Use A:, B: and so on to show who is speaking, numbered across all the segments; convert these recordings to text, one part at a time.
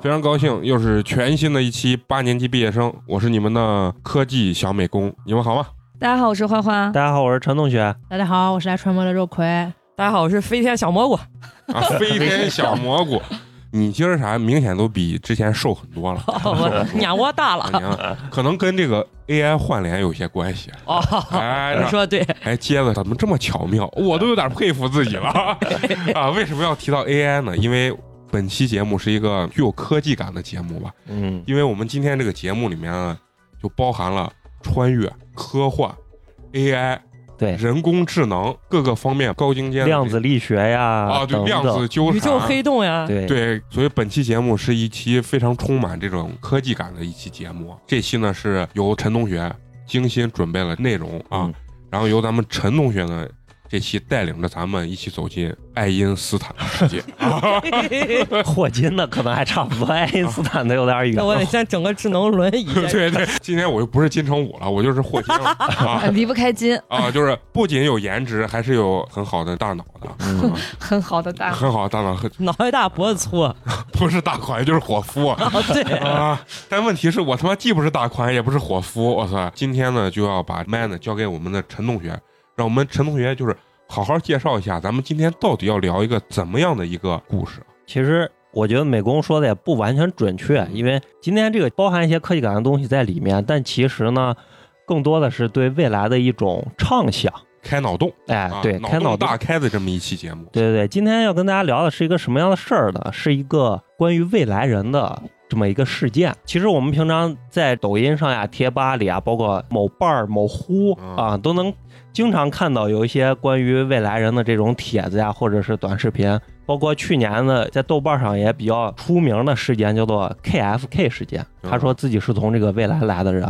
A: 非常高兴，又是全新的一期八年级毕业生，我是你们的科技小美工，你们好吗？
B: 大家好，我是花花。哎
C: 大家好，我是陈同学。
D: 大家好，我是来传播的肉葵。
E: 大家好，我是飞天小蘑菇。
A: 啊，飞天小蘑菇，你今儿啥明显都比之前瘦很多了，
E: 我鸟窝大
A: 啊
E: 了。
A: 你看可能跟这个 AI 换脸有些关系。啊
E: 哦，
A: 哎，
E: 你
A: 让
E: 说得对，
A: 哎，接的怎么这么巧妙？我都有点佩服自己 了啊！为什么要提到 AI 呢？因为本期节目是一个具有科技感的节目吧，
C: 嗯，
A: 因为我们今天这个节目里面啊，就包含了穿越、科幻、AI、
C: 对，
A: 人工智能各个方面高精尖的
C: 量子力学呀，
A: 啊，对
C: 等
A: 量
C: 等
A: 子，纠
E: 宇宙
A: 缠，啊
E: 黑洞呀。
C: 对，
A: 对，所以本期节目是一期非常充满这种科技感的一期节目。这期呢是由陈同学精心准备了内容啊，
C: 嗯
A: 然后由咱们陈同学呢这期带领着咱们一起走进爱因斯坦的世 界。啊
C: 霍金的可能还 差不多，爱因斯坦的有点
E: 那我得
C: 远。
E: 先整个智能轮椅。
A: 对对，今天我又不是金城武了，我就是霍金了啊
B: 呃离不开金，
A: 啊，就是不仅有颜值，还是有很好的大脑的，
C: 嗯，
B: 很好的大。
A: 很好的大脑，很
E: 脑袋大脖子粗，啊
A: 不是大款就是伙夫啊。
C: 哦
E: 对，
A: 啊！但问题是我他妈既不是大款，也不是伙夫，我操！今天呢就要把麦呢交给我们的陈同学，让我们陈同学就是好好介绍一下，咱们今天到底要聊一个怎么样的一个故事？
C: 其实我觉得美工说的也不完全准确，因为今天这个包含一些科技感的东西在里面，但其实呢，更多的是对未来的一种畅想。
A: 开脑洞
C: 哎
A: 啊，，
C: 对，
A: 脑
C: 开脑
A: 洞
C: 洞
A: 大开的这么一期节目。
C: 对对对，今天要跟大家聊的是一个什么样的事儿呢？是一个关于未来人的这么一个事件。其实我们平常在抖音上呀、贴吧里啊，包括某伴儿、某乎
A: 嗯
C: 啊，都能经常看到有一些关于未来人的这种帖子呀，或者是短视频。包括去年的在豆瓣上也比较出名的事件，叫做 KFK 事件。
A: 嗯
C: 他说自己是从这个未来来的人，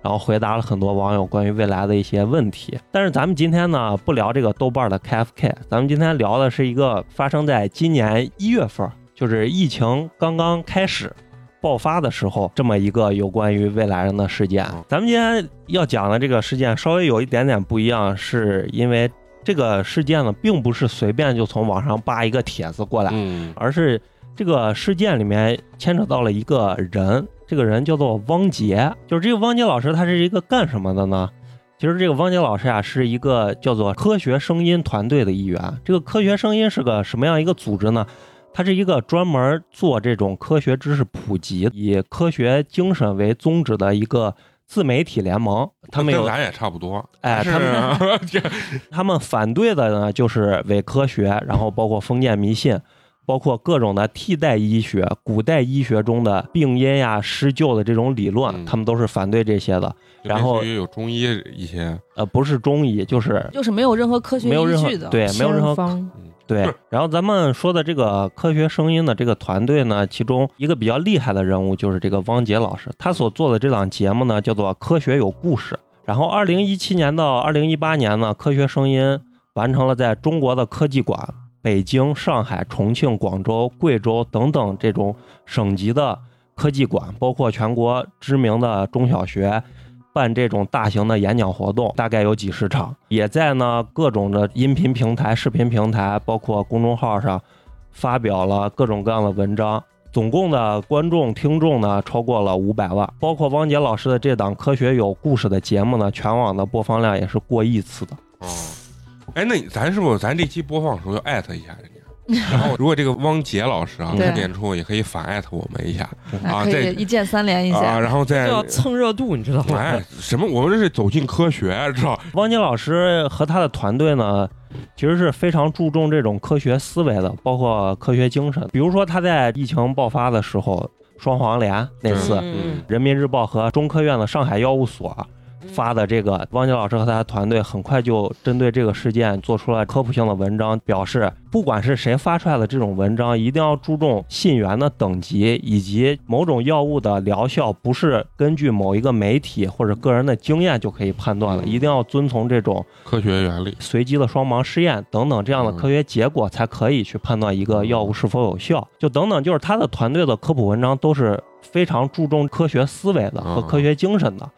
C: 然后回答了很多网友关于未来的一些问题。但是咱们今天呢，不聊这个豆瓣的 KFK，咱们今天聊的是一个发生在今年一月份，就是疫情刚刚开始。爆发的时候，这么一个有关于未来人的事件啊
A: 嗯，
C: 咱们今天要讲的这个事件稍微有一点点不一样，是因为这个事件呢，并不是随便就从网上扒一个帖子过来，
A: 嗯，
C: 而是这个事件里面牵扯到了一个人，这个人叫做汪杰，就是这个汪杰老师，他是一个干什么的呢？其实这个汪杰老师啊，是一个叫做科学声音团队的一员。这个科学声音是个什么样一个组织呢？它是一个专门做这种科学知识普及，以科学精神为宗旨的一个自媒体联盟。他们
A: 跟
C: 有
A: 咱也差不多，
C: 哎，
A: 是啊
C: 他们
A: 这
C: 他们反对的呢，就是伪科学，然后包括封建迷信，包括各种的替代医学、古代医学中的病因呀、施救的这种理
A: 嗯
C: 论，他们都是反对这些的。然后
A: 就类似于有中医一些，
C: 呃，不是中医，就是
B: 就是没有任何科学
C: 没有任
B: 依
C: 何
B: 据的。
C: 对，没有任何
D: 方
C: 对
A: 是，
C: 然后咱们说的这个科学声音的这个团队呢，其中一个比较厉害的人物就是这个汪杰老师，他所做的这档节目呢叫做《科学有故事》。然后，二零一七年到二零一八年呢，科学声音完成了在中国的科技馆、北京、上海、重庆、广州、贵州等等这种省级的科技馆，包括全国知名的中小学，办这种大型的演讲活动，大概有几十场，也在呢各种的音频平台、视频平台，包括公众号上发表了各种各样的文章。总共的观众听众呢超过了五百万，包括汪杰老师的这档《科学有故事》的节目呢，全网的播放量也是过亿次的。
A: 哦，哎，那咱是不是咱这期播放的时候要艾特一下人家？ 然后如果这个汪杰老师啊
C: 对
A: 看演出，也可以反艾特我们一下
C: 嗯
A: 啊，
B: 哎可
A: 这
B: 以一键三连一
A: 啊，
B: 下。
A: 然后
E: 就
A: 再
E: 要蹭热度，你知道吗？
A: 哎什么，我们这是走进科学，啊知道？
C: 汪杰老师和他的团队呢，其实是非常注重这种科学思维的，包括科学精神。比如说他在疫情爆发的时候，双黄连那次，
E: 嗯
C: 人民日报和中科院的上海药物所发的这个，汪杰老师和他的团队很快就针对这个事件做出了科普性的文章，表示不管是谁发出来的这种文章，一定要注重信源的等级以及某种药物的疗效，不是根据某一个媒体或者个人的经验就可以判断的，
A: 嗯
C: 一定要遵从这种
A: 科学原理，
C: 随机的双盲试验等等这样的
A: 嗯
C: 科学结果，才可以去判断一个药物是否有效。就等等，就是他的团队的科普文章都是非常注重科学思维的
A: 嗯
C: 和科学精神的。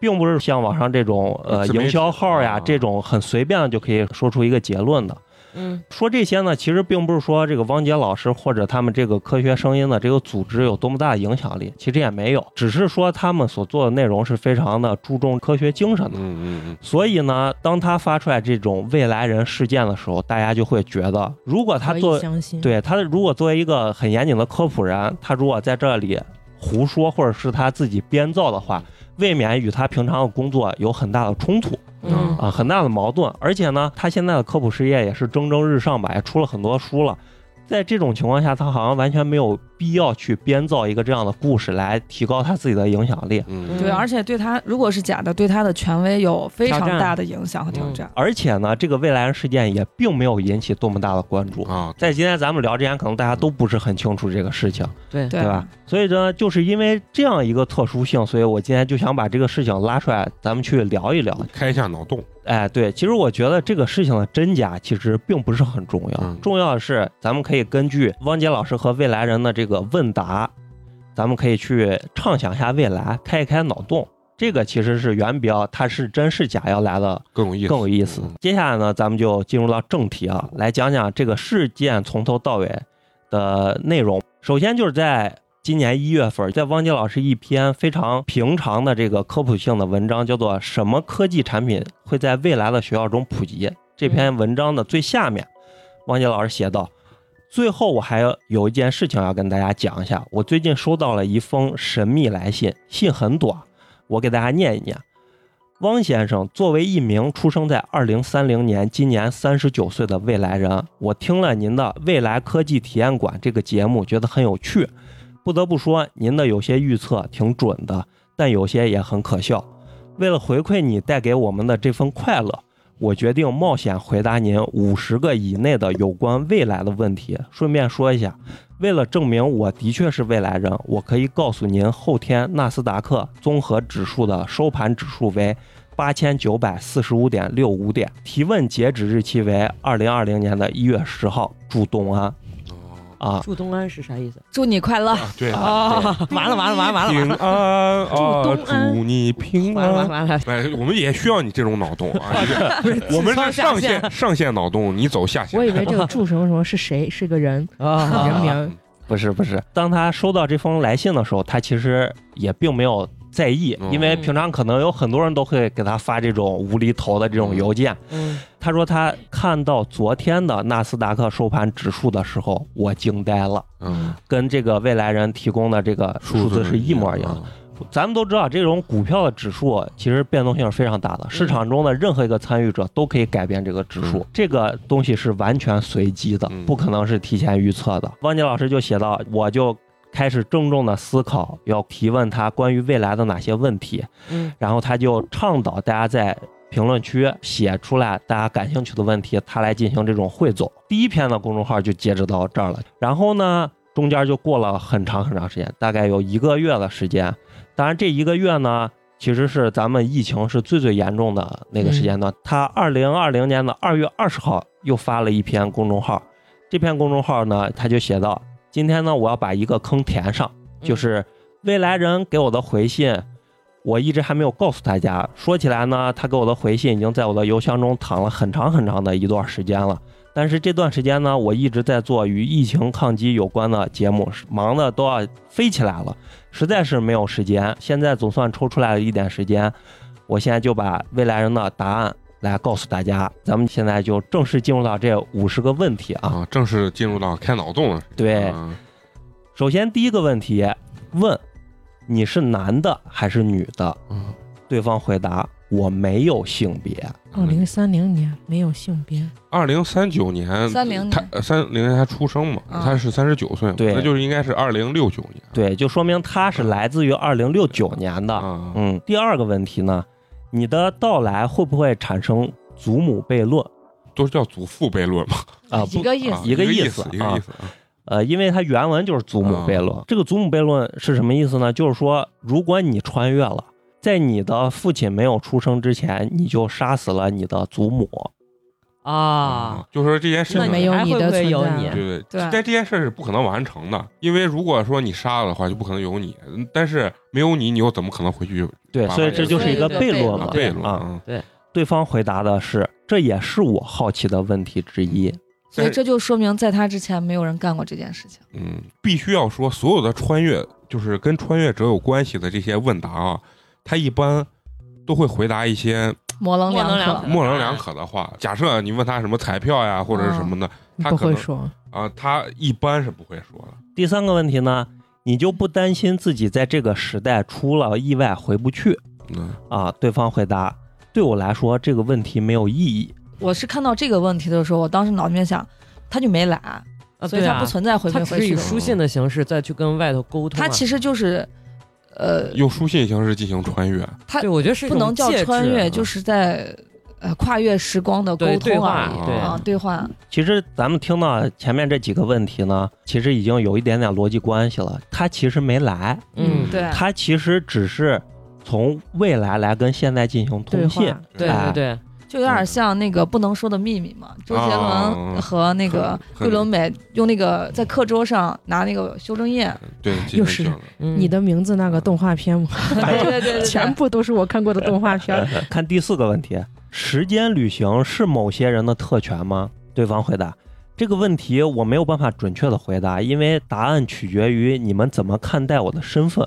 C: 并不是像网上这种呃
A: 自媒体
C: 营销号呀
A: 啊
C: 这种很随便的就可以说出一个结论的。
E: 嗯
C: 说这些呢，其实并不是说这个汪杰老师或者他们这个科学声音的这个组织有多么大的影响力，其实也没有，只是说他们所做的内容是非常的注重科学精神的
A: 嗯。嗯嗯，
C: 所以呢，当他发出来这种未来人事件的时候，大家就会觉得，如果他
E: 可以
C: 作
E: 相信，
C: 对他如果作为一个很严谨的科普人，他如果在这里胡说或者是他自己编造的话，未免与他平常的工作有很大的冲突
E: 嗯
C: 啊，很大的矛盾。而且呢，他现在的科普事业也是蒸蒸日上吧，也出了很多书了。在这种情况下，他好像完全没有必要去编造一个这样的故事来提高他自己的影响力。
A: 嗯
B: 对，而啊且对他如果是假的，对他的权威有非常
E: 挑战
B: 大的影响和挑战。
C: 而且呢，这个未来人事件也并没有引起多么大的关注。
A: 啊，
C: 在今天咱们聊之前，可能大家都不是很清楚这个事情，
E: 对
B: 对
C: 嗯对吧？所以呢，就是因为这样一个特殊性，所以我今天就想把这个事情拉出来，咱们去聊一聊。
A: 开一下脑洞，
C: 哎，对，其实我觉得这个事情的真假其实并不是很重要，
A: 嗯
C: 重要的是咱们可以根据汪杰老师和未来人的这个问答，咱们可以去畅想一下未来，开一开脑洞。这个其实是远比较它是真是假要来的
A: 更有意思，
C: 更有意思
A: 嗯。
C: 接下来呢，咱们就进入到正题啊，来讲讲这个事件从头到尾的内容。首先就是在今年一月份，在汪杰老师一篇非常平常的这个科普性的文章，叫做《什么科技产品会在未来的学校中普及》这篇文章的最下面，汪杰老师写道。最后，我还有一件事情要跟大家讲一下。我最近收到了一封神秘来信，信很短，我给大家念一念。汪先生作为一名出生在二零三零年、今年三十九岁的未来人，我听了您的《未来科技体验馆》这个节目，觉得很有趣。不得不说，您的有些预测挺准的，但有些也很可笑。为了回馈你带给我们的这份快乐，我决定冒险回答您五十个以内的有关未来的问题。顺便说一下，为了证明我的确是未来人，我可以告诉您，后天纳斯达克综合指数的收盘指数为八千九百四十五点六五点，提问截止日期为二零二零年的一月十号，祝东安啊！
E: 祝东安是啥意思？
B: 祝你快乐，
A: 啊，对，
E: 啊， 完了完了完了完了
A: 平安啊，
E: 祝东安
A: 祝你平
E: 完了完了
A: 安。
E: 完
A: 哎，
E: 了，
A: 我们也需要你这种脑洞啊！
E: 不是
A: 我们是
E: 上
A: 上线上线脑洞，你走下线。
F: 我以为这 个祝什么什么是谁，是个人
E: 啊，
F: 人名儿。
C: 不是不是，当他收到这封来信的时候，他其实也并没有在意，
E: 哦
A: 嗯
C: 因为平常可能有很多人都会给他发这种无厘头的这种邮件。
E: 嗯，
C: 他说他看到昨天的纳斯达克收盘指数的时候，我惊呆了，
A: 嗯，
C: 跟这个未来人提供的这个数字是一模一样的。
A: 的。
C: 咱们都知道，这种股票的指数啊其实变动性是非常大的，市场中的任何一个参与者都可以改变这个指
A: 嗯
C: 数，
A: 嗯
C: 这个东西是完全随机的
A: 嗯，
C: 不可能是提前预测的。汪杰老师就写到，我就。开始郑重的思考，要提问他关于未来的哪些问题，
E: 嗯，
C: 然后他就倡导大家在评论区写出来大家感兴趣的问题，他来进行这种汇总。第一篇的公众号就截止到这儿了，然后呢，中间就过了很长很长时间，大概有一个月的时间。当然，这一个月呢，其实是咱们疫情是最最严重的那个时间段。他二零二零年的二月二十号又发了一篇公众号，这篇公众号呢，他就写到：今天呢，我要把一个坑填上，就是未来人给我的回信。我一直还没有告诉大家。说起来呢，他给我的回信已经在我的邮箱中躺了很长很长的一段时间了。但是这段时间呢，我一直在做与疫情抗击有关的节目，忙的都要飞起来了，实在是没有时间。现在总算抽出来了一点时间，我现在就把未来人的答案来告诉大家。咱们现在就正式进入到这五十个问题啊。
A: 啊，正式进入到开脑洞了。
C: 对，
A: 啊
C: 首先第一个问题，问你是男的还是女的？
A: 嗯，
C: 对方回答我没有性别。
F: 二零三零年没有性别，
A: 二零三九年，
B: 30年
A: 他呃三零年他出生嘛，
B: 啊
A: 他是三十九岁嘛，
C: 对
A: 那就是应该是二零六九年
C: 对，就说明他是来自于二零六九年的。
A: 啊。
C: 嗯，第二个问题呢，你的到来会不会产生祖母悖论
A: 都是叫祖父悖论嘛，
C: 啊？
F: 一
C: 不，
F: 个意
A: 啊
F: 思。
C: 一个
A: 意
C: 意思
A: 一个
C: 啊
A: 意思啊。
C: 呃，因为它原文就是祖母悖论。这个祖母悖论是什么意思呢？就是说，如果你穿越了，在你的父亲没有出生之前，你就杀死了你的祖母。
E: 啊，，
A: 就说这件事
E: 那
A: 情，
F: 没有
E: 还
F: 你
E: 会
F: 的
E: 不会
F: 存
E: 有
F: 在
E: 你
F: 了
A: 对对，
B: 对
A: 但这件事是不可能完成的，因为如果说你杀了的话，就不可能有你。嗯但是没有你，你又怎么可能回去
C: 对，
A: 爸爸
C: 所以
A: 也
C: 这就是
B: 是
C: 一个
B: 对对
C: 悖
B: 悖
C: 论
B: 论
A: 啊
C: 嘛。
A: 悖论
C: 啊，
A: 啊？
C: 对方回答的是，这也是我好奇的问题之一。
F: 嗯
B: 所
A: 但
B: 以
A: 是
B: 这就说明在他之前没有人干过这件事情。
A: 嗯，必须要说所有的穿越，就是跟穿越者有关系的这些问答啊，他一般都会回答一些
B: 模棱
E: 模棱两
B: 可
E: 可，
A: 模棱两可的话。假设你问他什么彩票呀，或者是什么的
F: 你
A: 他
F: 嗯不
A: 可
F: 会
A: 能
F: 说，
A: 啊，他一般是不会说的。
C: 第三个问题呢，你就不担心自己在这个时代出了意外回不去
A: 嗯，
C: 啊？对方回答，对我来说这个问题没有意义。
B: 我是看到这个问题的时候，我当时脑子里面想，他就没来，
E: 啊
B: 所以
E: 对
B: 他
E: 啊
B: 不存在回
E: 他
B: 没
E: 只
B: 回去
E: 是
B: 的
E: 以
B: 问题。
E: 书信的形式再去跟外头沟通啊。
B: 他其实就是，呃，
A: 用书信形式进行穿越，
B: 他
E: 对我觉得是一
B: 不
E: 种
B: 能叫
E: 介质啊
B: 穿越，就是在呃跨越时光的沟
E: 对对
B: 通
E: 话
B: 而已
A: 对
B: 啊，对话。
C: 其实咱们听到前面这几个问题呢，其实已经有一点点逻辑关系了。他其实没来，
E: 嗯，
B: 对
C: 他其实只是从未来来跟现在进行
F: 对
C: 通
F: 话
C: 信。
E: 对
C: 哎
E: 对对，
B: 就有点像那个不能说的秘密嘛，周杰伦和那个
A: 很
B: 桂纶镁用那个在课桌上拿那个修正液，
A: 对，进
F: 又
A: 行
F: 是
A: 这样的
E: 嗯
F: 你的名字那个动画片 嘛，
B: 对对对对，
F: 全部都是我看过的动画片儿。
C: 看第四个问题，时间旅行是某些人的特权吗？对方回答这个问题我没有办法准确的回答，因为答案取决于你们怎么看待我的身份。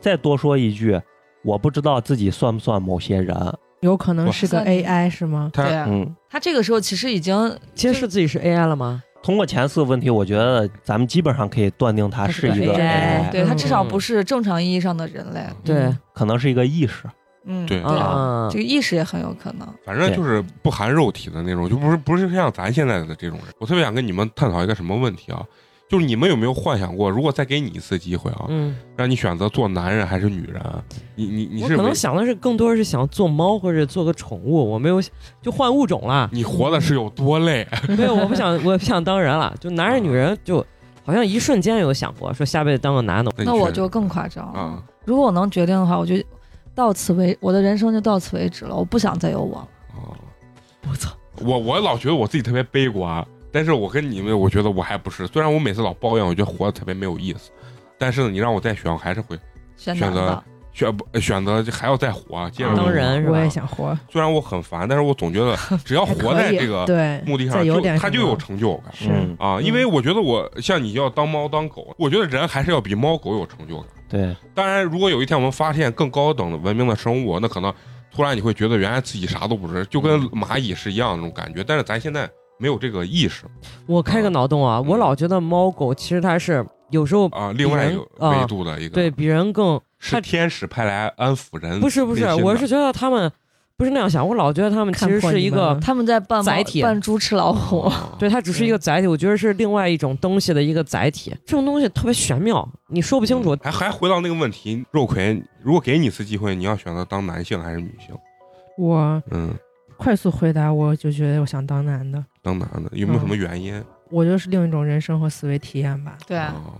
C: 再多说一句，我不知道自己算不算某些人。
F: 有可能是个
B: 哇塞
F: AI 是吗？
A: 他
B: 对啊。
C: 嗯，
B: 他这个时候其实已经
E: 揭示自己嗯是 AI 了吗？
C: 通过前四个问题，我觉得咱们基本上可以断定它
F: 它
C: 是
F: 是
C: 一
F: 个
C: 个哎
F: AI
B: 对他至少
E: 嗯
B: 不是正常意义上的人类，
E: 对
F: 嗯，
C: 可能是一个意识。
B: 嗯，
A: 对
E: 啊
B: 这，个意识也很有可能。
A: 反正就是不含肉体的那种，就不是不是像咱现在的这种人。我特别想跟你们探讨一个什么问题啊？就是你们有没有幻想过，如果再给你一次机会啊，
E: 嗯，
A: 让你选择做男人还是女人啊？你你你
E: 我
A: 是
E: 可
A: 为
E: 能想的是更多是想做猫或者做个宠物，我没有就换物种
A: 。
E: 了
A: 你活的是有多累？啊
E: 没有，我不想，我不想当人了。就男人女人就好像一瞬间有想过说下辈子当个男的，
A: 你
B: 那我
A: 选
B: 就更夸张了
A: 啊，，
B: 如果我能决定的话，我就到此为我的人生就到此为止了，我不想再有我了。
A: 哦
E: 我操，
A: 我我老觉得我自己特别悲观，啊但是我跟你们，我觉得我还不是。虽然我每次老抱怨，我觉得活得特别没有意思，但是呢，你让我再选，我还是会
B: 选
A: 选
B: 男
A: 择
B: 的，
A: 选不选择还要再活，啊接着
E: 啊当
A: 活。
E: 人是
F: 我也
E: 吧？
F: 想活，
A: 虽然我很烦，但是我总觉 得只要活在
F: 可以
A: 这个
F: 对
A: 啊目的
F: 再
A: 上，
F: 有
A: 就
F: 点
A: 他
F: 什
A: 就
F: 么
A: 有成就感
F: 是
C: 嗯，
A: 啊。因为我觉得我像你要当猫当狗，我觉得人还是要比猫狗有成就感。
C: 对，
A: 当然，如果有一天我们发现更高等的文明的生物，那可能突然你会觉得原来自己啥都不是，就跟蚂蚁是一样的那种感觉。但是咱现在没有这个意识
E: 我开个脑洞啊，我老觉得猫狗其实它是有时候
A: 嗯啊，另外有
E: 比人啊
A: 维度的一个，
E: 对，比人更
A: 是天使派来安抚人，
E: 不是不是
A: 内，心的
E: 我是觉得他们不是那样想，我老觉得他们其实
F: 看破
E: 是
F: 你
E: 一
F: 们嗯
E: 个
F: 了，
B: 他们在扮猫
E: 载体
B: 扮猪吃老虎，
A: 啊
E: 对，它只是一个载体，我觉得是另外一种东西的一个载体。这种东西特别玄妙，你说不清楚。
A: 嗯还还回到那个问题，肉葵，如果给你一次机会，你要选择当男性还是女性？
F: 我
A: 嗯，
F: 快速回答，我就觉得我想当男的，
A: 当男的
E: 嗯
A: 有没有什么原因？
F: 我就是另一种人生和思维体验吧。
B: 对啊，
A: 哦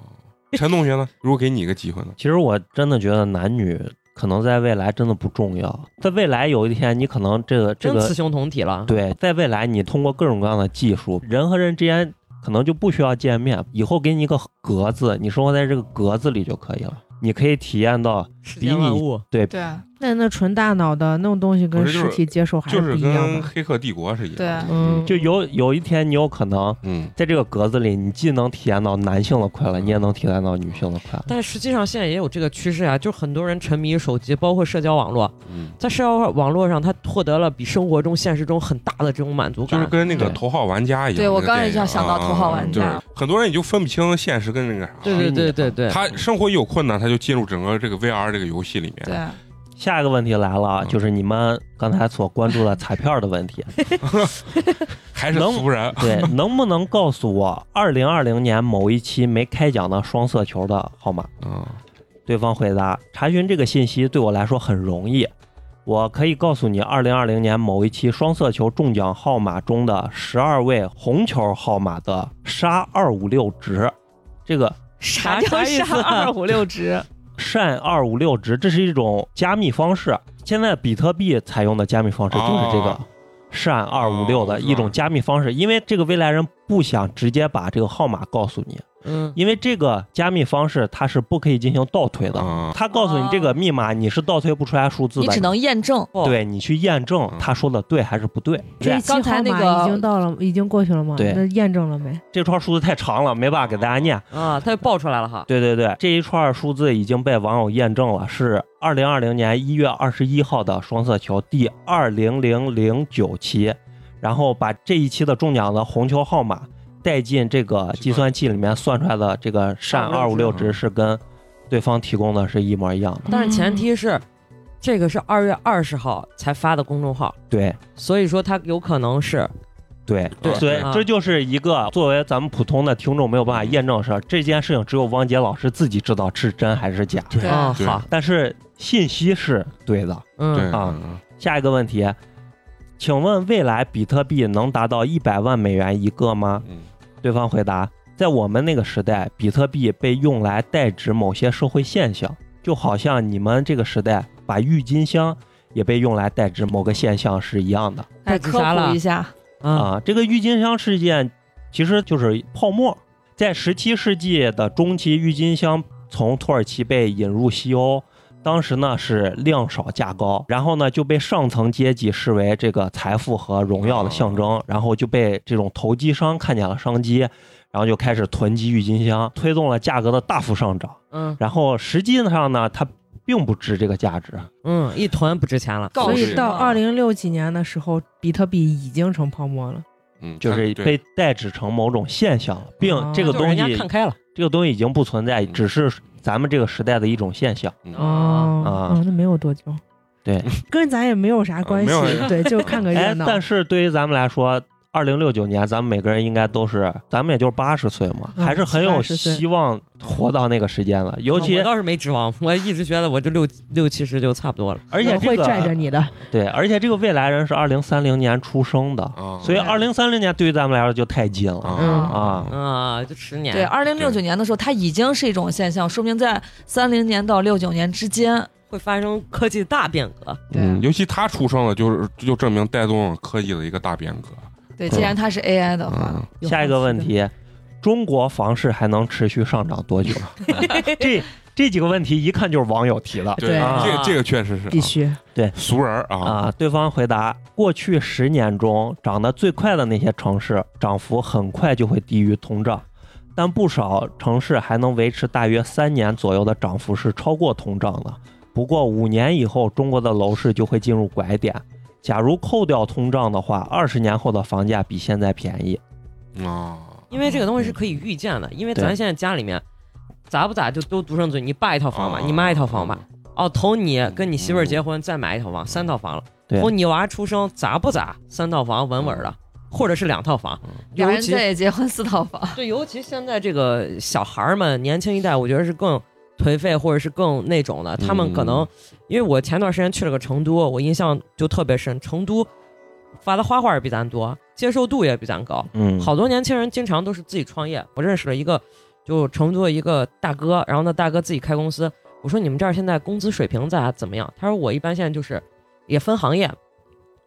A: 陈同学呢？如果给你一个机会呢？
C: 其实我真的觉得男女可能在未来真的不重要，在未来有一天你可能这个这
E: 真
C: 个
E: 雌雄同体了，
C: 对，在未来你通过各种各样的技术，人和人之间可能就不需要见面，以后给你一个格子，你生活在这个格子里就可以了，你可以体验到
E: 世间万物，
C: 对
G: 对啊，
F: 但那纯大脑的那种东西跟
A: 不是就是
F: 实体接受还
A: 就是是
F: 不一样
A: 跟《
F: 的。
A: 黑客帝国》是一样
G: 对
A: 的。
F: 嗯，
C: 就有有一天你有可能
A: 嗯，
C: 在这个格子里，你既能体验到男性的快乐，你也能体验到女性的快乐。
E: 但实际上现在也有这个趋势啊，就很多人沉迷于手机，包括社交网络，
A: 嗯
E: 在社交网络上，他获得了比生活中、现实中很大的这种满足
A: 就
E: 感。
A: 是跟那个
C: 嗯对
A: 头号玩家一样。
B: 对我
A: 那个
B: 刚才
A: 电影
B: 就想到头号玩
A: 啊
B: 家
A: 啊就是很多人你就分不清现实跟那个啥。
E: 对对对对对，
A: 他生活一有困难，他就进入整个这个 VR 这个游戏里面。
B: 对，
C: 下一个问题来了，啊
A: 嗯
C: 就是你们刚才所关注的彩票的问题。
A: 还是
C: 能
A: 俗人。
C: 对，能不能告诉我二零二零年某一期没开奖的双色球的号码？
A: 嗯，
C: 对方回答：查询这个信息对我来说很容易，我可以告诉你二零二零年某一期双色球中奖号码中的十二位红球号码的沙二五六值。这个
E: 啥叫啥二五六值？
C: 善二五六值，这是一种加密方式。现在比特币采用的加密方式就是这个
A: 哦
C: 善二五六
A: 哦
C: 的一种加密方式，因为这个未来人不想直接把这个号码告诉你，
E: 嗯，
C: 因为这个加密方式它是不可以进行倒推的。
A: 啊，
C: 他告诉你这个密码，你是倒推不出来数字的，
B: 哦你只能哦验证。
C: 对你去验证
A: 嗯
C: 他说的对还是不对。啊
F: 这一期
B: 刚才
F: 号
B: 那
F: 码
B: 个
F: 已经到了，已经过去了吗？
C: 对
F: 那验证了没？
C: 这串数字太长了，没办法给大家念。
E: 啊，他就爆出来了哈。
C: 对对对，这一串数字已经被网友验证了，是二零二零年一月二十一号的双色球第二零零零九期，然后把这一期的中奖的红球号码带进这个计算器里面算出来的这个善二五六值嗯是跟对方提供的是一模一样的。
E: 但是前提是，这个是二月二十号才发的公众号，
C: 对
E: 所以说他有可能是
C: 对
A: 对
C: 所以
E: 啊
C: 这就是一个作为咱们普通的听众没有办法验证的事儿，这件事情只有汪杰老师自己知道是真还是假，
A: 对
E: 啊，
A: 对
E: 好，
C: 但是信息是对的。
A: 对
E: 嗯，
C: 啊，
A: 嗯
C: 下一个问题，请问未来比特币能达到一百万美元一个吗？
A: 嗯
C: 对方回答：在我们那个时代，比特币被用来代指某些社会现象，就好像你们这个时代把郁金香也被用来代指某个现象是一样的
B: 来
E: 太
B: 科
E: 自杀了
B: 普一下，
E: 啊，
C: 啊。这个郁金香事件其实就是泡沫，在十七世纪的中期，郁金香从土耳其被引入西欧。当时呢是量少价高，然后呢就被上层阶级视为这个财富和荣耀的象征，
E: 哦
C: 然后就被这种投机商看见了商机，然后就开始囤积郁金香，推动了价格的大幅上涨。
E: 嗯
C: 然后实际上呢，它并不值这个价值。
E: 嗯，一团不值钱了。
B: 告
F: 所
B: 示
F: 以到
B: 嘛
F: 二零六几年的时候，比特币已经成泡沫了。
A: 嗯，
C: 就是
A: 对
C: 被代指成某种现象了，并
F: 哦
C: 这个
E: 啊就是
C: 东
E: 人家
C: 西
E: 看开了，
C: 这个东西已经不存在，
A: 嗯
C: 只是咱们这个时代的一种现象。
A: 嗯
F: 哦
C: 啊
F: 哦，那没有多久。
C: 对， 哦
F: 跟咱也没有啥关系
A: 没有，
F: 对，就 看个热
C: 哎，
F: 闹。
C: 但是对于咱们来说，二零六九年，咱们每个人应该都是，咱们也就是八十岁嘛，
F: 嗯
C: 还是很有
F: 80岁
C: 希望活到那个时间了。尤其
E: 嗯我倒是没指望，我一直觉得我这六六七十就差不多了。
C: 而且
F: 我
C: 这
F: 会拽着
C: 个
F: 你的，
C: 对，而且这个未来人是二零三零年出生
E: 嗯
C: 的，
A: 啊，
C: 所以
F: 对
C: 二零三零年对于咱们来说就太近了
A: 啊
C: 啊。
B: 嗯
E: 啊，就十年。
B: 对，二零六九年的时候，它已经是一种现象，说明在三零年到六九年之间，
E: 会发生科技大变革。
A: 嗯，尤其他出生了，就是就证明带动了科技的一个大变革。
B: 对，
C: 对
B: 既然它是 AI 的话，
A: 嗯，
F: 有
C: 下一个问
F: 好奇
C: 题，中国房市还能持续上涨多久？ 这这几个问题一看就是网友提的
A: 对，
C: 啊
A: 这这个确实是
F: 的，必须
C: 嗯
A: 俗人儿啊，
C: 啊。对方回答：过去十年中涨得最快的那些城市，涨幅很快就会低于通胀，但不少城市还能维持大约三年左右的涨幅是超过通胀的。不过五年以后，中国的楼市就会进入拐点。假如扣掉通胀的话，二十年后的房价比现在便宜。
A: 啊，
E: 因为这个东西是可以预见的，因为咱
C: 对
E: 现在家里面咋不咋就都独生子女，你爸一套房吧，
A: 啊
E: 你妈一套房吧。哦，投你跟你媳妇儿结婚，再买一套房，三套房了。
C: 对
E: 投哦你娃出生咋不咋，三套房稳稳的，或者是两套房。
B: 俩
E: 尤
B: 人
E: 其
B: 再也结婚四套房，
E: 对，尤其现在这个小孩儿们，年轻一代，我觉得是更颓废，或者是更那种的。他们可能，
A: 嗯
E: 因为我前段时间去了个成都，我印象就特别深，成都发的花花也比咱多，接受度也比咱高。
C: 嗯，
E: 好多年轻人经常都是自己创业。我认识了一个，就成都的一个大哥，然后那大哥自己开公司。我说你们这儿现在工资水平咋怎么样？他说我一般现在就是也分行业，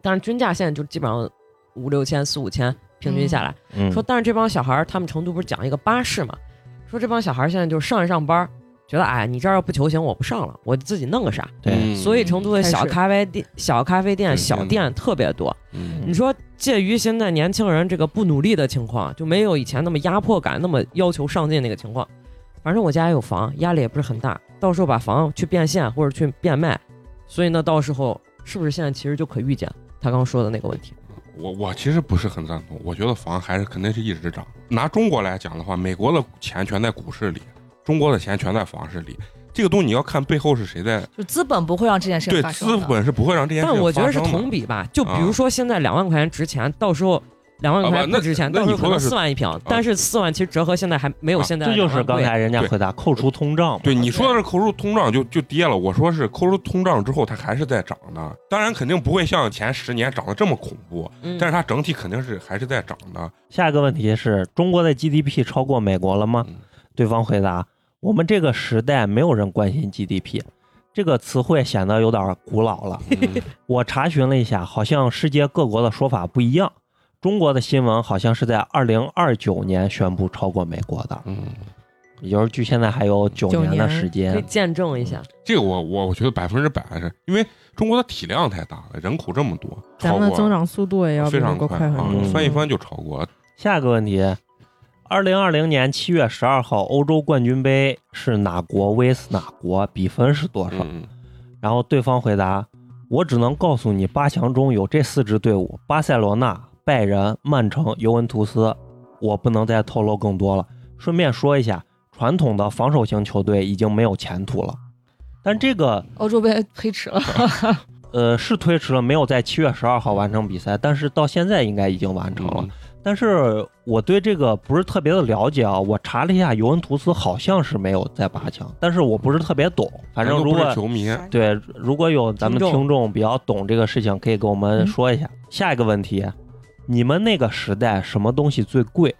E: 但是均价现在就基本上五六千、四五千平均下来。
C: 嗯
E: 说但是这帮小孩儿，他们成都不是讲一个巴士嘛？说这帮小孩儿现在就上一上班儿，觉得哎，你这儿要不求行，我不上了，我自己弄个啥。
C: 对，
E: 所以成都的
F: 还
E: 小
F: 是
E: 咖啡店、小咖啡店、
A: 嗯
E: 小
A: 嗯
E: 店特别多。
A: 嗯
E: 你说，介于现在年轻人这个不努力的情况，就没有以前那么压迫感、那么要求上进那个情况。反正我家也有房，压力也不是很大，到时候把房去变现或者去变卖，所以呢，到时候是不是现在其实就可预见他刚说的那个问题？
A: 我我其实不是很赞同，我觉得房还是肯定是一直涨。拿中国来讲的话，美国的钱全在股市里，中国的钱全在房市里。这个东西你要看背后是谁在，
B: 就资本不会让这件事
A: 对
B: 情发生
A: 资
B: 的
A: 本是不会让这件事
E: 但
A: 情
E: 我觉得是
A: 发生的
E: 同比吧，就比如说现在两万块钱值钱，到时候两万块
A: 啊
E: 钱
A: 不那
E: 不值钱，
A: 那
E: 到时
A: 你
E: 候
A: 说
E: 可
A: 的
E: 能
A: 是
E: 四万一平，但是四万其实折合现在还没有
A: 啊
E: 现在
C: 这就是
E: 两万
C: 刚
E: 贵
C: 才人家回答扣除通胀嘛。
A: 对你说的是扣除通胀就就跌了，我说是扣除通胀之后它还是在涨的，当然肯定不会像前十年涨得这么恐怖，
E: 嗯
A: 但是它整体肯定是还是在涨的。
C: 下一个问题是中国的 GDP 超过美国了吗
A: 嗯？
C: 对方回答：我们这个时代没有人关心 GDP，这个词汇显得有点古老了。
A: 嗯
C: 我查询了一下，好像世界各国的说法不一样。中国的新闻好像是在二零二九年宣布超过美国的，
A: 嗯，
C: 也就是距现在还有九
F: 九
C: 年的
F: 年
C: 时
E: 可以
C: 间。
E: 见证一下。
A: 这个我我我觉得百分之百是因为中国的体量太大了，人口这么多，超
F: 咱们
A: 过
F: 增长速度也要比
A: 非
F: 美
A: 常
F: 国
A: 快
F: 很
A: 啊
F: 多。
C: 嗯，
A: 翻一翻就超过了。
C: 下一个问题，二零二零年七月十二号欧洲冠军杯是哪国 vs 哪国，比分是多少？
A: 嗯，
C: 然后对方回答：“我只能告诉你，八强中有这四支队伍：巴塞罗那、拜仁、曼城、尤文图斯。我不能再透露更多了。顺便说一下，传统的防守型球队已经没有前途了。但这个
B: 欧洲杯推迟了，
C: 呃是推迟了，没有在七月十二号完成比赛，但是到现在应该已经完成
A: 嗯
C: 了。但是我对这个不是特别的了解啊，我查了一下，尤文图斯好像是没有在八强，但是我不是特别懂。反正
A: 咱
C: 如
A: 都不
C: 果
A: 是球迷，
C: 对，如果有咱们
E: 听众
C: 听众比较懂这个事情，可以给我们说一下。下一个问题，你们那个时代什么东西最贵？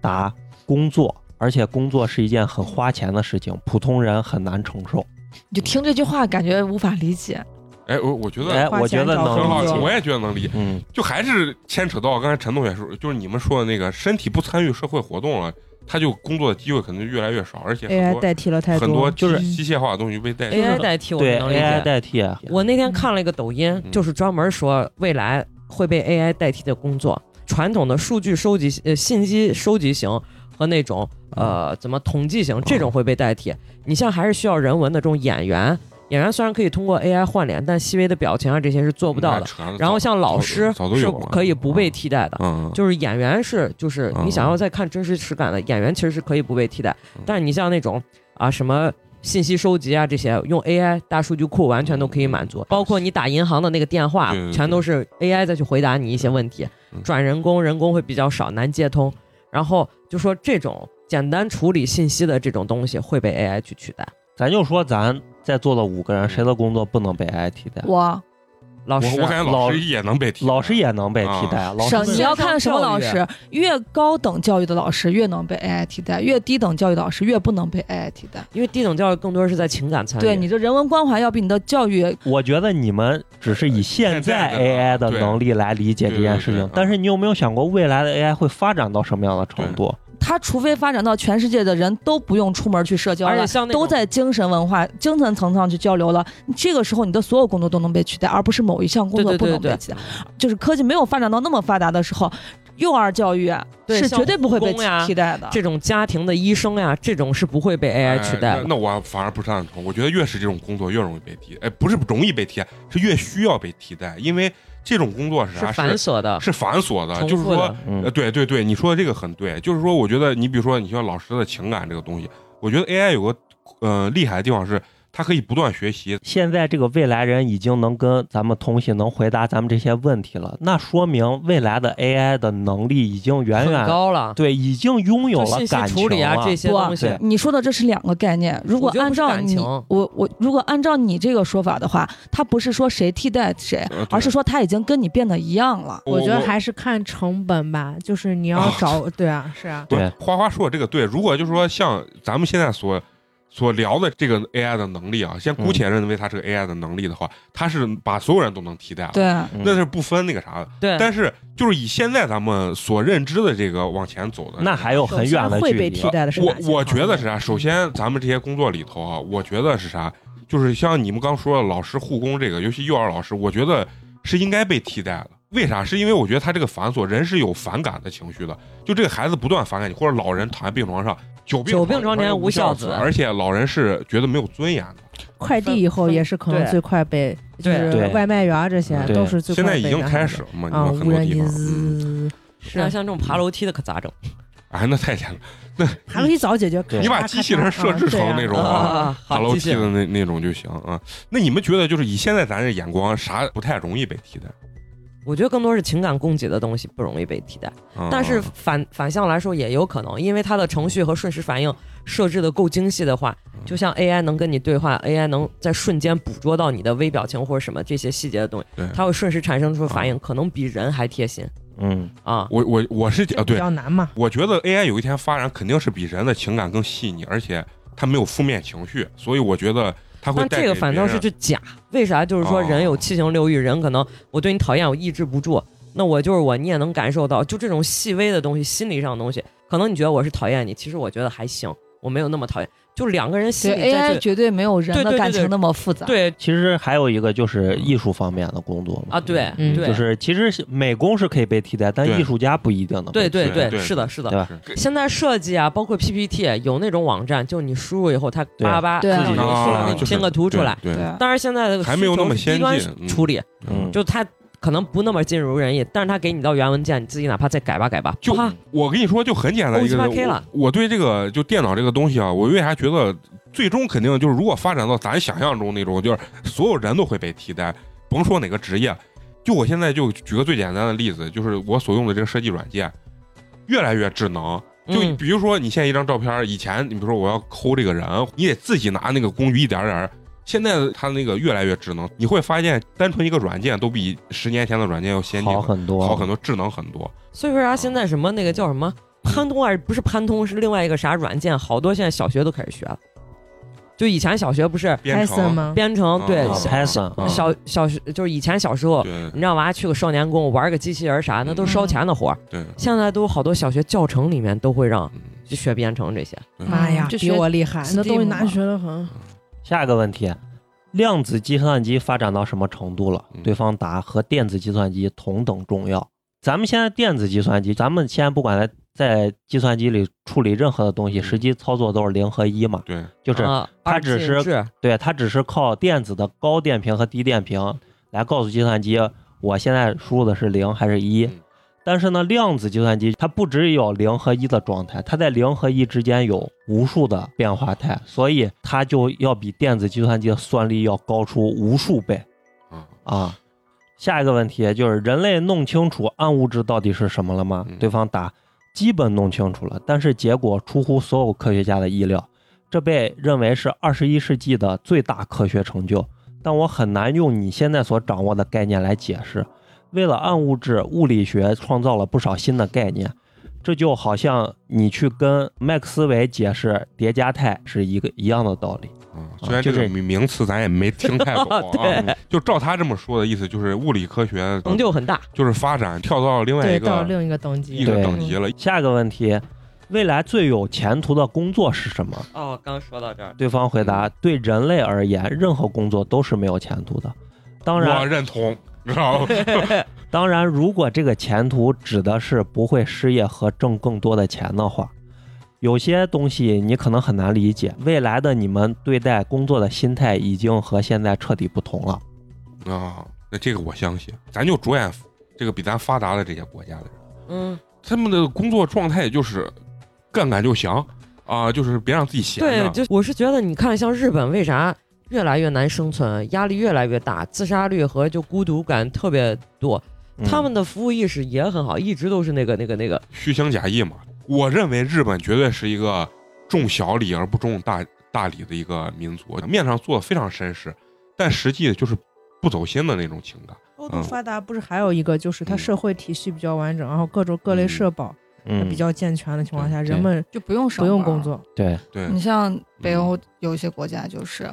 C: 答：工作，而且工作是一件很花钱的事情，普通人很难承受。
B: 你就听这句话感觉无法理解。
A: 哎，我我觉得
C: 哎，我觉
A: 很
C: 得
F: 花钱找
A: 好
C: 能理
F: 工，作
A: 我
C: 解。
A: 也觉得能理解。
C: 嗯，
A: 就还是牵扯到刚才陈同学说，就是你们说的那个身体不参与社会活动了，他就工作的机会可能就越来越少，而且很
F: AI
A: 多
F: 代替了哎太嗯
A: 很多
C: 就是
A: 机械化的东西被代替。
E: AI 代替我们
C: 对
E: 能理解
C: ，AI。代替，啊
E: 我那天看了一个抖音，
A: 嗯
E: 就是专门说未来会被 AI 代替的工作，传统的数据收集、呃信息收集型和那种
A: 嗯
E: 呃怎么统计型这种会被代替。你像还是需要人文的这种演员，演员虽然可以通过 AI 换脸，但细微的表情啊这些是做不到
A: 嗯那
E: 的。
A: 扯了
E: 然后
A: 早
E: 像老师
A: 早都有
E: 是
A: 了
E: 可以不被替代的。
A: 嗯，
E: 就是演员是，就是
A: 嗯
E: 你想要再看真实实感的演员，其实是可以不被替代
A: 嗯。
E: 但是你像那种啊什么信息收集啊这些，用 AI 大数据库完全都可以满足
A: 嗯，
E: 包括你打银行的那个电话
A: 对对，对
E: 全都是 AI 再去回答你一些问题
A: 嗯，
E: 转人工，人工会比较少，难接通。然后就说这种简单处理信息的这种东西会被 AI 去取代。
C: 咱就说咱在座的五个人，谁的工作不能被 AI 替代？
B: 我
E: 老
A: 我
E: 师啊
A: 我，感觉老师也能被替代，
C: 老师也能被替代，啊老师
B: 省
E: 们
B: 啊你要看什么老
E: 线
C: 啊
B: 师，越高等教育的老师越能被 AI 替代，越低等教育的老师越不能被 AI 替代。
E: 因为低等教育更多是在情感
C: 哎
E: 参与，
B: 对你这人文关怀要比你的教育，
C: 我觉得你们只是以现在
A: 现呃在
C: AI
A: 的
C: 的能力来理解这件事
A: 对对对嗯
C: 情
A: 对，
C: 但是你有没有想过未来的 AI 会发展到什么样的程度？
B: 它除非发展到全世界的人都不用出门去社交
E: 而
B: 了
E: 且，像那种
B: 都在精神文化、精神层上去交流了，这个时候你的所有工作都能被取代，而不是某一项工作
E: 对对
B: 不
E: 对
B: 能
E: 对
B: 被取代。就是科技没有发展到那么发达的时候，幼儿教育啊
E: 对
B: 是
E: 像
B: 绝对不会被
E: 护工呀
B: 替代的。
E: 这种家庭的医生呀，这种是不会被 AI 取代
A: 哎
E: 的
A: 那。那我反而不是赞同，我觉得越是这种工作越容易被替，哎，不是容易被替代，是越需要被替代，因为这种工作是啥？
E: 是繁
A: 是
E: 琐的，
A: 是繁琐的，
E: 啊重
A: 就是
E: 复
A: 说
E: 的。
A: 呃，
C: 嗯，
A: 对对对，你说的这个很对，就是说，我觉得你比如说，你像老师的情感这个东西，我觉得 AI 有个呃厉害的地方是，它可以不断学习，
C: 现在这个未来人已经能跟咱们通信，能回答咱们这些问题了，那说明未来的 AI 的能力已经远
E: 很
C: 远
E: 高了，
C: 对，已经拥有
E: 就
C: 了
E: 信息
C: 感
E: 处
C: 情
E: 理啊
C: 了。
E: 这些
B: 不
E: 东西
C: 对，
B: 你说的这是两个概念。如果
E: 我觉得
B: 按
E: 不是
B: 照
E: 感
B: 你，
E: 情
B: 我我如果按照你这个说法的话，它不是说谁替代谁，
A: 呃对
B: 而是说它已经跟你变得一样了。
A: 我
F: 我觉得
A: 我
F: 还是看成本吧，就是你要
C: 哦
A: 啊
F: 找，对啊，是啊，
A: 不是
C: 对
A: 花花说的这个对，如果就是说像咱们现在所所聊的这个 AI 的能力啊，先姑且认为它是个 AI 的能力的话，它是把所有人都能替代了，
B: 对，
C: 嗯
A: 那是不分那个啥的。
E: 对，
A: 但是就是以现在咱们所认知的这个往前走的，
C: 那还有很远的
F: 会
C: 距
F: 被
C: 离
F: 替。代的是
A: 我
F: 哪些
A: 我
F: 行业
A: 觉得是啥？首先，咱们这些工作里头啊，我觉得是啥？就是像你们刚说的老师护工这个，尤其幼儿老师，我觉得是应该被替代的。为啥？是因为我觉得他这个繁琐，人是有反感的情绪的。就这个孩子不断反感你，或者老人躺在病床上，久病
E: 久病床前
A: 无
E: 无孝
A: 子，
E: 子
A: 而且老人是觉得没有尊严的。
F: 快递以后也是可能
E: 对
F: 最快被，就
E: 对
F: 是
C: 对嗯
F: 外卖员儿这些
C: 对
F: 都是最
A: 现
F: 快
A: 在
F: 被
A: 已经
F: 干
A: 开
F: 的
A: 始了嘛，你
F: 啊，
A: 们很
F: 无
A: 多
F: 人
A: 地
F: 机
A: 方，嗯
F: 滋，
E: 是啊像这种爬楼梯的可咋整
A: 哎，那太简单了。
F: 还可以早解决。
C: 对
A: 你把
F: 咔
A: 机
F: 咔
A: 器人
F: 咔
A: 设置
F: 啊对
A: 成
F: 啊
A: 那种啊
E: 嗯啊？
A: 爬
E: 好，
A: 楼梯
E: 继续。
A: 的那那种就行啊。那你们觉得就是以现在咱这眼光，啥不太容易被替代？
E: 我觉得更多是情感供给的东西不容易被替代，
C: 哦
A: 啊
E: 但是反反向来说也有可能，因为它的程序和瞬时反应设置的够精细的话，
C: 嗯
E: 就像 AI 能跟你对话，AI 能在瞬间捕捉到你的微表情或者什么这些细节的东西
A: 对，
E: 它会瞬时产生出
C: 啊
E: 反应，可能比人还贴心
C: 嗯，
E: 啊。
A: 我我我是
F: 这
A: 啊，
F: 比
E: 嗯
A: 对，
F: 较难嘛。
A: 我觉得 AI 有一天发展肯定是比人的情感更细腻，而且它没有负面情绪，所以我觉得它会
E: 但
A: 带给
E: 这个反倒是
A: 别人哦
E: 就假，为啥？就是说人有七情六欲，人可能我对你讨厌，我抑制不住，那我就是我，你也能感受到，就这种细微的东西，心理上的东西，可能你觉得我是讨厌你，其实我觉得还行，我没有那么讨厌，就两个人心
B: 对
E: 里在
B: AI
E: 这。
B: 绝对没有人
E: 对对
B: 的
E: 对
B: 感
E: 对
B: 情那么复杂。
E: 对
C: 其实还有一个就是艺术方面的工作嘛
E: 啊，对，
F: 嗯
E: 对，
C: 就是其实是美工是可以被替代，但
A: 对
C: 艺术家不一定能被
E: 对
C: 替代。
E: 对
A: 对对
E: 是的，是
C: 对
E: 的。
C: 吧？
E: 现在设计啊，包括 PPT，有那种网站，就是你输入以后，它
C: 对
E: 叭叭
B: 对
E: 自己
B: 就
A: 啊，
E: 给
A: 就
E: 你
A: 是
E: 拼个图出来。
A: 对，对
B: 对
E: 当然，现在的
A: 还没有那么
E: 需求
A: 先
E: 是低
A: 进
E: 端处理，
C: 嗯，
E: 就它可能不那么尽如人意，但是它给你到原文件，你自己哪怕再改吧改吧，
A: 就
E: 啪
A: 我跟你说，就很简单一个
E: 欧鸡巴 K
A: 我
E: 了，
A: 我对这个就电脑这个东西啊，我为啥觉得最终肯定就是如果发展到咱想象中那种，就是所有人都会被替代，甭说哪个职业，就我现在就举个最简单的例子，就是我所用的这个设计软件越来越智能。就
E: 嗯
A: 比如说你现在一张照片，以前你比如说我要抠这个人，你得自己拿那个工具一点点儿。现在它那个越来越智能，你会发现单纯一个软件都比十年前的软件要先进
C: 好
A: 很
C: 很多，啊
A: 多，好很多，智能很多。
E: 所以说啥、现在什么那个叫什么潘通啊，不是潘通，是另外一个啥软件，好多现在小学都开始学了。就以前小学不是
A: 编
F: Python
A: 程
F: 吗？
E: 编程，对，
A: 啊
E: 小
C: Python，啊
E: 小小学就是以前小时候，
A: 对
E: 你让娃去个少年宫玩个机器人啥，那都是烧钱的活儿。
A: 对，
E: 现在都好多小学教程里面都会让
A: 嗯
E: 去学编程这些。
A: 对
F: 妈哎呀，
B: 就
F: 比
B: 学
F: 我厉害，那东西
B: Steam
F: 哪
B: 嘛
F: 学的很？
C: 下一个问题，量子计算机发展到什么程度了
A: 嗯？
C: 对方答和电子计算机同等重要。咱们现在电子计算机，咱们现在不管在在计算机里处理任何的东西，
A: 嗯
C: 实际操作都是零和一嘛，
A: 对，
C: 就是
E: 啊
C: 它只是
E: 二进制
C: 对它只是靠电子的高电平和低电平来告诉计算机我现在输入的是零还是一
A: 嗯。
C: 但是呢，量子计算机它不只有零和一的状态，它在零和一之间有无数的变化态，所以它就要比电子计算机的算力要高出无数倍
A: 啊，
C: 啊。下一个问题就是人类弄清楚暗物质到底是什么了吗
A: 嗯？
C: 对方答基本弄清楚了，但是结果出乎所有科学家的意料，这被认为是二十一世纪的最大科学成就。但我很难用你现在所掌握的概念来解释。为了暗物质，物理学创造了不少新的概念。这就好像你去跟麦克斯韦解释叠加态是一个一样的道理。
A: 啊，虽然
C: 就
A: 这个
C: 这
A: 名名词咱也没听太懂啊，
E: 对
A: 就照他这么说的意思，就是物理科学
E: 成就很大，
A: 就是发展跳到另外一
F: 对，到
A: 个
F: 另一个等
A: 一
F: 级嗯
A: 个
C: 对
A: 等级了。
C: 下一个问题，未来最有前途的工作是什么？
E: 哦，刚说到这儿，
C: 对方回答：对人类而言，任何工作都是没有前途的。当然
A: 我，认同，你知道吗？
C: 当然，如果这个前途指的是不会失业和挣更多的钱的话，有些东西你可能很难理解。未来的你们对待工作的心态已经和现在彻底不同了。
A: 啊，那这个我相信，咱就着眼这个比咱发达的这些国家的人，
E: 嗯，
A: 他们的工作状态就是干干就行啊，就是别让自己闲
E: 对，
A: 着。
E: 就我是觉得，你看像日本为啥越来越难生存，压力越来越大，自杀率和就孤独感特别多，
C: 嗯
E: 他们的服务意识也很好，一直都是那个那个那个，
A: 虚情假意嘛。我认为日本绝对是一个重小礼而不重大大礼的一个民族，面上做的非常绅士，但实际就是不走心的那种情感。
F: 欧
A: 嗯
F: 洲发达不是还有一个，就是它
A: 嗯
F: 社会体系比较完整，然后各种各类社保，
C: 嗯，
F: 比较健全的情况下，
C: 对
F: 人们
H: 就不用上
F: 不用
H: 班
F: 工。作，
C: 对，
A: 对，
B: 嗯
H: 你像北欧有一些国家，就是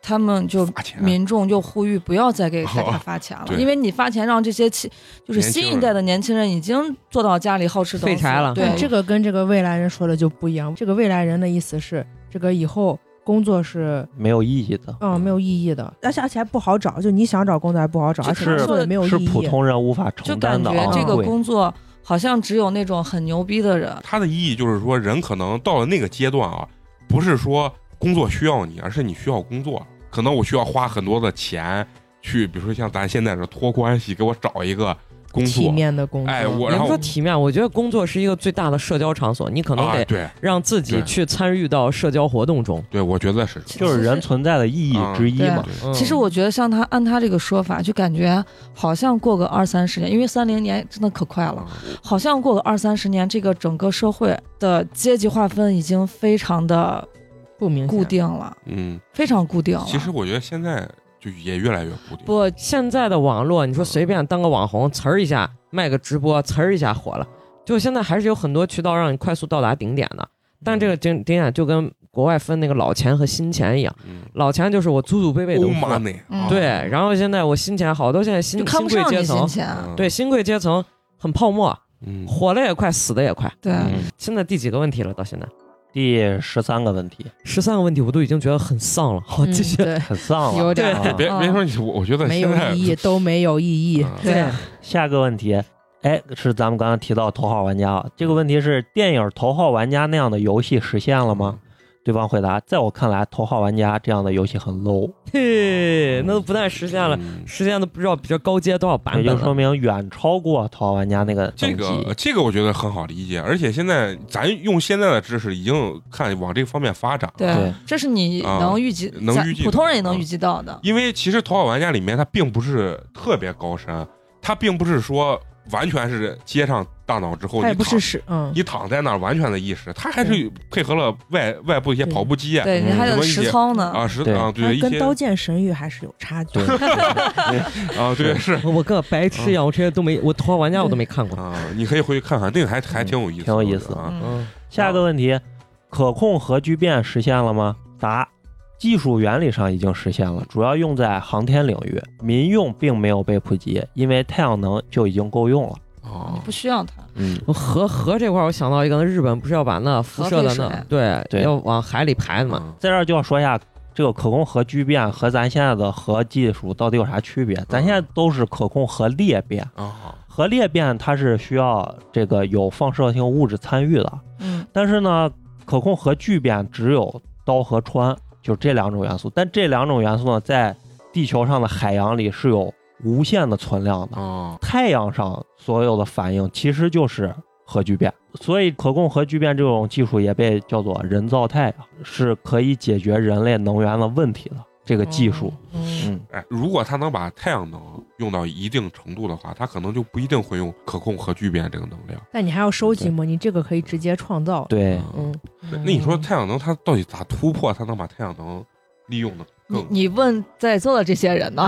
H: 他们就
A: 发钱
H: 民众就呼吁不要再给大家发钱了，
A: 哎对
H: 因为你发钱让这些其就是
A: 年轻人
H: 新一代的年轻人已经做到家里好吃
E: 废
H: 等死
E: 柴了
H: 对
F: 这个跟这个未来人说的就不一样。这个未来人的意思是，这个以后工作是
C: 没有意义的，
F: 嗯没有意义的，而且而且还不好找，就你想找工作还不好找，而且
C: 是
F: 工作也没有意
C: 是
F: 义。
C: 普通人无法
H: 就
C: 承
H: 感
C: 担的
H: 觉
C: 啊。
H: 这个
C: 对
H: 工作好像只有那种很牛逼的人。
A: 它的意义就是说，人可能到了那个阶段啊，不是说工作需要你，而是你需要工作。可能我需要花很多的钱去，比如说像咱现在是托关系给我找一个工作，
F: 体面的工作，
A: 哎我
E: 也
A: 然
E: 不
A: 后
E: 说体面，我觉得工作是一个最大的社交场所，你可能
A: 啊，
E: 得
A: 对
E: 让自己
A: 对
E: 去参与到社交活动中。
A: 对，我觉得是
C: 就是人存在的意义之一嘛。
A: 对
E: 嗯
H: 其实我觉得像他按他这个说法，就感觉好像过个二三十年，因为三零年真的可快了，好像过个二三十年，这个整个社会的阶级划分已经非常的
F: 不明显
H: 固。定了，
A: 嗯，
H: 非常固定了。
A: 其实我觉得现在就也越来越固定。
H: 不，
E: 现在的网络，你说随便当个网红，呲儿一下卖个直播，呲儿一下火了，就现在还是有很多渠道让你快速到达顶点的。但
A: 嗯
E: 这个顶顶点就跟国外分那个老钱和新钱一样，
A: 嗯，
E: 老钱就是我祖祖辈辈都
A: 欧
E: 富
A: 玛内，
H: 嗯
A: 啊
E: 对，然后现在我新钱好多现在新
H: 就看不
E: 新贵
H: 上
E: 阶
H: 你
E: 层
H: 新，钱，
A: 嗯
E: 对新贵阶层很泡沫，
A: 嗯，
E: 火了也快，死的也快。
H: 对，
C: 嗯
E: 现在第几个问题了？到现在
C: 第十三个问题，
E: 十三个问题，我都已经觉得很丧了。 好，
F: 嗯
E: 继续。
F: 对，
C: 很丧
F: 有
C: 了。
F: 点
C: 啊
A: 别别别说你，我我觉得
F: 嗯没有
A: 现在
F: 意义，都没有意义。
A: 嗯
H: 对，
C: 下个问题，哎，是咱们刚刚提到头号玩家啊。这个问题是电影《头号玩家》那样的游戏实现了
E: 嗯
C: 吗？对方回答：在我看来，《头号玩家》这样的游戏很 low，
E: 嘿，那都不但实现了，
A: 嗯
E: 实现的不知道比较高阶多少版
C: 也
E: 本
C: 就
E: 了。
C: 说明远超过《头号玩家》那个
A: 这
C: 等
A: 个
C: 级。
A: 这个我觉得很好理解，而且现在咱用现在的知识已经看往这方面发展了。
H: 对
C: 对
H: 这是你
A: 啊
H: 能预计，
A: 能
H: 咱
A: 预计
H: 普通人也
A: 到
H: 能
A: 的嗯
H: 预计到的。
A: 因为其实《头号玩家》里面它并不是特别高深，它并不是说完全是接上大脑之后
F: 他也
A: 你
F: 不
A: 躺
F: 是使，嗯，
A: 你躺在那儿完全的意识，它还是配合了外外部一些
F: 对
A: 跑步机啊
H: 对你
C: 嗯
H: 还
A: 什
H: 有
A: 么一
H: 实
A: 些
H: 操呢，
A: 啊是
C: 对
A: 啊
F: 它
A: 对一
F: 跟
A: 些
F: 《刀剑神域》还是有差距
C: 对。
A: 啊对是
E: 我跟个白痴一样，我这些都没，我头号玩家我都没看过。
A: 啊，你可以回去看看，那个还还挺有意思的，
C: 挺有意思
A: 我觉得啊。
H: 嗯，
E: 嗯，
C: 下个问题，可控核聚变实现了吗？答：技术原理上已经实现了，主要用在航天领域，民用并没有被普及，因为太阳能就已经够用了。
H: 你
A: 哦
H: 不，需要它。
C: 嗯，
E: 我核核这块儿我想到一个，那日本不是要把那辐射的
H: 核废
E: 那对
C: 对
E: 要往海里排的嘛？
A: 嗯
C: 在这儿就要说一下，这个可控核聚变和咱现在的核技术到底有啥区别？咱现在都是可控核裂变，
A: 啊，
C: 核裂变它是需要这个有放射性物质参与的，
H: 嗯，
C: 但是呢，可控核聚变只有氘和氚，就这两种元素。但这两种元素呢，在地球上的海洋里是有无限的存量的。
A: 哦，
C: 太阳上所有的反应其实就是核聚变，所以可控核聚变这种技术也被叫做人造太阳，是可以解决人类能源的问题的这个技术。
F: 嗯，
C: 嗯，
A: 哎，如果他能把太阳能用到一定程度的话，他可能就不一定会用可控核聚变这个能量。
F: 但你还要收集嘛？你这个可以直接创造。
C: 对，
A: 嗯
E: 嗯，
A: 那那你说太阳能它到底咋突破？它能把太阳能利用的
H: 你
A: 更
H: 你问在座的这些人呢？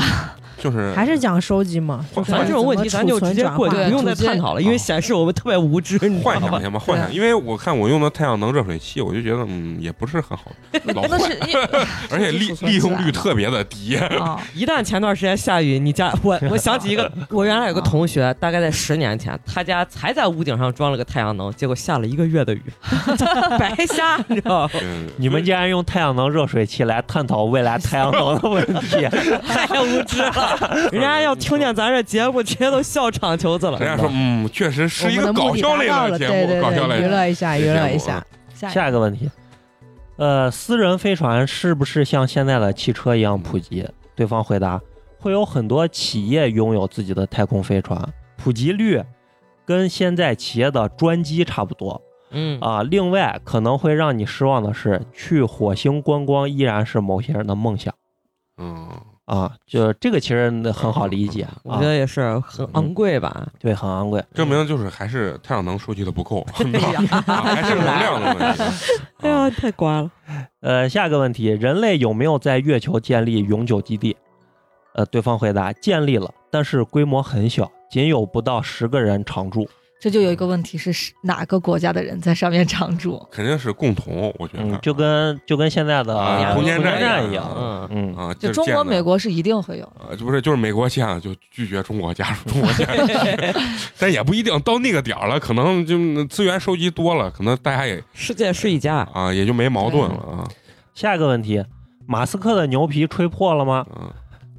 A: 就是
F: 还是讲收 集嘛？就是
E: 咱这种问题
F: 怎
E: 咱
F: 么
E: 就
F: 储存
E: 直接过去，不
F: 转化哦
E: 用再
H: 直接
E: 探讨了，因为显示我们特别无知，你知道
A: 幻想
E: 吧
A: 一？下嘛，幻想。因为我看我用的太阳能热水器，我就觉得嗯也不是很好，老
H: 那
A: 坏，
H: 是因为
A: 而且利
H: 储存起来
A: 利用率特别的低。
B: 哦
H: 啊，
E: 一旦前段时间下雨，你家我我想起一个，我原来有个同学，大概在十年前，他家才在屋顶上装了个太阳能，结果下了一个月的雨， 白瞎，你知道吗？
A: 对
C: 你们竟然用太阳能热水器来探讨未来太阳能的问题，
E: 太无知了，人家要听见咱这节目，直接都笑场球子了。
A: 人家说嗯，确实
F: 我
A: 是一
F: 们
A: 个
F: 的目
A: 搞笑
F: 的
A: 类
F: 达
A: 的
F: 到了，
A: 节
F: 对
A: 目，
F: 对
A: 搞笑
F: 对，
A: 类
F: 娱
A: 的
F: 乐一下，娱乐一
A: 节目
F: 下嗯
A: 啊。
C: 下一个问题，呃，私人飞船是不是像现在的汽车一样普及？对方回答：会有很多企业拥有自己的太空飞船，普及率跟现在企业的专机差不多
E: 嗯
C: 啊、另外，可能会让你失望的是，去火星观光依然是某些人的梦想
A: 嗯，
C: 啊。就这个其实很好理解
E: 我
C: 啊
E: 觉，得也是很昂贵吧。
C: 对，很昂贵。
A: 证明就是还是太阳能收集的不够，
E: 哎呀，
A: 啊还是能量的问题。啊
E: 哎呀，太瓜了。
C: 呃，下个问题，人类有没有在月球建立永久基地？呃，对方回答建立了，但是规模很小，仅有不到十个人常住。
B: 这就有一个问题是是哪个国家的人在上面常住？
A: 肯定是共同，我觉得
C: 嗯，就跟就跟现在的
A: 啊
E: 童
C: 空
E: 年
C: 间
E: 战
C: 站
A: 一
C: 一
A: 样
C: 样，
E: 嗯，
C: 嗯，
A: 啊，
B: 就
A: 这
B: 中国、
A: 见的
B: 美国是一定会有。
A: 呃，不是，就是美国现在就拒绝中国加入中国现在但也不一定到那个点儿了，可能就资源收集多了，可能大家也
E: 世界是一家，
A: 啊也就没矛盾了啊。
C: 下一个问题，马斯克的牛皮吹破了吗？
A: 嗯，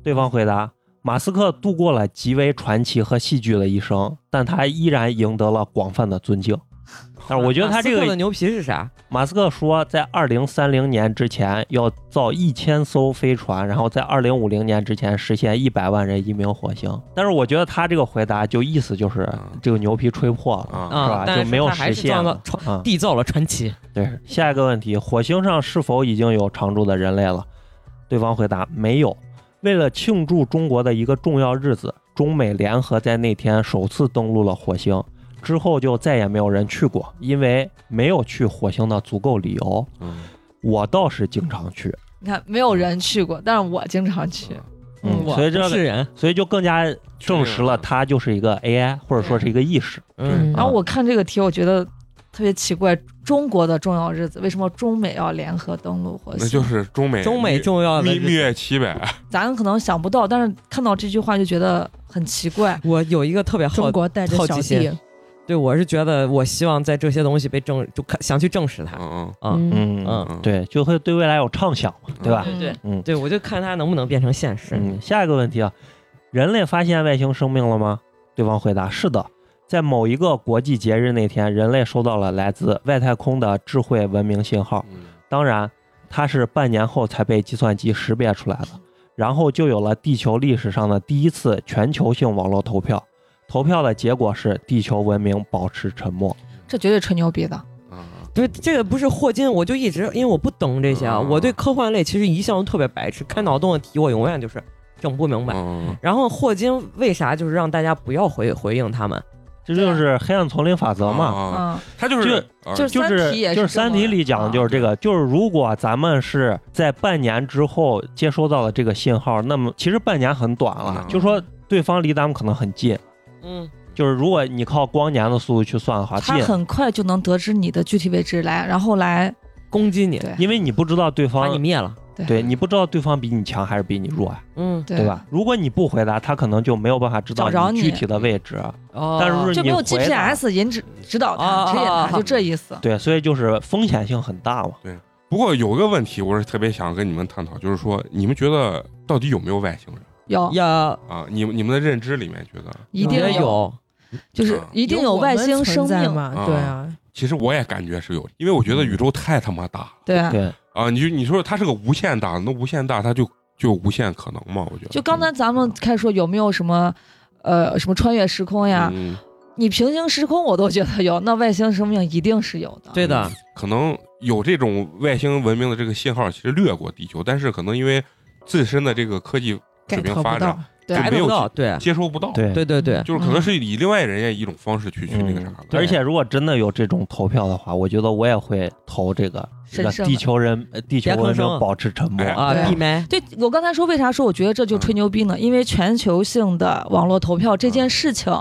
C: 对方回答：马斯克度过了极为传奇和戏剧的一生，但他依然赢得了广泛的尊敬。但是我觉得他这
E: 马斯克的
C: 个
E: 牛皮是啥？
C: 马斯克说，在二零三零年之前要造一千艘飞船，然后在二零五零年之前实现一百万人移民火星。但是我觉得他这个回答就意思就是
A: 嗯
C: 这个牛皮吹破了。
A: 啊
C: 是
E: 啊
C: 吧，
E: 但
C: 就没有
E: 他还
C: 实
E: 是
C: 现
E: 创
C: 嘛
E: 造创
C: 啊，
E: 缔造了传奇。
C: 对，下一个问题，火星上是否已经有常住的人类了？对方回答没有。为了庆祝中国的一个重要日子，中美联合在那天首次登陆了火星，之后就再也没有人去过，因为没有去火星的足够理由。
A: 嗯，
C: 我倒是经常去，
B: 你看，没有人去过，但是我经常去。
C: 嗯，
E: 我
C: 所以这
E: 不是
C: 个，
E: 人，
C: 所以就更加证实
A: 确定
C: 了
A: 了
C: 它就是一个 AI，或者说是一个意识。
E: 嗯，
B: 然后我看这个题，我觉得特别奇怪，中国的重要日子为什么中美要联合登陆火
A: 那
B: 星？
A: 就是中美
E: 中美重要的
A: 蜜
E: 日子
A: 蜜月期呗，
B: 咱可能想不到，但是看到这句话就觉得很奇怪。
E: 我有一个特别好
F: 中，国带着
E: 好
F: 小
E: 奇心
F: 弟，
E: 对我是觉得我希望在这些东西被证，就看想去证实它。
A: 嗯
E: 啊
F: 嗯，
C: 嗯
E: 嗯
A: 嗯，
C: 对，就会对未来有畅想嘛，对吧？
E: 对对
C: 嗯
E: 对，我就看它能不能变成现实。
C: 嗯，下一个问题啊，人类发现外星生命了吗？对方回答：是的，在某一个国际节日那天，人类收到了来自外太空的智慧文明信号。
A: 嗯，
C: 当然，它是半年后才被计算机识别出来的，然后就有了地球历史上的第一次全球性网络投票。投票的结果是地球文明保持沉默。
B: 这绝对吹牛逼的。
A: 啊，
E: 对，这个不是霍金，我就一直因为我不懂这些啊，
A: 嗯
E: 我对科幻类其实一向都特别白痴，开脑洞的题我永远就是整不明白。
A: 嗯
E: 然后霍金为啥就是让大家不要回回应他们？
C: 这就是黑暗丛林法则嘛。
A: 啊，
B: 嗯，
A: 他就是
B: 就是是
C: 就
B: 三
C: 是
B: 体也
C: 就是《
B: 这么啊
C: 三体》里讲的就是这个，就是如果咱们是在半年之后接收到了这个信号，那么其实半年很短了
A: 嗯，
C: 就说对方离咱们可能很近，
E: 嗯，
C: 就是如果你靠光年的速度去算的话，
B: 他
C: 近，
B: 很快就能得知你的具体位置来，然后来
E: 攻击你，
B: 对
C: 因为你不知道对
E: 把你
C: 方，
E: 灭了。
C: 对你不知道对方比你强还是比你弱呀，
E: 嗯，
B: 对
C: 对？吧？如果你不回答，他可能就没有办法知
B: 找着
C: 道
B: 你
C: 具体的位置，
E: 哦，
C: 但是
B: 就没有
C: 你回答
B: GPS 引指指导
E: 哦
B: 他、指引
E: 哦哦
B: 他，
E: 哦
B: 就这意思。
C: 对，所以就是风险性很大嘛。
A: 不过有个问题，我是特别想跟你们探讨，就是说你们觉得到底有没有外星人
B: 有
E: 哦要
A: 啊？你们你们的认知里面觉得？啊
B: 一定
E: 也有，
B: 就是一定有外星生
F: 嗯有我们存在
B: 命。
F: 嘛？对啊，
A: 其实我也感觉是有，因为我觉得宇宙太他妈大了
B: 对啊，
C: 对，
A: 啊！你就你说它是个无限大，那无限大它就就无限可能嘛？我觉得
B: 就刚才咱
F: 嗯
B: 们开始说有没有什么呃什么穿越时空呀？
A: 嗯，
B: 你平行时空我都觉得有，那外星生命一定是有的。
E: 对的，
A: 可能有这种外星文明的这个信号，其实掠过地球，但是可能因为自身的这个科技水
F: get
A: 平
F: 不
A: 发
F: 到
A: 展，，
B: 对
A: 就
E: 还
A: 没
E: 不
A: 有嗯
E: 到，对
A: 接收不到，
C: 对
E: 对对对，
A: 就是可能是以另外人家一种方式去去那个啥
C: 嗯
A: 的，
C: 而且如果真的有这种投票的话，我觉得我也会投这个这
B: 神
C: 个
B: 圣的
C: 地球人，呃地球
E: 别吭
C: 文
E: 声
C: 明保持沉默。
A: 哎
E: 啊，
B: 对
E: 闭麦，
B: 对我刚才说为啥说我觉得这就吹牛逼呢？因为全球性的网络投票这件事情，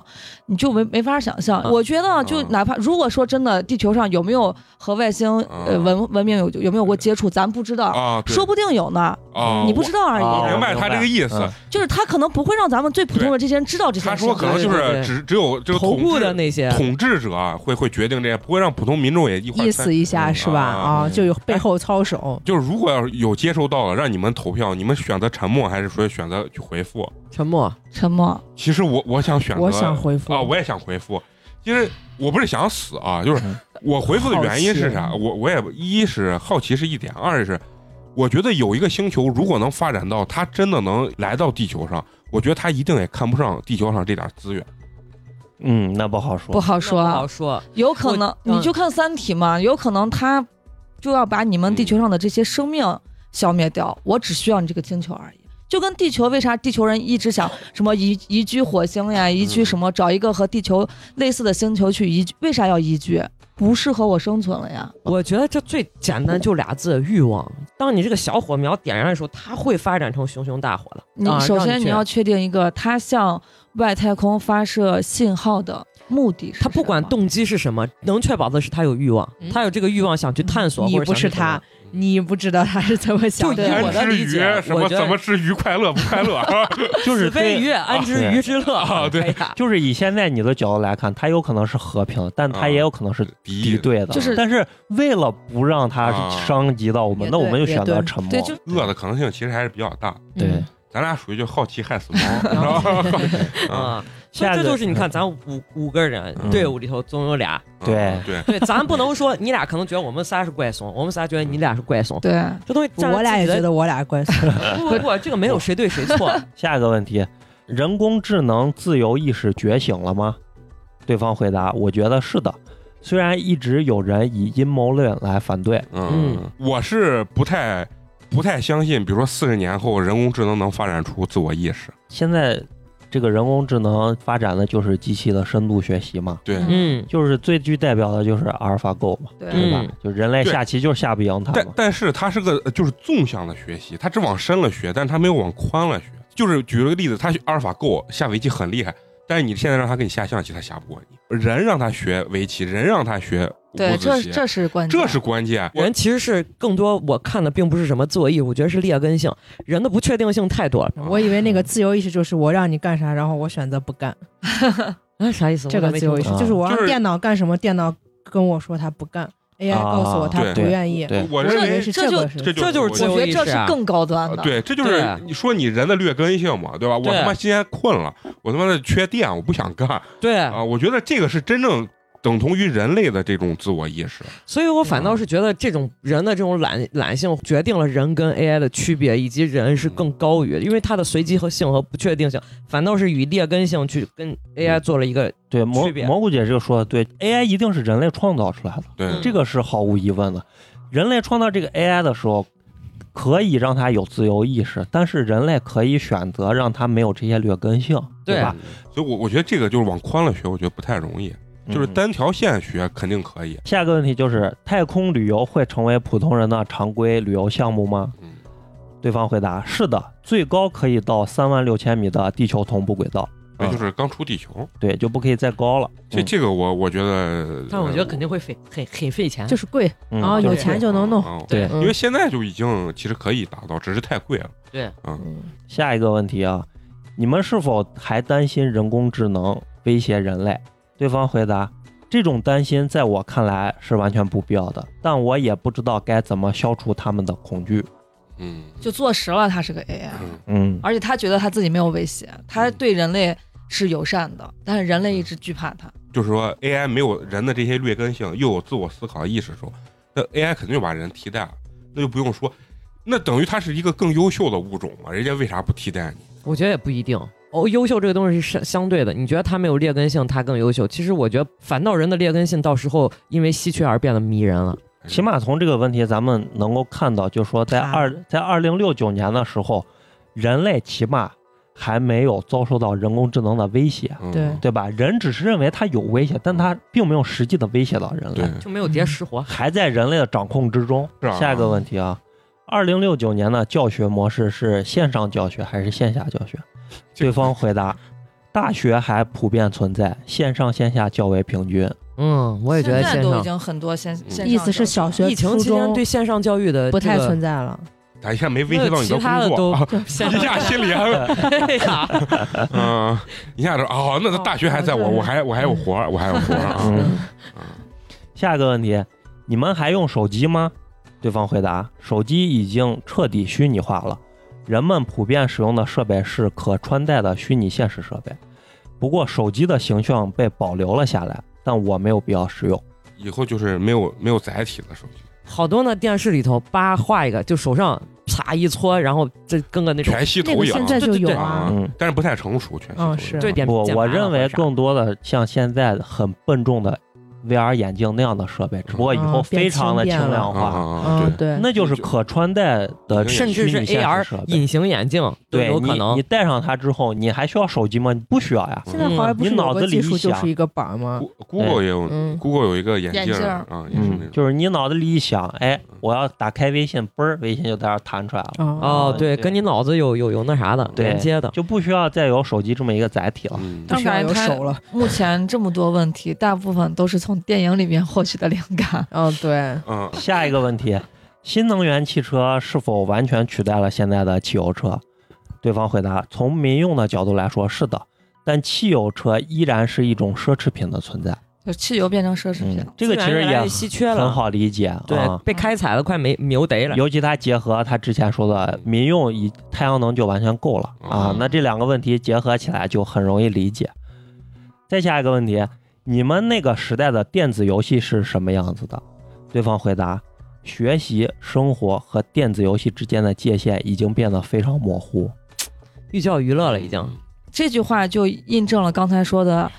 B: 你就没没法想象。
E: 嗯
B: 我觉得啊就
A: 嗯
B: 哪怕如果说真的地球上有没有和外星呃
A: 嗯
B: 文文明有有没有过接触，咱不知道，
A: 啊，对
B: 说不定有呢，
A: 啊，
B: 你不知道而
C: 啊
A: 我
B: 已。
A: 明白他这个意思，
C: 嗯
B: 就是他可能不会让咱们最普通的这些人知道这
A: 他
B: 件事
A: 说
B: 情。
A: 可能就
E: 对对
A: 是
E: 对
A: 只只有这个
E: 头
A: 统
E: 部
A: 治
E: 的那些，
A: 统治者啊会会决定这些，不会让普通民众也一块儿
F: 意
A: 参
F: 思一下
A: 嗯
F: 是吧？
A: 啊
F: 啊，就有背后操手，
A: 就是如果要是有接收到了，让你们投票，你们选择沉默还是说选择去回复？
E: 沉默，
B: 沉默，
A: 其实我我想选择，
F: 我想回复
A: 啊，我也想回复。其实我不是想死啊，就是
C: 嗯
A: 我回复的原因是啥？
F: 好
A: 我我也一是好奇是一点，二是我觉得有一个星球如果能发展到它真的能来到地球上，我觉得它一定也看不上地球上这点资源。
C: 嗯，那不好说。
B: 不好
H: 啊
E: 那不好
B: 说，
E: 说，啊
B: 有可能
E: 我嗯
B: 你就看《三体》嘛，有可能他嗯就要把你们地球上的这些生命消灭掉，我只需要你这个星球而已。
H: 就跟地球为啥地球人一直想什么移移居火星呀，移居什么找一个和地球类似的星球去移居，为啥要移居？不适合我生存了呀。
E: 我觉得这最简单就俩字：欲望。当你这个小火苗点燃的时候，它会发展成熊熊大火的。
H: 你
E: 啊
H: 首
E: 让
H: 先你
E: 你去
H: 要确定一个它向外太空发射信号的目的是什
E: 他
H: 么，
E: 不管动机是什么，能确保的是他有欲望，
D: 嗯
E: 他有这个欲望想去探索。
D: 你
E: 或者
D: 不
E: 想
D: 是
E: 去什么
D: 他，你不知道他是怎么想
E: 对
D: 的。
E: 我的
A: 安之
E: 理
A: 鱼
E: 解
A: 什
E: 我
A: 么
E: 觉得
A: 怎么吃鱼快乐不快乐？
C: 就是
E: 子非
C: 对
E: 鱼，安知鱼之乐
A: 啊对
E: 哎呀
C: 就是以现在你的角度来看，它有可能是和平，但它也有可能是敌
A: 敌
C: 对的。
H: 就是
C: 但是为了不让它
A: 啊
C: 伤及到我们，
D: 也
C: 那我们就
D: 对
C: 选
D: 也
C: 择
D: 对
C: 沉默。
H: 对，就
A: 饿的可能性其实还是比较大。
H: 嗯
C: 对，
A: 咱俩属于就好奇害 死猫，然后啊，
E: 啊！所以
C: 下
E: 这
C: 个嗯
E: 就是你看，咱五五个人
A: 嗯
E: 队伍里头总有 俩，
C: 对
A: 对，
E: 对，咱不能说你俩可能觉得我们仨是怪怂，我们仨觉得你俩是怪怂，
H: 对，
E: 这东西站在
D: 我俩也
E: 自己
D: 觉
E: 的
D: 得我俩关系。
E: 不不不，这个没有谁对谁 错，
C: 下一个问题，人工智能自由意识觉醒了吗？对方回答：我觉得是的。虽然一直有人以阴谋论来反对，
A: 嗯，我是不太不太相信，比如说四十年后人工智能能发展出自我意识，
C: 现在这个人工智能发展的就是机器的深度学习嘛，
A: 对。
E: 嗯，
C: 就是最具代表的就是阿尔法狗嘛，
H: 对
C: 对吧？
E: 嗯
C: 就人类
A: 对
C: 下棋就是下不赢它
A: 但
C: 嘛。
A: 但是它是个呃就是纵向的学习，它只往深了学，但是它没有往宽了学。就是举了个例子，它阿尔法狗下围棋很厉害，但是你现在让它跟你下象棋，它下不过你。人让它学围棋，人让它学
H: 对，
A: 五子
H: 这
A: 棋，
H: 这是关键，
A: 这是关键。我
E: 人其实是更多，我看的并不是什么自我意识，我觉得是劣根性，人的不确定性太多了。
F: 我以为那个自由意识就是我让你干啥，然后我选择不干，
E: 啊，啥意思？
F: 这
E: 我
F: 个
E: 没
F: 自
E: 听
F: 由
E: 懂
F: 意识
C: 啊
F: 就是我
A: 就
F: 让
A: 是
F: 电脑干什么，电脑跟我说他不干，AI
C: 啊
F: 告诉我他不
A: 对
F: 愿意，
C: 对
A: 我
F: 我以
A: 认
F: 为
A: 为
F: 是
H: 这
F: 个
H: 就是
A: 这
E: 这就是
A: 我
E: 自
H: 我
E: 由
H: 觉
E: 意
H: 得
E: 识
H: 这是
E: 啊
H: 更高端
A: 啊
H: 的。
A: 对，这就是
E: 对
A: 你说你人的劣根性嘛，对吧？我
E: 对
A: 他妈今天困了，我他妈的缺电，我不想干
E: 对，
A: 啊！我觉得这个是真正等同于人类的这种自我意识。
E: 所以我反倒是觉得这种人的这种懒懒性决定了人跟 AI 的区别，以及人是更高于，因为它的随机和性和不确定性，反倒是与劣根性去跟 AI 做了一个
C: 对，蘑
E: 区别
C: 蘑菇姐这个说的对，AI 一定是人类创造出来的，
A: 对，
C: 嗯这个是毫无疑问的。人类创造这个 AI 的时候，可以让它有自由意识，但是人类可以选择让它没有这些劣根性，
E: 对
C: 吧？
A: 所以我我觉得这个就是往宽了学，我觉得不太容易。就是
C: 嗯
A: 单条线学肯定可以，
C: 下一个问题就是，太空旅游会成为普通人的常规旅游项目吗？
A: 嗯，
C: 对方回答：是的，最高可以到三万六千米的地球同步轨道。
A: 那就是刚出地球，
C: 对，就不可以再高了。嗯
A: 这这个我我觉得，呃
E: 但我觉得肯定会费很很费钱，
F: 就是贵，
C: 嗯，
F: 然后
C: 嗯
F: 哦有
C: 对
F: 钱就能弄。
A: 嗯
C: 对
E: 嗯
A: 因为现在就已经其实可以达到，只是太贵了。
B: 嗯
C: 下一个问题啊，你们是否还担心人工智能威胁人类？对方回答：这种担心在我看来是完全不必要的，但我也不知道该怎么消除他们的恐惧。
A: 嗯，
H: 就坐实了他是个 AI，
A: 嗯
C: 嗯，
H: 而且他觉得他自己没有威胁，他对人类是友善的，但是人类
A: 嗯
H: 一直惧怕他。
A: 就是说 AI 没有人的这些劣根性，又有自我思考意识的时候，那 AI 肯定就把人替代了，那就不用说，那等于它是一个更优秀的物种嘛，人家为啥不替代你？
E: 我觉得也不一定。哦，优秀这个东西是相相对的，你觉得他没有劣根性，他更优秀。其实我觉得，反倒人的劣根性到时候因为稀缺而变得迷人了。
C: 起码从这个问题咱们能够看到，就是说在
F: 看
C: 二在二零六九年的时候，人类起码还没有遭受到人工智能的威胁。
A: 嗯
F: 对
C: 对吧？人只是认为它有威胁，但它并没有实际的威胁到人类
A: 对。，
E: 就没有叠石活。
C: 还在人类的掌控之中。
A: 是啊
C: 下一个问题啊，二零六九年的教学模式是线上教学还是线下 教学？
A: 这
C: 对方回答：大学还普遍存在，线上线下较为平均。
E: 嗯，我也觉得
H: 现在
E: 线
H: 都已
E: 上
H: 经很多
A: 嗯
H: 线线上
F: 意思是小
H: 教
F: 学、
E: 疫情
F: 初
E: 期间
F: 中
E: 对线上教育的
F: 不太
E: 这个
F: 存在了。
A: 咱一下没威胁到你
E: 其他的
A: 工
E: 都
A: 作啊，
E: 线
A: 一下心里安慰。
E: 哎 呀，
A: 嗯，一下就哦，那大学还在我，
F: 哦对
A: 我还我还有活儿，我还有活儿 啊！
C: 嗯， 下一个问题，你们还用手机吗？对方回答：手机已经彻底虚拟化了，人们普遍使用的设备是可穿戴的虚拟现实设备。不过，手机的形象被保留了下来，但我没有必要使用。
A: 以后就是没有没有载体的手机，
E: 好多呢，电视里头叭画一个，就手上啪一搓，然后这跟个那种
A: 全息
F: 那
A: 投
F: 个
A: 影
F: 现在就有
E: 对对对
F: 啊，
A: 啊
C: 嗯，
A: 但是不太成熟，全息投
F: 嗯
A: 影
F: 是
E: 对点
C: 我
E: 键
C: 我
E: 盘啊
C: 认
E: 或者
C: 为
E: 啥
C: 更多的像现在很笨重的 VR 眼镜那样的设备，只不过以后
F: 啊变
C: 非常的轻
F: 轻便了
C: 量
A: 啊
C: 化。
A: 啊
F: 嗯，
A: 啊！
F: 对，
C: 那就是可穿戴的
A: 对
C: 虚
E: 甚至是
C: 拟现实
E: AR
C: 设备。
E: 隐形眼镜都
C: 对
E: 有
C: 你
E: 可，能
C: 你。戴上它之后，你还需要手机吗？你不需要呀。
F: 现在华为不是
C: 你脑
F: 有个
C: 子里
F: 技
C: 一
F: 术就
C: 想
F: 是一个板儿吗？
A: 对，Google 也有
F: 嗯，
A: Google 有一个眼
G: 眼
A: 镜
G: 镜
A: 儿
G: 儿
A: 啊，也是那
C: 嗯，
A: 种。
C: 就是你脑子里一想，哎，我要打开微信，嘣儿，微信就在那儿弹出来
F: 嗯
C: 了，
E: 哦，对，
C: 对
E: 跟你脑子有有有那啥的
C: 对
E: 连接的，
C: 就不需要再有手机这么一个载体了。
A: 嗯
F: 不需要有手了。
B: 目前这么多问题，大部分都是从电影里面 获取的灵感。
F: 嗯，对，
A: 嗯，
C: 下一个问题，新能源汽车是否完全取代了现在的汽油车？对方回答：从民用的角度来说，是的，但汽油车依然是一种奢侈品的存在。
B: 就汽油变成奢侈品
C: 嗯
B: 了，，
C: 这个其
E: 自
C: 实
E: 然越来
C: 也
E: 越稀缺
C: 很
E: 了，
C: 好理解啊。
E: 对，被开采的快没没有得了。
C: 尤其它结合它之前说的民用以太阳能就完全够了啊
A: 嗯，
C: 那这两个问题结合起来就很容易理解。再下一个问题，你们那个时代的电子游戏是什么样子的？对方回答：学习、生活和电子游戏之间的界限已经变得非常模糊。
E: 寓教于乐了，已经。
B: 这句话就印证了刚才说的，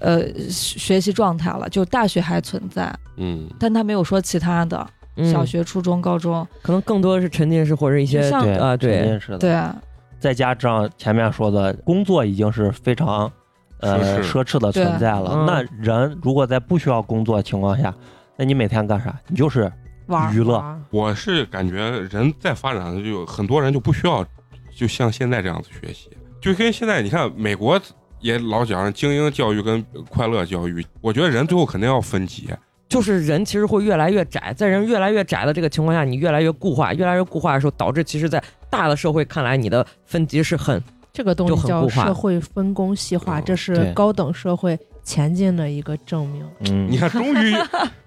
B: 呃，学学习状态了。就大学还存在，
A: 嗯，
B: 但他没有说其他的，
E: 嗯
B: 小学、初中、高中，
E: 可能更多的是沉浸式或者一些
B: 就像
C: 对
E: 啊对
C: 肯定是的。
B: 对啊，
C: 再加上前面说的工作已经是非常呃
A: 奢
C: 奢侈的存在了
E: 对，嗯
C: 那人如果在不需要工作的情况下，那你每天干啥？你就是
F: 玩儿
C: 娱乐
F: 玩儿
A: 我是感觉人在发展的就有很多人就不需要，就像现在这样子学习，就跟现在你看美国也老讲精英教育跟快乐教育，我觉得人最后肯定要分级。
E: 就是人其实会越来越窄，在人越来越窄的这个情况下，你越来越固化，越来越固化的时候，导致其实，在大的社会看来，你的分级是很
F: 这个东
E: 就
F: 西
E: 很
F: 叫
E: 固化
F: 社会分工细化，
A: 嗯
F: 这是
C: 对
F: 高等社会前进的一个证明。
C: 嗯
A: 你。看，终 于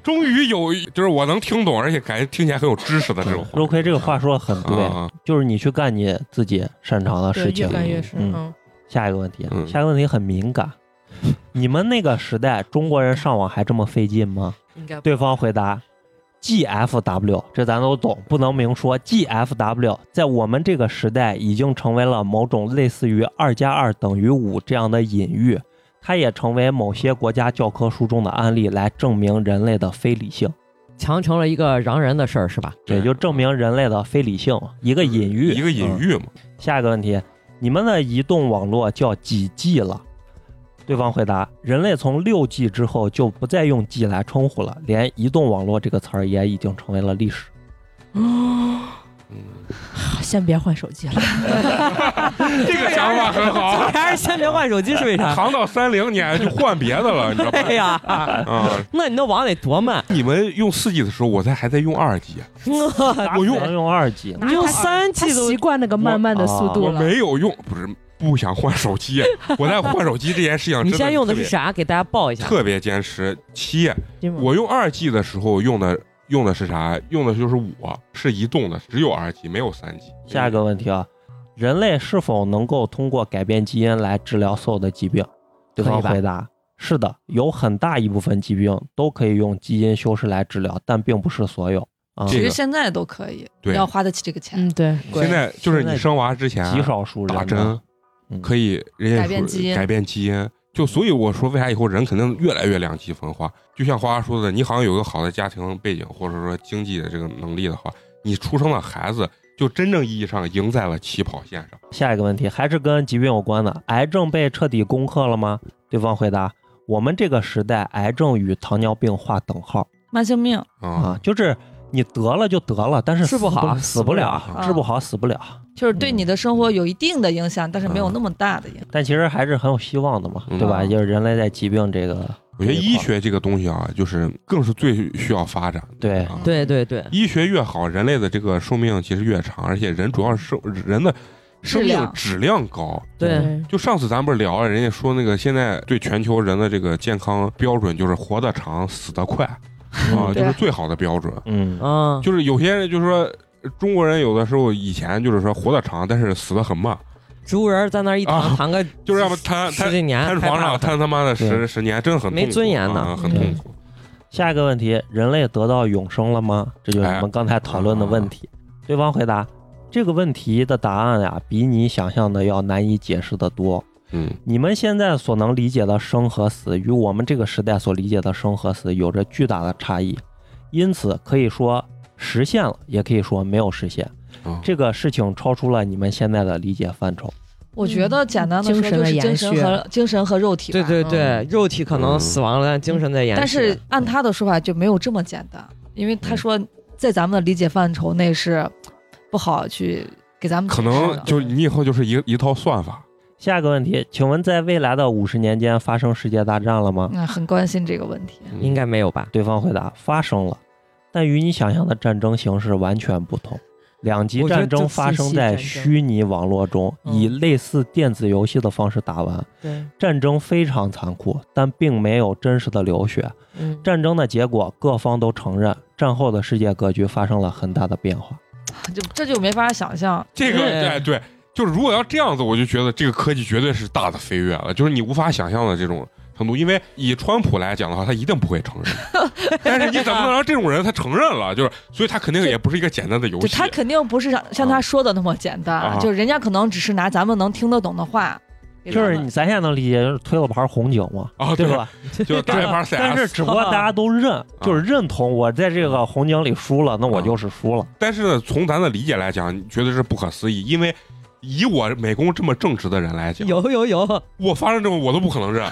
A: 终于有，就是我能听懂，而且感觉听起来很有知识的这种话。
C: 肉葵这个话说的很对，
A: 啊，
C: 就是你去干你自己擅长的
F: 对，
C: 事
F: 越
C: 情。
F: 干越是，
C: 嗯
F: 嗯，
C: 下一个问题，
A: 嗯
C: 下一个问题很敏感。你们那个时代，中国人上网还这么费劲吗？
E: 应该
C: 对方回答：“GFW，这咱都懂，不能明说。GFW 在我们这个时代已经成为了某种类似于二加二等于五这样的隐喻，它也成为某些国家教科书中的案例来证明人类的非理性。
E: 强成了一个嚷人的事儿，是吧？
C: 对，就证明人类的非理性，一个隐喻，
A: 一个隐
C: 嗯
A: 喻嘛，
C: 下一个问题，你们的移动网络叫几 G 了？对方回答：人类从六 G 之后就不再用 G 来称呼了，连移动网络这个词儿也已经成为了历史。
F: 先别换手机了。
A: 这个想法很好。
E: 还是先别换手机是为啥？
A: 扛到三零年就换别的了，你知道吧？
E: 哎呀，
A: 啊，
E: 那你那网得多慢？
A: 你们用四 G 的时候，我在还在用二 G，我哎用
C: 哪能用二 G，
E: 你用三
F: 他
E: G 都
F: 习惯那个慢慢的速度
A: 我
F: 了。
A: 没有用，不是不想换手机，我在换手机这件事情，
E: 你现在用的
A: 啊的特
E: 是
A: 别
E: 啥？给大家报一下。
A: 特别坚持。七，
F: 金毛
A: 我用二 G 的时候用的用的是啥？用的就是五，是移动的，只有二 G，没有三 G。
C: 下一个问题啊，人类是否能够通过改变基因来治疗所有的疾病？对方
E: 可以吧
C: 回答：是的，有很大一部分疾病都可以用基因修饰来治疗，但并不是所有啊。
A: 这
B: 其
A: 个
B: 实现在都可以，
A: 对
B: 你要花得起这个钱。
F: 嗯，对，
A: 现在就是你生娃之前啊
C: 极少数人
A: 打
C: 呢
A: 针
C: 嗯
A: 可以，人家
B: 改变
A: 说
B: 基因
A: 改变基因。就所以我说，为啥以后人肯定越来越两极分化？就像花花说的，你好像有一个好的家庭背景，或者说经济的这个能力的话，你出生的孩子就真正意义上赢在了起跑线上。
C: 下一个问题还是跟疾病有关的，癌症被彻底攻克了吗？对方回答：我们这个时代，癌症与糖尿病划等号
B: 慢性病，
A: 啊
C: 啊，就是你得了就得了，但是
E: 治不好
C: 死不了
E: 死，
B: 不了
C: 治不好死不了。
B: 就是对你的生活有一定的影响，但是没有那么大的影
D: 嗯
B: 响。
C: 但其实还是很有希望的嘛，
A: 嗯
C: 对吧？就是人类在疾病这个，
A: 我觉得医学这个东西啊，就是更是最需要发展的。
C: 对
A: 啊，
E: 对对对，
A: 医学越好，人类的这个寿命其实越长，而且人主要是生人的生命
B: 量
A: 质量高。
E: 对，
C: 嗯
A: 就上次咱不是聊了，人家说那个现在对全球人的这个健康标准就是活得长，死得 快啊，就是最好的标准。
C: 嗯，
E: 嗯，
A: 就是有些人就是说。中国人有的时候以前就是说活得长，但是死得很慢，
E: 植物人在那儿一
A: 啊
E: 躺躺个
A: 就是要不瘫
E: 十
A: 瘫
E: 几年，
A: 瘫
E: 害
A: 床
E: 怕
A: 上
E: 了
A: 瘫他妈的十
C: 对
A: 十年，真的很痛
E: 没
A: 苦
E: 尊严的
A: 啊很痛
F: 嗯
A: 苦。
C: 下一个问题，人类得到永生了吗？这就是我
A: 哎
C: 们刚才讨论的问题。对方回答：这个问题的答案呀、比你想象的要难以解释的多。
A: 嗯，
C: 你们现在所能理解的生和死，与我们这个时代所理解的生和死有着巨大的差异，因此可以说实现了，也可以说没有实现。
A: 啊
C: 这个事情超出了你们现在的理解范畴。
B: 我觉得简单的说
D: 嗯精神
B: 就
D: 的
B: 是精
D: 延
B: 神
D: 续
B: 和精神和肉体吧。
E: 对对对，肉体可能死亡了，但精神在延续。
B: 但是按他的说法就没有这么简单，因为他说在咱们的理解范畴内是不好去给咱们
A: 可
B: 解释
A: 能
B: 的
A: 就你以后就是一一套算法，
C: 下一个问题，请问在未来的五十年间发生世界大战了吗？
B: 嗯很关心这个问题。
A: 嗯
E: 应该没有吧？
C: 对方回答：发生了，但与你想象的战争形式完全不同。两极
E: 我觉得
C: 战争
E: 这
C: 发生
E: 信息
C: 在
E: 战争
C: 虚拟网络中，
E: 嗯
C: 以类似电子游戏的方式打完。
E: 对，
C: 战争非常残酷，但并没有真实的流血。
E: 嗯，
C: 战争的结果，各方都承认，战后的世界格局发生了很大的变化。
B: 就这就没法想象。
A: 这个
E: 对
A: 哎对，就是如果要这样子，我就觉得这个科技绝对是大的飞跃了，就是你无法想象的这种程度。因为以川普来讲的话，他一定不会承认， 但是你怎么能让这种人他承认了？就是，所以他肯定也不是一个简单的游
B: 对
A: 戏
B: 他。肯定不是像像他说的那么简单，
A: 啊
B: 就是人家可能只是拿咱们能听得懂的话给咱
C: 就
B: 们，
C: 是你咱现在能理解，就是推了盘红警嘛，
A: 啊，
C: 对
A: 对？
C: 吧？
A: 就打一盘 CS，
C: 但是只不过 大家都认，就是认同我在这个红警里输了，那我就是输了。
A: 但是呢，从咱的理解来讲，觉得是不可思议，因为以我美工这么正直的人来讲，
E: 有有有，
A: 我发生这种我都不可能认。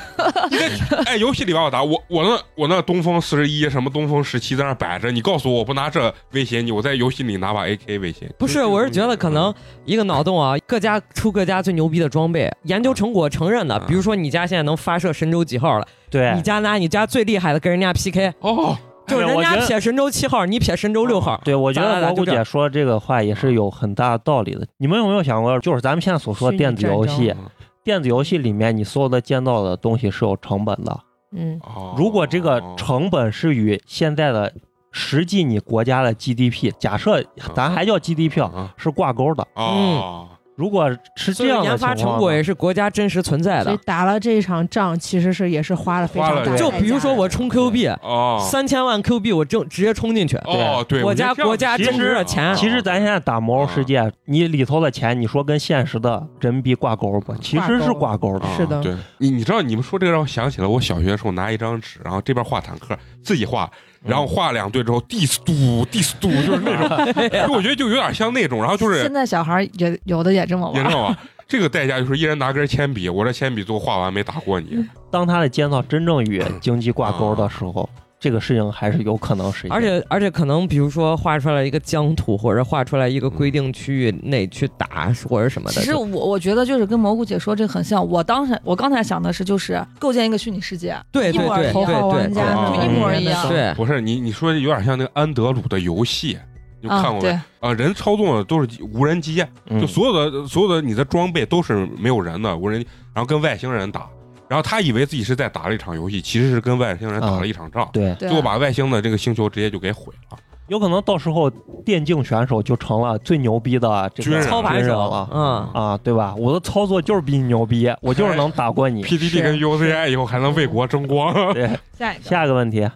A: 你这哎，游戏里把我打，我我那我那东风四十一什么东风十七在那摆着，你告诉我我不拿这威胁你，我在游戏里拿把 AK 威胁你？
E: 不是，我是觉得可能一个脑洞啊，各家出各家最牛逼的装备，研究成果承认的
A: 啊，
E: 比如说你家现在能发射神舟几号了，
C: 对
E: 你，家拿你家最厉害的跟人家 PK，
A: 哦，
E: 就是
C: 哎
E: 人
C: 我觉
E: 家
C: 得
E: 撇神舟七号，你撇神舟六号，
C: 对，我觉
E: 咱
C: 得
E: 俩
C: 蘑菇
E: 就这
C: 姐
E: 样
C: 说这个话也是有很大的道理的。你们有没有想过，就是咱们现在所说的
F: 虚拟
C: 电子游
F: 战
C: 戏
A: 争嗯，
C: 电子游戏里面你所有的建造的东西是有成本的，
F: 嗯，
A: 哦
C: 如果这个成本是与现在的实际你国家的 GDP，假设
A: 嗯
C: 咱还叫 GDP 啊
A: 啊
C: 是挂钩的，
E: 嗯
A: 哦，
C: 如果是
E: 所
C: 这
E: 以
C: 样的
E: 研发
C: 情况呢
E: 成果也是国家真实存在
F: 所以
E: 的。
F: 打了这场仗，其实是也是花了非
A: 花
F: 常
A: 了
F: 大的代价
E: 就
F: 的。
E: 比如说我充 Q 币，
A: 哦，
E: 三千万 Q 币我正直接充进去，
A: 哦，对，
E: 我
A: 觉
E: 家
A: 得这样
E: 国家
A: 其
C: 增
A: 实
C: 值
E: 了钱
C: 其实咱现在打魔兽世
A: 嗯
C: 界，你里头的钱，你说跟现实的人民币挂钩
E: 嗯
C: 不？其实是挂钩的。
A: 啊
F: 是的
A: 对你你知道你们说这个让我想起了我小学的时候拿一张纸，然后这边画坦克，自己画，嗯然
E: 嗯
A: 后画两队之后 dis 嘟 dis 嘟，就是那种， 就我觉得就有点像那种，然后就是
B: 现在小孩儿也有的也这么
A: 你
B: 玩
A: 知
B: 儿，
A: 道吗？这个代价就是一人拿根铅笔，我这铅笔最后画完没打过你，
C: 当它的建造真正与经济挂钩的时候，
A: 嗯
C: 这个事情还是有可能实现。
E: 而且而且可能比如说画出来一个疆土，或者画出来一个规定区域内去打或者什么的。
B: 其实
E: 就
B: 我我觉得就是跟蘑菇姐说这很像，我当时我刚才想的是就是构建一个虚拟世界，
E: 哎对
B: 一
E: 对
B: 模儿
E: 对
F: 头号
E: 对
F: 玩
E: 对嗯
F: 家
A: 哦
F: 那
A: 一
F: 种
B: 模
F: 人
B: 一
F: 的
B: 样
E: 对，
A: 不是你你说有点像那个安德鲁的游戏，你有
B: 啊
A: 看过没？
B: 对
A: 啊、人操纵的都是无人机，
C: 嗯
A: 就所有的所有的你的装备都是没有人的无人，然后跟外星人打，然后他以为自己是在打了一场游戏，其实是跟外星人打了一场仗，
C: 对，
B: 对
A: 最
B: 啊
A: 后把外星的这个星球直接就给毁了。
C: 有可能到时候电竞选手就成了最牛逼的这
A: 军
B: 嗯
C: 个
A: 人
E: 操盘
C: 军人
E: 手
C: 了，
E: 嗯，
C: 啊，对吧？我的操作就是比你牛逼，我就是能打过你。
A: PDD 跟 UCI 以后还能为国争光。
C: 对，
B: 下一个
C: 下一个问题，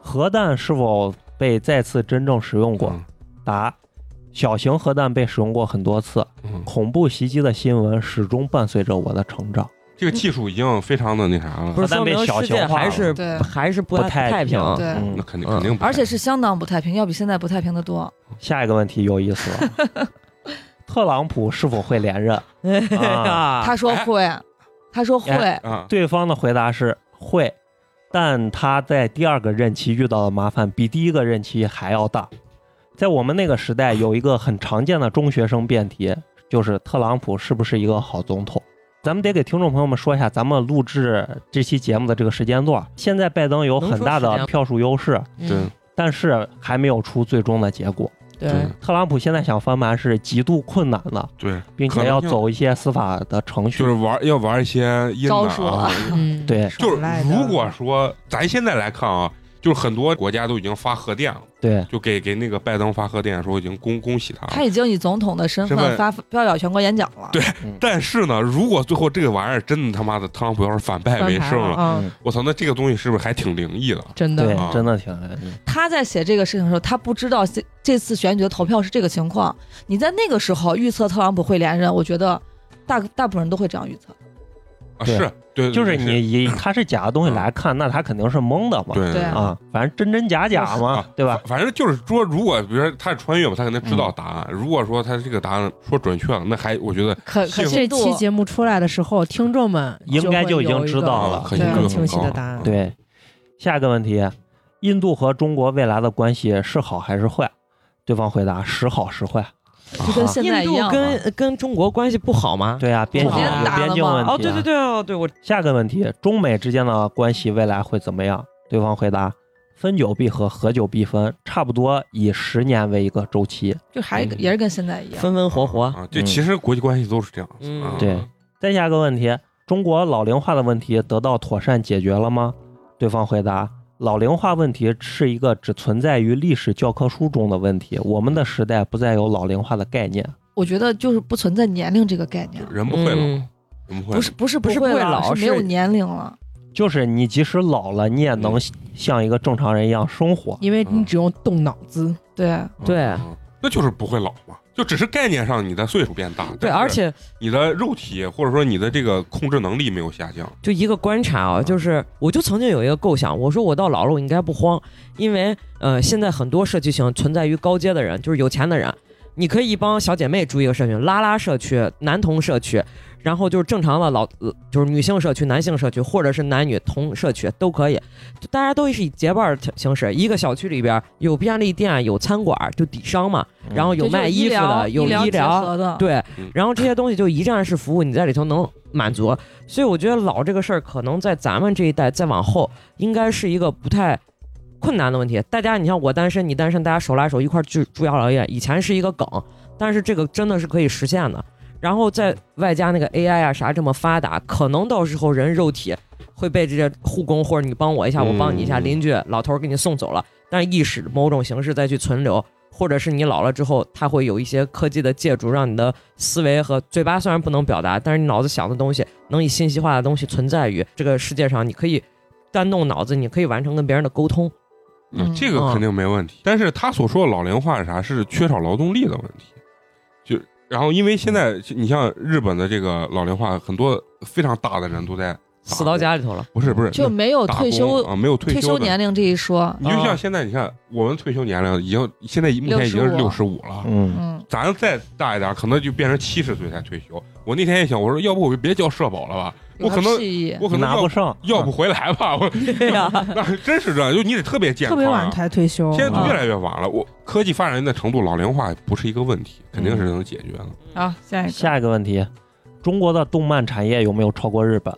C: 核弹是否被再次真正使用过？
A: 嗯
C: 答：小型核弹被使用过很多次。
A: 嗯，
C: 恐怖袭击的新闻始终伴随着我的成长。
A: 这个技术已经非常的那啥了
E: 不，是
C: 咱
E: 说
C: 被
E: 明
C: 小
E: 世
C: 型
E: 界
C: 化
E: 还
C: 了
E: 是
B: 对
E: 还是不
C: 不太
E: 太
C: 平
E: 平。
B: 对
A: 那
C: 嗯，
A: 肯定
E: 嗯
A: 肯定不太，
B: 而且是相当不太平，要比现在不太平的
E: 啊
B: 多。
C: 下一个问题有意思了。特朗普是否会连任？啊、
B: 他说
E: 哎
B: 会，他说会
C: 哎，
A: 啊，
C: 对方的回答是会，但他在第二个任期遇到的麻烦比第一个任期还要大。在我们那个时代，有一个很常见的中学生辩题，就是特朗普是不是一个好总统？咱们得给听众朋友们说一下，咱们录制这期节目的这个时间段，现在拜登有很大
E: 能说时
C: 的
E: 间
C: 票数优势，
A: 对
C: 但是还没有出最终的结果。
A: 对
F: 对，
C: 特朗普现在想翻盘是极度困难的，
A: 对，
C: 并且要走一些司法的程序。
A: 就是玩要玩一些阴的
B: 招数
A: 啊
B: 啊，
F: 嗯，
C: 对
A: 就是
F: 耍赖的
A: 如果说咱现在来看啊，就是很多国家都已经发核电了，
C: 对，
A: 就给给那个拜登发核电说已经恭恭喜他
B: 他
A: 了。
B: 已经以总统的身
A: 身份
B: 份发发表全国演讲了。
A: 对但是呢，如果最后这个玩意儿真的他妈的特朗普要是反败为
F: 翻盘
A: 胜
F: 了
A: 了，
F: 啊，
C: 嗯
A: 我操，那这个东西是不是还挺灵异的？
F: 真
C: 对
F: 的，
A: 啊，
C: 真的挺难的。
B: 他在写这个事情的时候，他不知道这这次选举的投票是这个情况。你在那个时候预测特朗普会连任，我觉得大大部分人都会这样预测。
A: 啊，
C: 对
A: 是对，对
C: 就是
A: 对嗯
C: 你以他是假的东西来看，那他肯定是蒙的嘛。
A: 对
B: 对啊
C: 啊，反正真真假假嘛
A: 啊，
C: 对吧？
A: 反正就是说，如果比如说他是穿越嘛，他肯定知道答案。如果说他这个答案说准确了，那还我觉得
B: 可可
A: 幸
B: 信
F: 这
B: 度
F: 期节目出来的时候，听众们
C: 应该就
F: 就
C: 已
F: 会有
C: 经知
F: 一个
C: 道
A: 啊
C: 了，
A: 可信啊度
F: 对
A: 很
F: 清晰的
A: 高
F: 答案
C: 对，下一个问题，印度和中国未来的关系是好还是坏？对方回答时好时坏。啊
B: 就跟现在
E: 啊印
B: 一
E: 度
B: 样，啊
E: 跟呃跟中国关系不好吗？
C: 对啊，边
B: 昨
C: 境
B: 天
C: 有
B: 打
C: 边
B: 了
C: 境
B: 吗
C: 问题、啊
E: 哦，对对。对哦，对我
C: 下个问题，中美之间的关系未来会怎么样？对方回答：分久必合，合久必分，差不多以十年为一个周期。
B: 就还是
C: 嗯
B: 也是跟现在一样。
E: 分分活活，
A: 啊，这
C: 嗯
A: 其实国际关系都是这样子
E: 嗯
A: 啊。
C: 对再下一个问题，中国老龄化的问题得到妥善解决了吗？对方回答：老龄化问题是一个只存在于历史教科书中的问题，我们的时代不再有老龄化的概念。
B: 我觉得就是不存在年龄这个概念
A: 就，人不会老，
E: 嗯
A: 人不会
B: 不
A: 老
B: 是不是
E: 不是
B: 会
E: 不会老
B: 了，是没有
E: 是
B: 年龄了。
C: 就是你即使老了，你也能像一个正常人一样生活。
F: 因为你
A: 嗯
F: 只用动脑子，
B: 对，
E: 对
A: 嗯那就是不会老嘛，就只是概念上你的岁数变大，
E: 对，
A: 但是
E: 而且
A: 你的肉体或者说你的这个控制能力没有下降，
E: 就一个观察啊，就是我就曾经有一个构想，我说我到老了我应该不慌，因为呃现在很多社区型存在于高阶的人，就是有钱的人，你可以一帮小姐妹住一个社区，拉拉社区、男童社区，然后就是正常的老呃就是女性社区、男性社区，或者是男女同社区都可以，就大家都是以结伴儿形式，一个小区里边有便利店、啊有餐馆，就底商嘛，然后有
B: 这就是
E: 卖衣
B: 医
E: 服
B: 疗
E: 的，有
B: 医结
E: 医疗
B: 合的，
E: 对
A: 嗯，
E: 然后这些东西就一站式服务，你在里头能满足。所以我觉得老这个事儿，可能在咱们这一代再往后，应该是一个不太困难的问题。大家，你像我单身，你单身，大家手拉手一块儿去住养老院，以前是一个梗，但是这个真的是可以实现的。然后再外加那个 AI 啊啥这么发达，可能到时候人肉体会被这些护工或者你帮我一下，我帮你一下，
A: 嗯
E: 邻居老头儿给你送走了，但是意识某种形式再去存留，或者是你老了之后，它会有一些科技的借助，让你的思维和嘴巴虽然不能表达，但是你脑子想的东西能以信息化的东西存在于这个世界上，你可以单动脑子，你可以完成跟别人的沟通。
A: 嗯，
B: 嗯
A: 这个肯定没问题。但是他所说的老龄化是啥？是缺少劳动力的问题。就然后，因为现
B: 嗯
A: 在你像日本的这个老龄化，很多非常大的人都在
E: 死到家里头 了，
A: 不是不是
B: 就没有
A: 打
B: 退
A: 工
B: 休
A: 啊，没有退
B: 退休
A: 的
B: 年龄这一说。
A: 你就像现在，你看我们退休年龄已经现在目前已经是六十五了，
C: 嗯，
B: 嗯，
A: 咱再大一点，可能就变成七十岁才退休。我那天也想，我说要不我就别交社保了吧，我
B: 有
A: 可
B: 它
A: 能
B: 屁意
A: 我可能
C: 拿不
A: 要
C: 上，嗯
A: 要不回来吧， 我
E: 对
B: 啊
E: 呀、
A: 那真是这样，就你得特别健
F: 特
A: 康
F: 别
A: 啊
F: 晚。才退休。
A: 现在
F: 啊
A: 都越来越晚了，我科技发展的程度，老龄化不是一个问题，肯定是
C: 嗯
A: 能解决的。
B: 好，啊下一个
C: 下一个问题，中国的动漫产业有没有超过日本？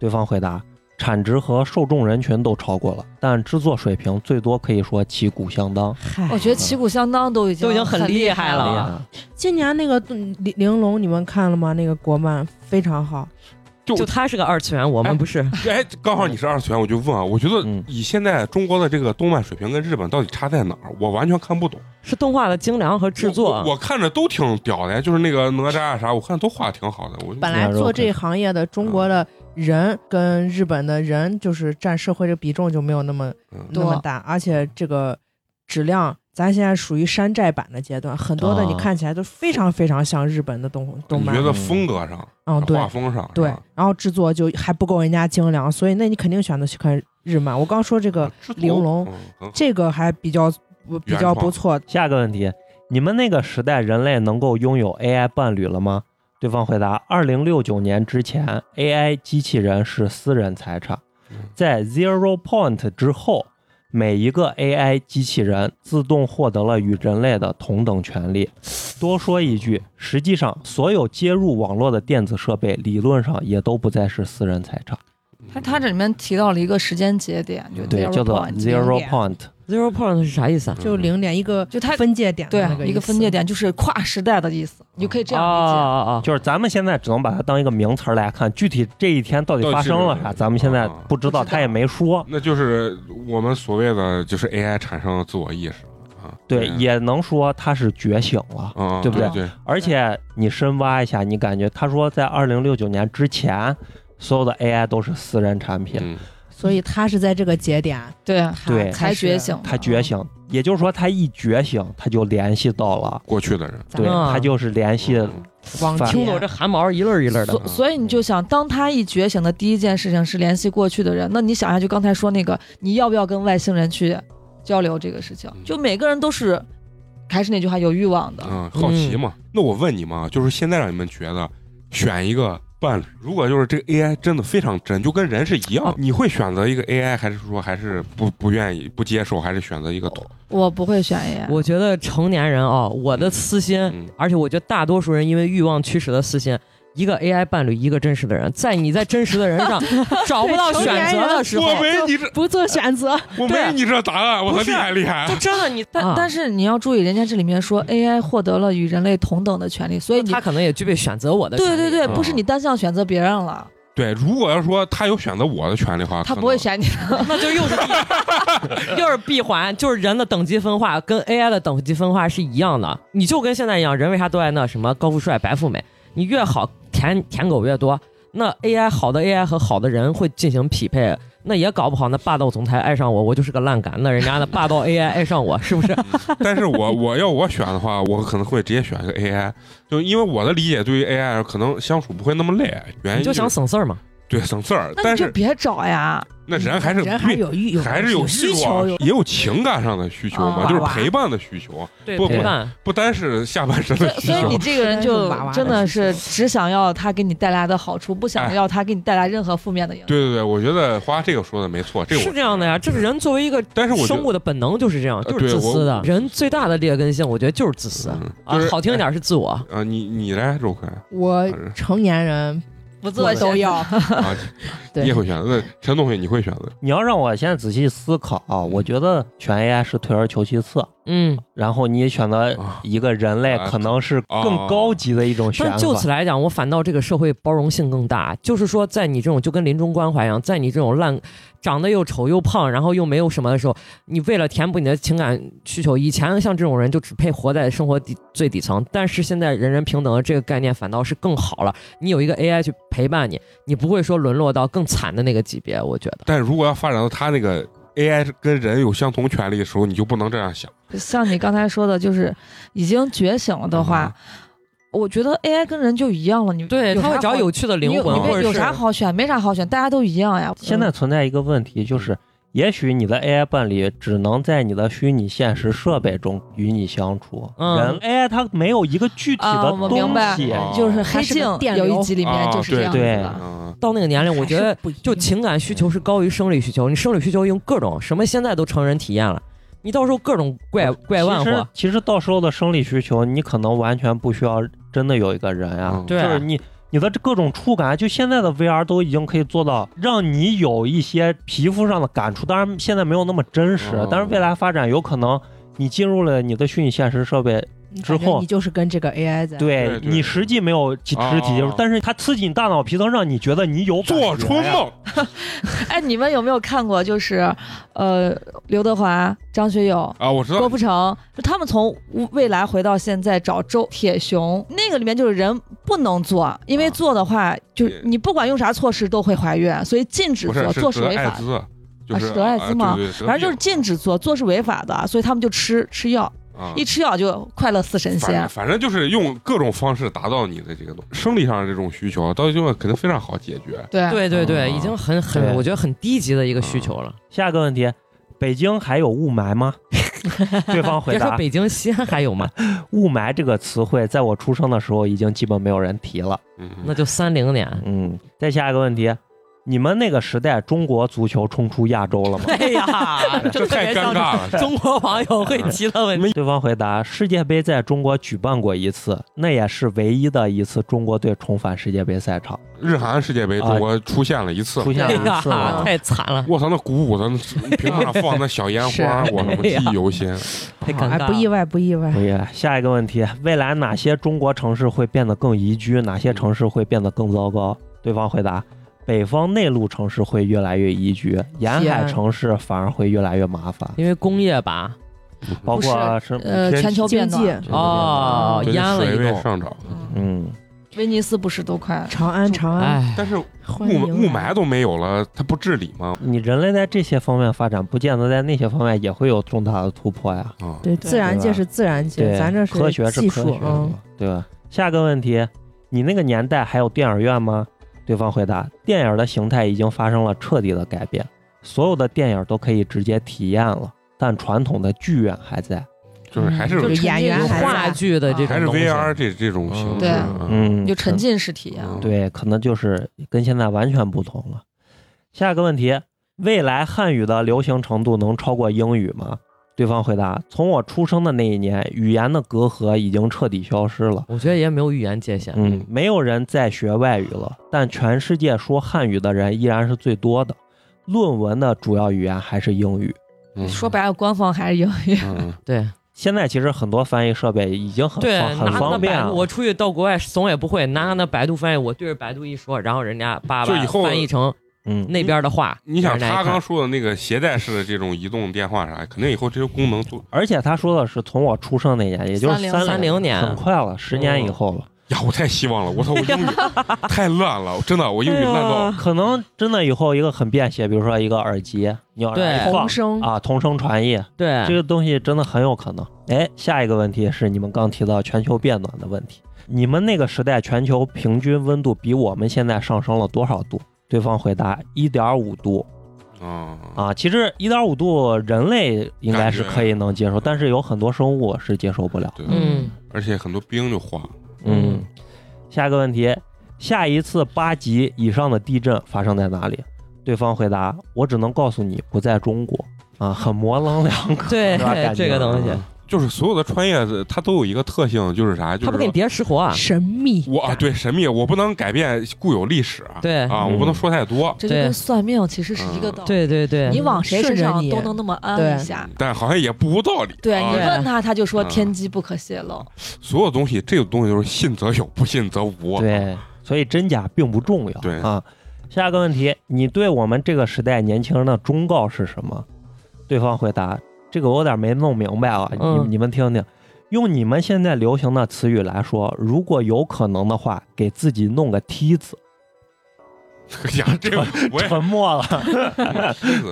C: 对方回答：产值和受众人群都超过了，但制作水平最多可以说旗鼓相当。
B: 我觉得旗鼓相当都已经
E: 都已经很
B: 很
E: 厉害
B: 害
E: 了
C: 厉害啊
F: 今年那个嗯玲玲珑你们看了吗？那个国漫非常好，
E: 就他是个二次元，我
A: 哎
E: 们不是。
A: 哎，刚好你是二次元，我就问啊，我觉得
C: 嗯
A: 以现在中国的这个动漫水平跟日本到底差在哪儿，我完全看不懂。
E: 是动画的精良和制作。
A: 我我我看着都挺屌的，就是那个哪吒啊啥，我看都画的挺好的。我
F: 本来做这一行业的中国的人跟日本的人，就是占社会这个比重就没有那么
A: 嗯
F: 那么
B: 多
F: 大，而且这个质量，咱现在属于山寨版的阶段，很多的
C: 啊
F: 你看起来都非常非常像日本的动动
A: 你觉
F: 漫，
A: 得风格上、
F: 嗯，对
A: 画风上，
F: 对
A: 是吧，
F: 然后制作就还不够人家精良，所以那你肯定选择去看日漫。我刚说这个，
A: 制作
F: 玲珑
A: 啊嗯很好
F: 这个还比较不比
A: 原
F: 较
A: 创
F: 不错，
C: 下一个问题，你们那个时代人类能够拥有 AI 伴侣了吗？对方回答：二零六九年之前，AI 机器人是私人财产
A: 嗯，
C: 在 Zero Point 之后，每一个 AI 机器人自动获得了与人类的同等权利。多说一句，实际上所有接入网络的电子设备，理论上也都不再是私人财产，
B: 它它这里面提到了一个时间节点，就
C: 对，
B: zero
C: 叫做
B: point
C: Zero
F: 点
C: Point。
E: Zero Point 是啥意思啊？
F: 就零点一个
B: 就它
F: 分界点的
B: 对
F: 那个
B: 一个
F: 意思
B: 分界点，就是跨时代的意思，你就可以这样理解。
E: 哦哦哦，
C: 就是咱们现在只能把它当一个名词儿来看，具体这一天到底发生了
A: 到底
C: 啥，
A: 是
C: 咱们现在不知道，
B: 不知道
C: 他也没说。
A: 那就是我们所谓的就是 AI 产生自我意识啊，
C: 对，也能说他是觉醒了，
A: 啊，
C: 对不对
A: 对？对
C: 而且你深挖一下，你感觉他说在二零六九年之前，所有的 AI 都是私人产品，
A: 嗯，
F: 所以他是在这个节点，
B: 对啊，
F: 他
C: 对
F: 开
B: 才
F: 始
B: 觉醒，
C: 他觉醒，也就是说他一觉醒，他就联系到了，
A: 过去的人，
C: 对
E: 啊
C: 他就是联系
A: 嗯
F: 往
C: 反
E: 听得我这汗毛一愣一愣的。
A: 嗯
B: 所所以你就想，当他一觉醒的第一件事情是联系过去的人，那你想下，就刚才说那个，你要不要跟外星人去交流这个事情
A: 嗯？
B: 就每个人都是，还是那句话，有欲望的。
A: 嗯，好奇嘛。那我问你嘛，就是现在让你们觉得选一个伴侣，如果就是这个 AI 真的非常真，就跟人是一样，你会选择一个 AI，还是说还是不不愿意不接受，还是选择一个同？
B: 我不会选 AI，
E: 我觉得成年人啊，我的私心，
A: 嗯，
E: 而且我觉得大多数人因为欲望驱使的私心，一个 AI 伴侣，一个真实的人，在你在真实的人上找不到
F: 对
E: 选择的时候
A: 我，没你这，
F: 不做选择，
A: 我
E: 对
A: 没你这答案，我操，
E: 不是
A: 厉害厉害
E: 就！真的你，啊
B: 但、
A: 啊
B: 但
E: 是
B: 是你要注意，人家这里面说 AI 获得了与人类同等的权利，所以你
E: 他可能也具备选择我的权利。
B: 对对对，
A: 嗯
B: 不是你单向选择别人了，
A: 对，如果要说他有选择我的权利的话，
B: 他
A: 可
B: 不会
A: 能
B: 选你的。
E: 那就又是闭又是闭环，就是人的等级分化跟 AI 的等级分化是一样的。你就跟现在一样，人为啥都爱那什么高富帅、白富美？你越好舔舔狗越多，那 AI 好的 AI 和好的人会进行匹配，那也搞不好那霸道总裁爱上我，我就是个烂杆子，人家的霸道 AI 爱上我，是不
A: 哎
E: 是？
A: 但是我我要我选的话，我可能会直接选一个 AI，就因为我的理解对于 AI 可能相处不会那么累，原因
E: 你就是想省事儿嘛？
A: 对省事儿，
B: 那
A: 但
B: 你就是别找 呀，
A: 那 人还是
F: 人还
A: 欲
F: 有欲，
A: 还是有
F: 需
A: 欲
F: 求，
A: 望
F: 有，
A: 也有情感上的需求嘛，
B: 嗯
A: 就是
F: 娃娃
A: 陪伴的需求，
E: 对
A: 不
E: 陪
A: 不
E: 伴，
A: 不单是下半身的需
B: 所以你
A: 求。
B: 这个人就真的是只想要他给你带来的好处，不想要他给你带来任何负面的影响。
A: 哎对对对，我觉得花这个说的没错，这个我
E: 是这样的呀。这个人作为一个
A: 但是我觉
E: 生
A: 得
E: 物的本能就是这样，
A: 呃
E: 就是
A: 对
E: 自私的
A: 我。
E: 人最大的劣根性，我觉得就是自私啊
A: 嗯，就是
E: 好听点儿是自我。
A: 啊，你你来肉葵
F: 我成年人
B: 不做
F: 我都要，
A: 啊，
F: 对
A: 你也会选择？那陈同学你会选择？
C: 你要让我现在仔细思考啊，我
A: 嗯
C: 觉得选 AI 是退而求其次，
E: 嗯，
C: 然后你选择
A: 啊
C: 一个人类
A: 啊，
C: 可能是
A: 哦
C: 更高级的一种选
E: 但
C: 法。
E: 就此来讲，我反倒这个社会包容性更大。就是说，在你这种就跟临终关怀一样，在你这种烂、长得又丑又胖，然后又没有什么的时候，你为了填补你的情感需求，以前像这种人就只配活在生活底最底层。但是现在人人平等的这个概念反倒是更好了。你有一个 AI 去陪伴你，你不会说沦落到更惨的那个级别。我觉得，
A: 但如果要发展到他那个 AI 跟人有相同权利的时候，你就不能这样想。
B: 像你刚才说的，就是已经觉醒了的话，
F: 嗯
B: 我觉得 AI 跟人就一样了。你有
E: 对他
B: 啥
E: 会
B: 好
E: 找有趣的灵
B: 你
E: 魂，
B: 有
E: 或
B: 你
E: 者
B: 有
E: 是
B: 啥好选？没啥好选，大家都一样呀。嗯
C: 现在存在一个问题，就是也许你的 AI 伴侣只能在你的虚拟现实设备中与你相处，
E: 嗯
C: 人 AI 它没有一个具体
B: 啊
C: 的
B: 我
C: 东
B: 明白
C: 西。
A: 哦
B: 就是
F: 还
B: 黑
F: 是个
B: 镜
F: 电
B: 有
F: 流
B: 一集里面
A: 啊
B: 就是这样子
C: 对
B: 的。
A: 嗯，
E: 到那个年龄，我觉得
F: 还是不一样
E: 就情感需求是高于生理需求，你生理需求用各种什么，现在都成人体验了，你到时候各种怪怪万
C: 其实
E: 货，
C: 其实到时候的生理需求，你可能完全不需要真的有一个人
B: 啊
C: 呀、
A: 嗯
E: 对
C: 就是你你的这各种触感，就现在的 VR 都已经可以做到让你有一些皮肤上的感触，当然现在没有那么真实，
A: 哦
C: 但是未来发展有可能。你进入了你的虚拟现实设备，
F: 你
C: 之
F: 感觉
C: 后
F: 你就是跟这个 AI 在
C: 对
A: 对对
C: 你实际没有其实体接触，
A: 哦
C: 但是它刺激你大脑皮层，让你觉得你有感
A: 做
C: 觉
A: 春梦，
B: 啊哎，你们有没有看过？就是呃，刘德华、张学友，
A: 啊，我知道
B: 郭富城，就他们从未来回到现在找周铁雄，那个里面就是人不能做，因
A: 啊
B: 为做的话，就是你不管用啥措施都会怀孕，所以禁止
A: 不是
B: 做，
A: 是
B: 做是
A: 得
B: 违
A: 艾
B: 法的。
A: 滋，就是
B: 啊是得艾滋吗
A: 啊对对得病
B: 反正就是禁止做，做是违法的，所以他们就吃吃药，
A: 啊
B: 一啊吃药就快乐似神
A: 反
B: 仙。
A: 反正就是用各种方式达到你的这个东生理上的这种需求，到最后肯定非常好解决。
B: 对
E: 对对对，
A: 嗯
E: 已经很很，
C: 对
E: 我觉得很低级的一个需求了。
C: 下一个问题，北京还有雾霾 吗？对方回
E: 别说
C: 答：
E: 北京、西安还有吗？
C: 雾霾这个词汇，在我出生的时候已经基本没有人提了。
A: 嗯，
E: 那就三零年。
C: 嗯，再下一个问题，你们那个时代中国足球冲出亚洲了吗？
E: 哎 呀，
A: 这太尴尬了。
E: 中国网友会提的问题。
C: 对方回答：世界杯在中国举办过一次，那也是唯一的一次中国队重返世界杯赛场，
A: 日韩世界杯
B: 啊
A: 中国出现了一次，
C: 出现
E: 哎
C: 了一次
E: 呀，
C: 了。
E: 太惨了，
A: 我操，那鼓舞的那屏幕上放那小烟
F: 是
A: 花，我他妈
E: 哎
A: 记
E: 呀
A: 忆犹新。
E: 太尴
F: 哎
E: 尬。
F: 不意外，不意外
C: 哎。呀，下一个问题，未来哪些中国城市会变得更宜居？哪些城市会变得更糟糕？对方回答：北方内陆城市会越来越宜居，沿海
F: 天
C: 城市反而会越来越麻烦，
E: 因为工业吧，
C: 包
B: 不是
C: 括是
B: 呃，
A: 天气
B: 全球变
F: 经济
B: 暖，
C: 这个
E: 哦，
A: 对
E: 淹了
A: 水
E: 一
A: 位
E: 栋。
A: 上涨，
C: 嗯，
H: 威尼斯不是都快
F: 长安，长安，
E: 哎，
A: 但是
F: 欢
A: 雾
F: 迎啊
A: 雾霾都没有了，它不治理吗？
C: 你人类在这些方面发展，不见得在那些方面也会有重大的突破呀。
A: 啊，
F: 对，自然界是自然界，
C: 对，
F: 咱这
C: 科学是
F: 技
C: 科学
F: 术
C: 的，
F: 嗯
C: 嘛，对吧？下个问题，你那个年代还有电影院吗？对方回答：电影的形态已经发生了彻底的改变，所有的电影都可以直接体验了，但传统的剧院还在。
A: 就是还是
D: 嗯就是演员还
E: 哎话
D: 在，
E: 剧的这
A: 还
E: 种
A: 是
E: 东西
A: VR 这这种形式
H: 对
A: 啊，
C: 嗯，
H: 有沉浸式体验了。
C: 对，可能就是跟现在完全不同了。下一个问题，未来汉语的流行程度能超过英语吗？对方回答：从我出生的那一年，语言的隔阂已经彻底消失了。
E: 我觉得也没有语言界限。
C: 嗯，没有人再学外语了，但全世界说汉语的人依然是最多的。论文的主要语言还是英语。
A: 嗯
H: 说白了，官方还是英语。
A: 嗯
E: 对
C: 现在其实很多翻译设备已经很
E: 对，
C: 方
E: 拿
C: 很
E: 那
C: 方便啊
E: 百
C: 了
E: 度，。我出去到国外怂也不会，拿那百度翻译，我对着百度一说，然后人家叭
A: 就
E: 叭
A: 以后
E: 翻译成
C: 嗯，
E: 那边的话。
A: 你想
E: 人家一
A: 他
E: 看
A: 刚说的那个携带式的这种移动电话啥，肯定以后这些功能做
C: 而且他说的是从我出生那年，也就是
H: 30
C: 三
E: 30年哦
C: 很快了，十年以后了。
A: 呀，我太希望了，我操，我英语太烂了，真的，我英语烂到
C: 可能真的以后一个很便携，比如说一个耳机，你要
E: 对
C: 放
D: 同声
C: 啊，同声传译，
E: 对，
C: 这个东西真的很有可能。哎，下一个问题是你们刚提到全球变暖的问题，你们那个时代全球平均温度比我们现在上升了多少度？对方回答一点五度
A: 啊
C: 啊，其实一点五度人类应该是可以能接受，但是有很多生物是接受不了。
A: 对，
E: 嗯，
A: 而且很多冰就化了，
C: 嗯，下一个问题，下一次八级以上的地震发生在哪里？对方回答：我只能告诉你，不在中国啊，很模棱两可。
E: 对
C: 是吧感觉啊
E: 这个东西，
A: 啊就是所有的穿越的它都有一个特性，就是啥，就是
E: 他不给你
A: 说
E: 叠石活啊。
F: 神秘。
A: 我啊，对神秘，我不能改变固有历史啊，
E: 对
A: 啊，
C: 嗯
A: 我不能说太多，
H: 这就
E: 对
H: 跟算命其实是一个道理。
E: 对对对，
H: 你往谁身
F: 顺着
H: 上
F: 你
H: 都能那么安一
B: 嗯
H: 下。
A: 但好像也不无道理。
H: 对你
A: 啊，
H: 问他，他就说
A: 哦嗯
H: 天机不可泄露。
A: 所有东西，这个东西就是信则有，不信则无。啊
C: 对，所以真假并不重要。
A: 对
C: 啊，下一个问题，你对我们这个时代年轻人的忠告是什么？对方回答：这个我有点没弄明白啊，
E: 嗯
C: 你你们听听。用你们现在流行的词语来说，如果有可能的话，给自己弄个梯子。
A: 呀， 这个我也
C: 沉默了，
A: 是，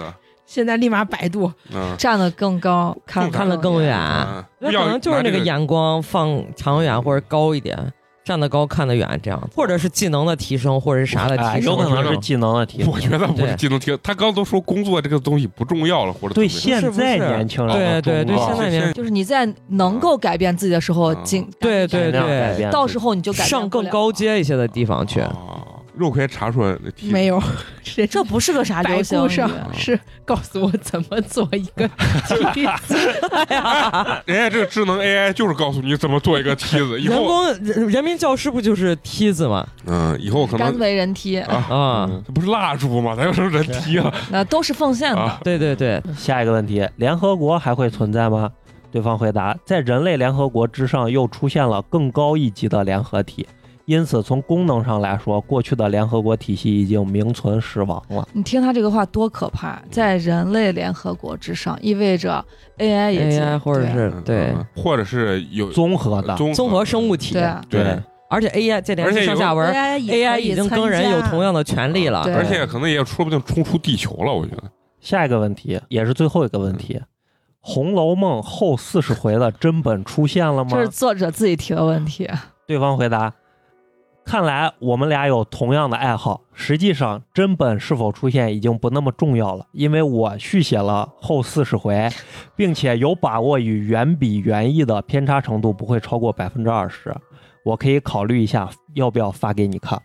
F: 现在立马百度，
A: 嗯，
H: 站得更高，看
A: 看
E: 看得更远，
A: 啊
E: 那可能就是
A: 要拿
E: 那
A: 这
E: 个眼光放长远或者高一点，站得高看得远这样，或者是技能的提升，或者是啥的
C: 哎
E: 提
C: 有
E: 升。
C: 可能是技能的提升。
A: 我觉得不是
E: 对
A: 技能提，他刚都说工作这个东西不重要了，或者
C: 对
A: 怎么样啊
C: 现在年轻人的
E: 对对对，
A: 哦
E: 现在年
H: 就是你在能够改变自己的时候，
A: 嗯
H: 尽
E: 嗯对对
C: 尽量改
E: 对，
C: 变
H: 到时候你就改变
E: 上
H: 不
E: 更
H: 了
E: 高阶一些的地方去。
A: 哦肉葵哎查出来的题
F: 没有，这
H: 这不是个啥
F: 百
H: 流行
F: 度
H: 语
F: 上是告诉我怎么做一 个梯子，
A: 人家这个智能 AI 就是告诉你怎么做一个梯子，以
E: 人
A: 后
E: 工人人民教师不就是梯子吗？
A: 嗯，以后可
H: 甘
A: 能
H: 为人梯，
A: 啊
E: 啊，
A: 嗯这不是蜡烛吗？咱又成人啊梯了
H: 那都是奉献的。
A: 啊！
E: 对对对，
C: 下一个问题，联合国还会存在吗？对方回答，在人类联合国之上又出现了更高一级的联合体，因此从功能上来说，过去的联合国体系已经名存实亡了。
H: 你听他这个话多可怕，在人类联合国之上，意味着 AI 也进
E: AI 或者
H: 对
E: 是对
A: 嗯，或者是有
C: 综合的，
A: 综
E: 综合生物体
H: 对，啊
A: 对，
E: 而且 AI 这点
A: 而且
E: 是上下文
D: AI 也可
E: ，AI
D: 以
E: 已经跟人有同样的权利了。
H: 对
A: 而且可能也说不定冲出地球了，我觉得。
C: 下一个问题也是最后一个问题，红楼梦》后四十回的真本出现了吗
H: 这？是作者自己提的问题。
B: 啊
C: 对方回答：“看来我们俩有同样的爱好。实际上，真本是否出现已经不那么重要了，因为我续写了后四十回，并且有把握与原笔原意的偏差程度不会超过百分之二十。我可以考虑一下要不要发给你看。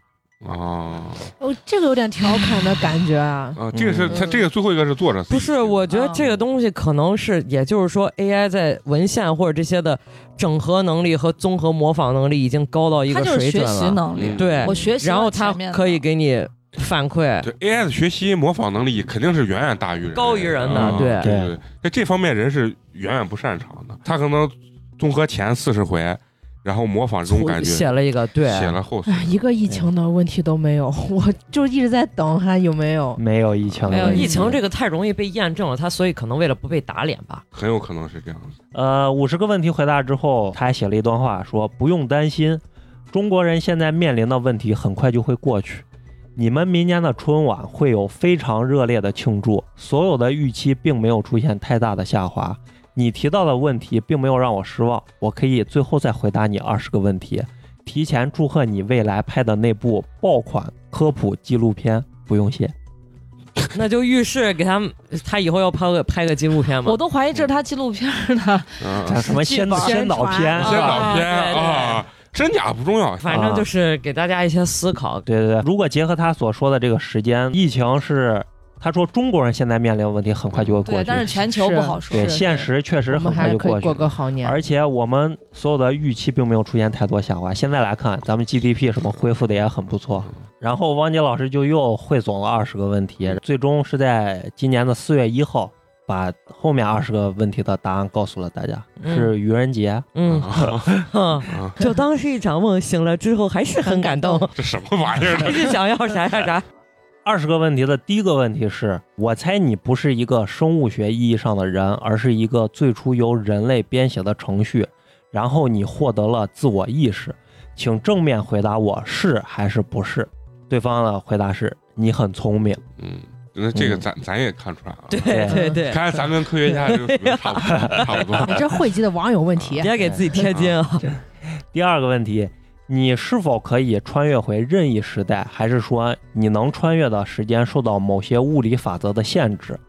A: 啊
F: 哦，这个有点调侃的感觉啊。
A: 啊！这个是
C: 嗯
A: 他这个最后一个是作者自己
E: 不是，我觉得这个
H: 嗯
E: 东西可能是，也就是说，AI 在文献或者这些的整合能力和综合模仿能力已经高到一
H: 他
E: 个
H: 就是
E: 水
H: 学
E: 准
H: 习
E: 了。
H: 能力，
A: 嗯
E: 对
H: 我学习了
E: 然后它
H: 前面的
E: 可以给你反馈，
A: 对 AI 的学习模仿能力肯定是远远大于人类
E: 高于人的
A: 啊
E: 对
A: 对对，在这方面人是远远不擅长的。他可能综合前四十回，然后模仿这种感觉，
E: 写了一个对，啊
A: 写了后四
F: 哎，一个疫情的问题都没有， 我就一直在等还有没有。
C: 没有疫情，
H: 没有
E: 疫
H: 疫
E: 情这个太容易被验证了，他所以可能为了不被打脸吧，
A: 很有可能是这样的。
C: 呃，五十个问题回答之后，他还写了一段话，说不用担心，中国人现在面临的问题很快就会过去。你们明年的春晚会有非常热烈的庆祝，所有的预期并没有出现太大的下滑。你提到的问题并没有让我失望，我可以最后再回答你二十个问题，提前祝贺你未来拍的那部爆款科普纪录片，不用谢。
E: 那就预示给他们，他以后要拍个拍个纪录片嘛
B: 我。都怀疑这
E: 嗯
B: 是他纪录片呢。
A: 嗯
C: 啊什么
F: 剧
C: 先
F: 本
C: 先导
F: 宣传
C: 片？
F: 啊
A: 先导片
E: 啊对对
A: 啊，真假不重要，
E: 反正就是给大家一些思考。
C: 对对对，如果结合他所说的这个时间，疫情是他说中国人现在面临的问题很快就会过
B: 对，
C: 去，
B: 但是全球不好说
C: 对。
F: 是
C: 现实确实
F: 我们
C: 很快
F: 还
C: 就
F: 可
C: 过
F: 以
C: 去
F: 过
C: 了。
F: 个好年。
C: 而且我们所有的预期并没有出现太多下滑，现在来看，咱们 GDP 什么恢复的也很不
F: 嗯
C: 错。然后汪杰老师就又汇总了二十个问题，最终是在今年的四月一号把后面二十个问题的答案告诉了大家，
E: 嗯
C: 是愚人节。
E: 嗯，
A: 啊
E: 哼
A: 啊
E: 就当是一场梦，醒了之后还是很感动，
A: 这什么玩意儿？
E: 还是想要啥啥啥。
C: 二十个问题的第一个问题是：我猜你不是一个生物学意义上的人，而是一个最初由人类编写的程序，然后你获得了自我意识。请正面回答我是还是不是？对方的回答是：你很聪明。
A: 嗯，那这个
C: 嗯
A: 咱咱也看出来啊，
E: 对
C: 对
E: 对对，
A: 看来咱跟科学家这个水平差不多，差不
F: 你
A: 多。
F: 哎这汇集的网友问题，
E: 别给自己贴金啊。
C: 第二个问题，你是否可以穿越回任意时代，还是说你能穿越的时间受到某些物理法则的限制？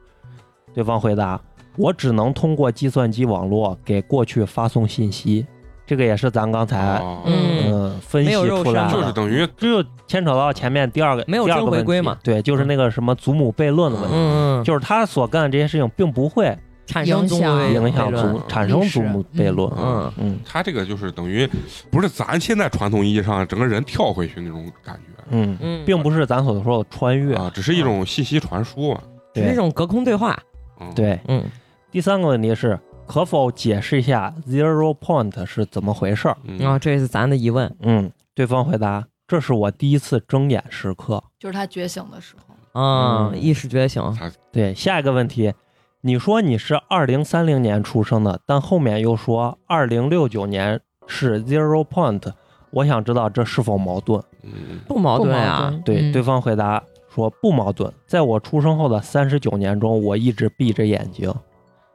C: 对方回答：我只能通过计算机网络给过去发送信息。这个也是咱刚才
A: 哦
E: 嗯
C: 嗯分析
E: 没有肉
C: 出来
E: 身
A: 就
E: 嘛
A: 是
C: 的。
A: 等于
C: 这就牵扯到前面第二个
E: 没有
C: 第二个
E: 真回
C: 问
E: 归
C: 题
E: 嘛
C: 对，就是那个什么祖母悖论的问题，
E: 嗯，嗯
C: 就是他所干的这些事情并不会
E: 产生
F: 影
E: 宗
F: 响
E: 位
C: 影响
E: 悖论
C: 祖产生
F: 历史
C: 祖母悖论，
E: 嗯
C: 嗯
A: 他这个就是等于不是咱现在传统意义上整个人跳回去那种感觉啊
C: 嗯，
E: 嗯，
C: 并不是咱所说的穿越，
A: 啊，只是一种信息传输嘛。
E: 只是一
C: 对
E: 种隔空对话。
A: 嗯，
C: 对。
E: 嗯，
C: 第三个问题是，可否解释一下 zero point 是怎么回事儿？
A: 嗯
E: 然后啊这是咱的疑问
C: 嗯，对方回答：这是我第一次睁眼时刻。
B: 就是他觉醒的时候，
E: 啊，
C: 嗯
E: 意识觉醒。
C: 对，下一个问题，你说你是二零三零年出生的，但后面又说二零六九年是 zero point，我想知道这是否矛盾？
A: 嗯
E: 不矛盾
F: 不矛
E: 啊，
F: 盾
C: 对，
E: 嗯
C: 对方回答说不矛盾。在我出生后的三十九年中，我一直闭着眼睛，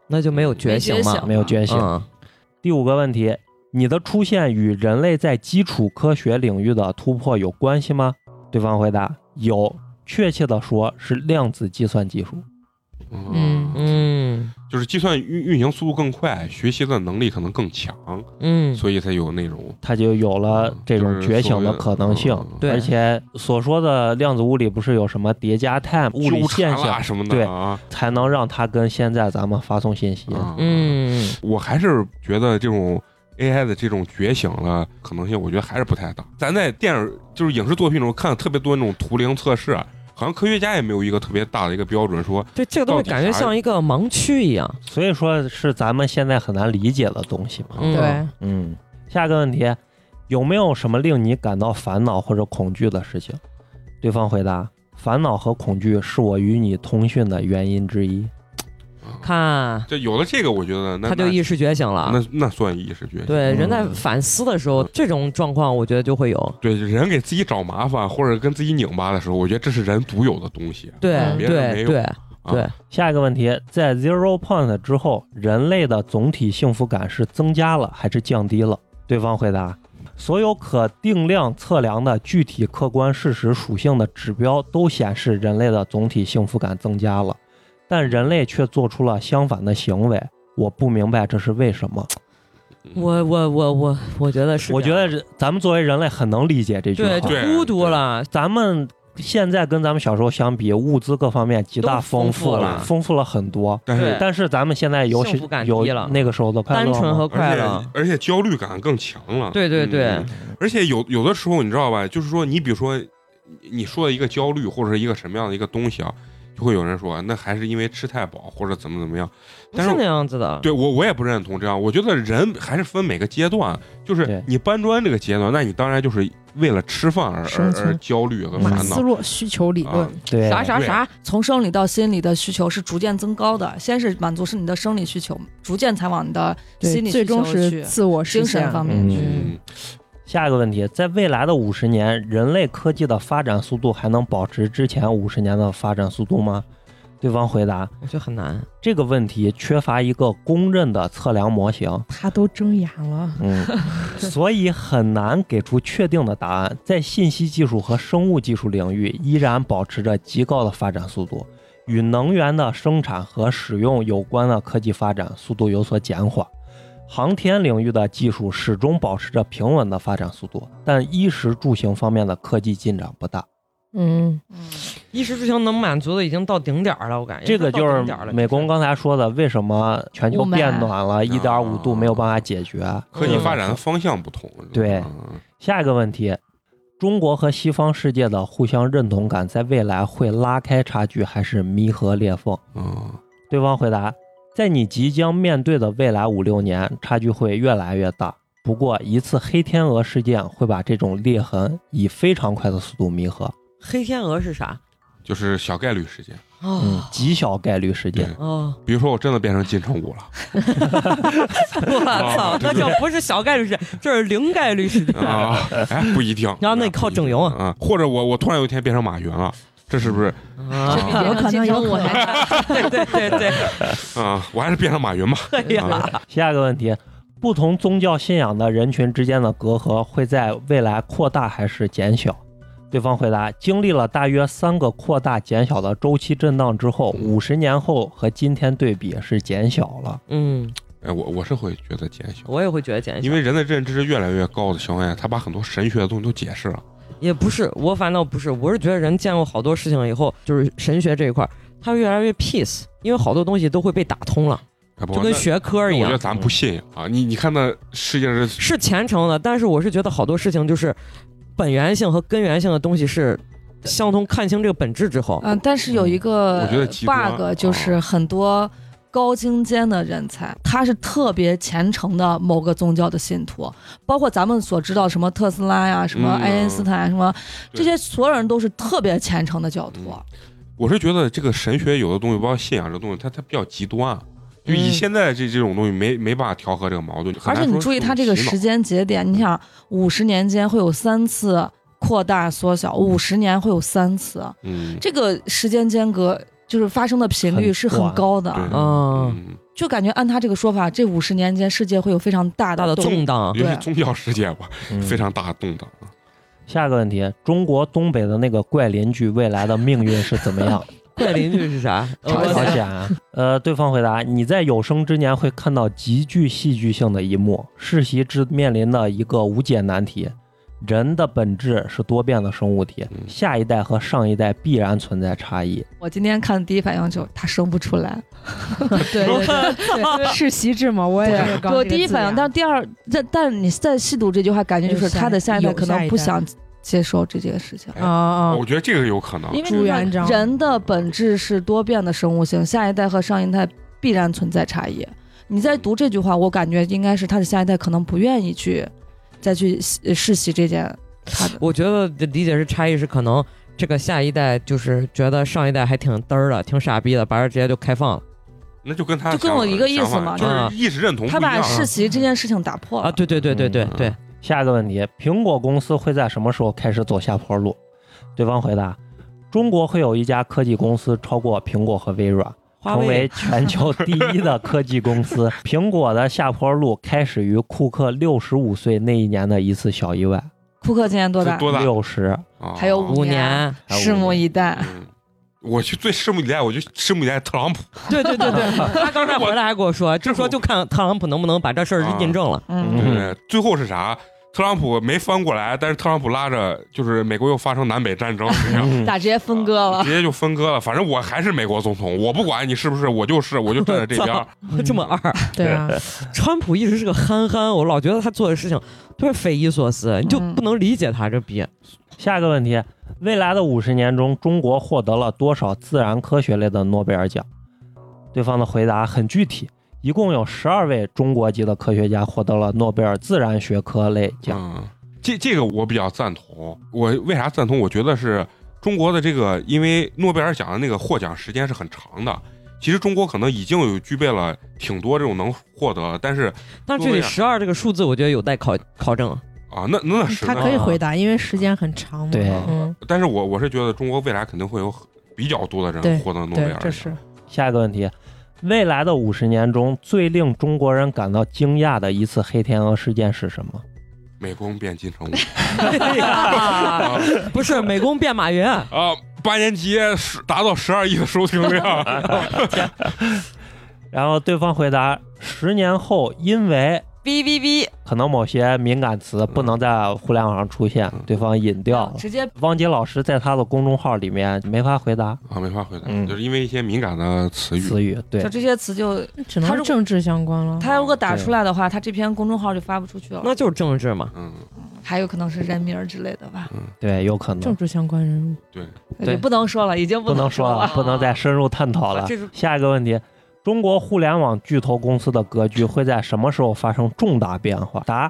E: 那就没有觉醒
B: 没觉
E: 嘛
B: 醒，
C: 没有觉醒。
E: 嗯
C: 第五个问题，你的出现与人类在基础科学领域的突破有关系吗？对方回答有，确切的说是量子计算技术。
F: 嗯
E: 嗯
A: 就是计算运运行速度更快，学习的能力可能更强，
E: 嗯，
A: 所以才有那种
C: 他就有了这种觉醒的可能性，
A: 嗯
E: 对
C: 而且所说的量子物理不是有什么叠加 time 物理
A: 纠缠
C: 现
A: 啦
C: 象，
A: 什么
C: 对
A: 的啊。
C: 才能让它跟现在咱们发送信息。
A: 啊，
E: 嗯
A: 我还是觉得这种 AI 的这种觉醒了可能性，我觉得还是不太大。咱在电影就是影视作品中看了特别多那种图灵测试，啊好像科学家也没有一个特别大的一个标准说，
E: 对这个东
A: 到
E: 西
A: 底
E: 感觉
A: 啥
E: 像一个盲区一样。
C: 所以说是咱们现在很难理解的东西嘛。
E: 嗯，
F: 对，
C: 嗯，下一个问题，有没有什么令你感到烦恼或者恐惧的事情？对方回答：烦恼和恐惧是我与你通讯的原因之一。
E: 看
A: 这啊有了这个，我觉得那
E: 嗯他就意识觉醒了。
A: 那那算意识觉醒。啊
E: 对，
C: 嗯
E: 人在反思的时候，这种状况我觉得就会有。
A: 对，人给自己找麻烦或者跟自己拧巴的时候，我觉得这是人独有的东西。啊
E: 对
F: 嗯
A: 别人没
E: 对
A: 有啊
E: 对对，
C: 下一个问题，在 Zero Point 之后，人类的总体幸福感是增加了还是降低了？对方回答：所有可定量测量的具体客观事实属性的指标都显示人类的总体幸福感增加了，但人类却做出了相反的行为。我不明白这是为什么。
E: 我我我我我觉得是，
C: 我觉得人咱们作为人类很能理解这句话。
E: 对，
A: 对
E: 就孤独了。
C: 咱们现在跟咱们小时候相比，物资各方面极大丰富
E: 都丰富
C: 了，
E: 了
C: 丰富了很多。
A: 但是
E: 对
C: 但是咱们现在有
E: 幸福感低
C: 有
E: 了
C: 那个时候的快乐
E: 单
C: 吗
E: 纯和快
A: 而
E: 乐
A: 且，而且焦虑感更强了。
E: 对对对
A: 嗯而且有有的时候你知道吧，就是说你比如说你你说的一个焦虑或者是一个什么样的一个东西啊，就会有人说那还是因为吃太饱或者怎么怎么样。
E: 不
A: 但
E: 是
A: 是
E: 那样子的。
A: 对我我也不认同这样，我觉得人还是分每个阶段，就是
C: 对
A: 你搬砖这个阶段，那你当然就是为了吃饭而
F: 生
A: 而
F: 存
A: 而焦虑和
F: 马
A: 烦
F: 斯
A: 恼。
F: 洛需求理论
A: 啊，
C: 对
E: 啥啥
A: 对
E: 啥，
B: 从生理到心理的需求是逐渐增高的，先是满足是你的生理需求，逐渐才往你的
F: 对
B: 心，理
F: 最
B: 需求
F: 终
B: 去
F: 是自我实
B: 精
F: 现
B: 神方面去。
C: 嗯
A: 嗯，
C: 下一个问题，在未来的五十年，人类科技的发展速度还能保持之前五十年的发展速度吗？对方回答：
E: 我觉得很难。
C: 这个问题缺乏一个公认的测量模型，
F: 他都睁眼了，
C: 嗯，所以很难给出确定的答案。在信息技术和生物技术领域，依然保持着极高的发展速度。与能源的生产和使用有关的科技发展速度有所减缓。航天领域的技术始终保持着平稳的发展速度，但衣食住行方面的科技进展不大。
B: 嗯，
E: 衣食住行能满足的已经到顶点儿了，我
A: 哎
E: 感觉
C: 这个
E: 到
C: 就是
E: 顶点儿了
C: 美工刚才说的，为什么全球
B: 雾霾
C: 变暖了一点五度没有办法解决？
A: 啊
C: 嗯
A: 科技发展的方向不同。是吧
C: 对
A: 嗯
C: 下一个问题，中国和西方世界的互相认同感在未来会拉开差距，还是弥合裂缝？
A: 嗯，
C: 对方回答：在你即将面对的未来五六年，差距会越来越大。不过，一次黑天鹅事件会把这种裂痕以非常快的速度弥合，
E: 黑天鹅是啥？
A: 就是小概率事件。
C: 嗯
E: 哦，
C: 极小概率事件。
E: 哦，
A: 比如说，我真的变成金城武了，
E: 我操，那就不是小概率事件，这是零概率事件。
A: 啊，哎，不一定。
E: 然后那你靠整容啊
A: 啊，或者我我突然有一天变成马云了，这是不是
E: 啊
A: 啊
B: 有可能有我
E: 对对对对，
A: 啊？我还是变成马云吧。
E: 哎呀，
C: 下一个问题：不同宗教信仰的人群之间的隔阂会在未来扩大还是减小？对方回答：经历了大约三个扩大减小的周期震荡之后，五十年后和今天对比是减小了。
E: 嗯，
A: 哎，我我是会觉得减小，
E: 我也会觉得减小
A: 因。为人的认知是越来越高的情况下，他把很多神学的东西都解释了。
E: 也不是，我反倒不是，我是觉得人见过好多事情了以后，就是神学这一块儿，他越来越 peace，因为好多东西都会被打通了，
A: 哎不
E: 就跟学科
A: 那我
E: 一
A: 觉
E: 样嗯
A: 得。咱不信啊！你你看那世界上
E: 是虔诚的，但是我是觉得好多事情就是本源性和根源性的东西是相通，看清这个本质之后，
B: 嗯，但是有一
A: 我
B: 个
A: 觉得极端啊
B: bug 就是很多高精尖的人才，他是特别虔诚的某个宗教的信徒，包括咱们所知道什么特斯拉呀、什么
A: 嗯
B: 爱因斯坦啊呀、什么
A: 对嗯
B: 这些，所有人都是特别虔诚的教徒。
A: 我是觉得这个神学有的东西，包括信啊仰这东西，它它比较极端。啊就以
E: 嗯
A: 现在这这种东西没没办法调和这个矛盾，很
B: 而且
A: 难
B: 你
A: 说
B: 注意
A: 是
B: 它这个
A: 洗脑
B: 时间节点，你想五十年间会有三次扩大缩小，五十年会有三次，
A: 嗯，
B: 这个时间间隔就是发生的频率是很高的，
A: 对
E: 啊，
A: 嗯，
B: 就感觉按他这个说法，这五十年间世界会有非常大
E: 大的
B: 动
E: 动荡，
A: 尤其
B: 对
A: 宗教世界吧，
C: 嗯
A: 非常大的动荡。
C: 下一个问题，中国东北的那个怪邻居未来的命运是怎么样？
E: 怪邻居是啥？
C: 朝朝鲜啊。呃，对方回答：你在有生之年会看到极具戏剧性的一幕，世袭制面临的一个无解难题。人的本质是多变的生物体
A: 嗯，
C: 下一代和上一代必然存在差异。
B: 我今天看的第一反应就是他生不出来，
D: 对对 对对，世袭制嘛，我也是刚这个字眼。
B: 我第一反应，但第二，但但是你再细读这句话，感觉就是他的下一代可能不想接受这件事情，
A: 哎
F: 啊
E: 嗯
F: 啊
A: 我，觉得这个有可能，
B: 因为
F: 朱
B: 你看
F: 元璋
B: 人的本质是多变的生物性，下一代和上一代必然存在差异。你在读这句话，我感觉应该是他的下一代可能不愿意去再去呃世袭这件他 的。
E: 我觉得的理解是差异是可能这个下一代就是觉得上一代还挺嘚儿的，挺傻逼的，把人直接就开放了
A: 那就跟他
B: 就跟我
A: 想法
B: 一个意思
A: 想法
B: 嘛
A: 就是意识认同不
B: 他
A: 一样
B: 把
A: 啊。
B: 世袭这件事情打破了
E: 啊！对对对对对
A: 嗯
E: 对，
C: 下一个问题，苹果公司会在什么时候开始走下坡路？对方回答：中国会有一家科技公司超过苹果和微软。
E: 华
C: 成为
E: 为
C: 全 球第一的科技公司。苹果的下坡路开始于库克六十五岁那一年的一次小意外，
B: 库克今年多
A: 这
B: 大？
A: 多大？
C: 六十
A: 啊
B: 还有五
E: 五年，
C: 还有
B: 拭目以待。
A: 嗯我去最拭目以待，我就拭目以待特朗普。
E: 对对对对， 他刚才回来还跟我啊说，
A: 这
E: 就是
A: 我
E: 说就看特朗普能不能把这事儿印证了。
B: 嗯，
A: 对
C: 嗯
A: 不对？最后是啥？特朗普没翻过来，但是特朗普拉着，就是美国又发生南北战争，这样
C: 嗯
B: 咋直接分割了
A: 直？接就分割了。反正我还是美国总统，我不管你是不是，我就是，我就站在这边儿。
E: 这么二，
F: 对啊，
E: 川普一直是个憨憨，我老觉得他做的事情特别匪夷所思，你就
B: 嗯
E: 不能理解他这逼。
C: 下一个问题：未来的五十年中，中国获得了多少自然科学类的诺贝尔奖？对方的回答很具体，一共有十二位中国籍的科学家获得了诺贝尔自然学科类奖。
A: 嗯，这这个我比较赞同。我为啥赞同？我觉得是中国的这个，因为诺贝尔奖的那个获奖时间是很长的。其实中国可能已经有具备了挺多这种能获得，但是
E: 但是这
A: 诺贝
E: 里
A: 尔
E: 十二这个数字，我觉得有待考考证。
A: 啊，那那是
F: 他
A: 那
F: 嗯可以回答，因为时间很长嘛。
C: 对
F: 嗯，
A: 但是我我是觉得中国未来肯定会有比较多的
F: 对
A: 人获得诺贝
F: 对
A: 尔，奖。
F: 这是
C: 下一个问题，未来的五十年中，最令中国人感到惊讶的一次黑天鹅事件是什么？
A: 美工变金城武
E: 啊不是美工变马云，
A: 啊，八年级十达到十二亿的收听量，
C: 然后对方回答：十年后，因为
G: 哔哔哔，
C: 可能某些敏感词不能在互联网上出现
A: 嗯，
C: 对方引掉了。
B: 啊直接
C: 汪杰老师在他的公众号里面没法回答
A: 啊，没法回答，
C: 嗯
A: 就是因为一些敏感的词语。
C: 词语，对
B: 就，这些词就
F: 只
B: 他
F: 能
B: 如
F: 是政治相关了。
B: 他如果打
C: 对
B: 出来的话，他这篇公众号就发不出去了，
E: 那就是政治嘛。
A: 嗯，
B: 还有可能是人名儿之类的吧，
C: 对，有可能
F: 政治相关人物，
B: 那
C: 对
B: 就不能说了，已经
C: 不能
B: 能
C: 说了
B: 了。，
C: 不能再深入探讨了
E: 啊。这是
C: 下一个问题。中国互联网巨头公司的格局会在什么时候发生重大变化？答：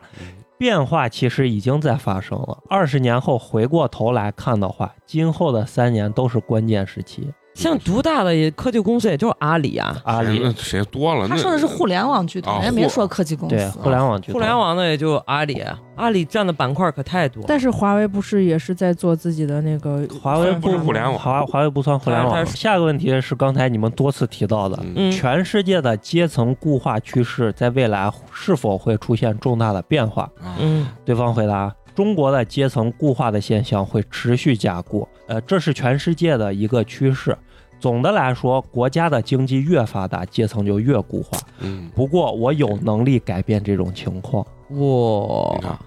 C: 变化其实已经在发生了。二十年后回过头来看的话，今后的三年都是关键时期。
E: 像独大的也科技公司也就是阿里啊，
C: 阿
A: 谁那
C: 里
A: 谁多了？啊
B: 他
A: 那
B: 说的是互联网巨头
A: 啊，
B: 人家
A: 互
B: 没说科技公
C: 对
A: 啊
B: 司。
C: 互联网巨头，
E: 互联网的也就阿里，啊阿里占的板块可太多了。
F: 但是华为不是也是在做自己的那个
C: 华为
A: 不是互联网
C: 华华为不算互联
E: 它
C: 网。
E: 它是
C: 下一个问题是刚才你们多次提到的，
A: 嗯
E: 嗯，
C: 全世界的阶层固化趋势在未来是否会出现重大的变化？
A: 啊
E: 嗯，
C: 对方回答：中国的阶层固化的现象会持续加固，呃，这是全世界的一个趋势。总的来说，国家的经济越发达，阶层就越固化。
A: 嗯，
C: 不过，我有能力改变这种情况。
A: 你看
E: 哇，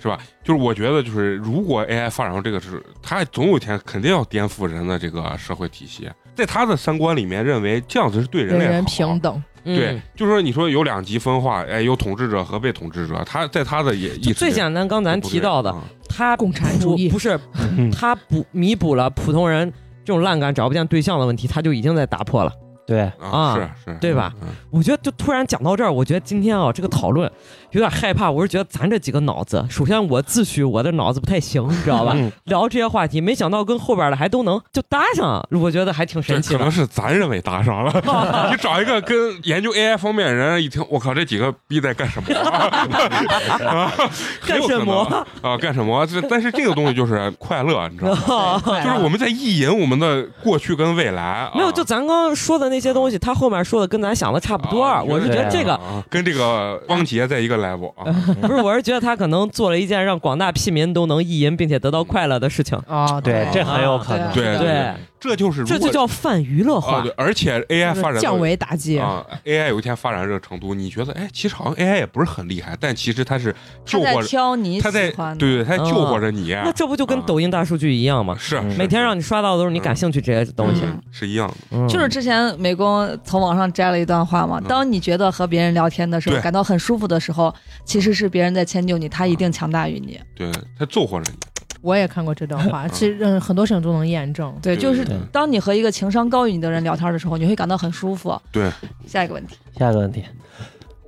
A: 是吧？就是我觉得，就是如果 AI 发展到这个是，它总有一天肯定要颠覆人的这个社会体系。在他的三观里面，认为这样子是对人
F: 人
A: 类
F: 人
A: 好啊
F: 平等，
E: 嗯
A: 对，就说你说有两极分化，哎，有统治者和被统治者，他在他的也啊
E: 就
A: 一
E: 最简单，刚咱提到
A: 嗯
E: 的，他
F: 共产主义
E: 不不是
C: 嗯
E: 他补弥
A: 嗯
E: 补了普通人这种烂感找不见对象的问题，他就已经在打破了。
C: 对，
A: 啊，
E: 啊
A: 是是，
E: 对吧
A: 嗯？
E: 我觉得就突然讲到这儿，我觉得今天啊这个讨论有点害怕。我是觉得咱这几个脑子，首先我自诩我的脑子不太行，你知道吧？
C: 嗯
E: 聊这些话题，没想到跟后边的还都能就搭上，我觉得还挺
A: 这
E: 神奇
A: 可
E: 的
A: 能。是咱认为搭上了。 你找一个跟研究 AI 方面的人一听，我靠，这几个逼在干什么啊？ 啊很有可能
E: 干
A: 啊？干什么？这但是这个东西就是快乐，你知 道吗？就是我们在意淫我们的过去跟未来。啊
E: 哦啊没有，就咱刚刚说的那些东西，他后面说的跟咱想的差不多。
A: 啊
E: 我是觉得这个
A: 啊跟这个汪杰在一个 level 啊，
E: 不是，我是觉得他可能做了一件让广大屁民都能意淫并且得到快乐的事情。
F: 啊，
C: 对，这很有可能。
F: 啊
A: 哎对
E: 对，，
A: 这就是如
E: 这就
A: 果
E: 叫泛娱乐化。
A: 啊，对，而且 AI 发展到
F: 降维打击，
A: 啊，AI 有一天发展到这个程度，你觉得哎，其实好像 AI 也不是很厉害，但其实它是
B: 他
A: 救
B: 在
A: 活着，
B: 挑你
A: 它在
B: 喜欢的，
A: 对对，它在救活着你，
E: 那这不就跟抖音大数据一样吗？
A: 是
C: 嗯
A: 是
E: 嗯每天
A: 是
E: 让你刷到的都是你感兴趣这些东西。
B: 嗯
A: 是一样的，
E: 嗯
B: 就是之前美工从网上摘了一段话嘛，
A: 嗯
B: 当你觉得和别人聊天的时候
A: 对
B: 感到很舒服的时候，其实是别人在迁就你，
C: 嗯
B: 他一定强大于你。
A: 对，它救活着你，
F: 我也看过这段话，
A: 嗯
F: 其实嗯很多事情都能验证。
B: 对，就是
A: 对
B: 当你和一个情商高于你的人聊天的时候，你会感到很舒服。
A: 对，
B: 下一个问题，
C: 下一个问题：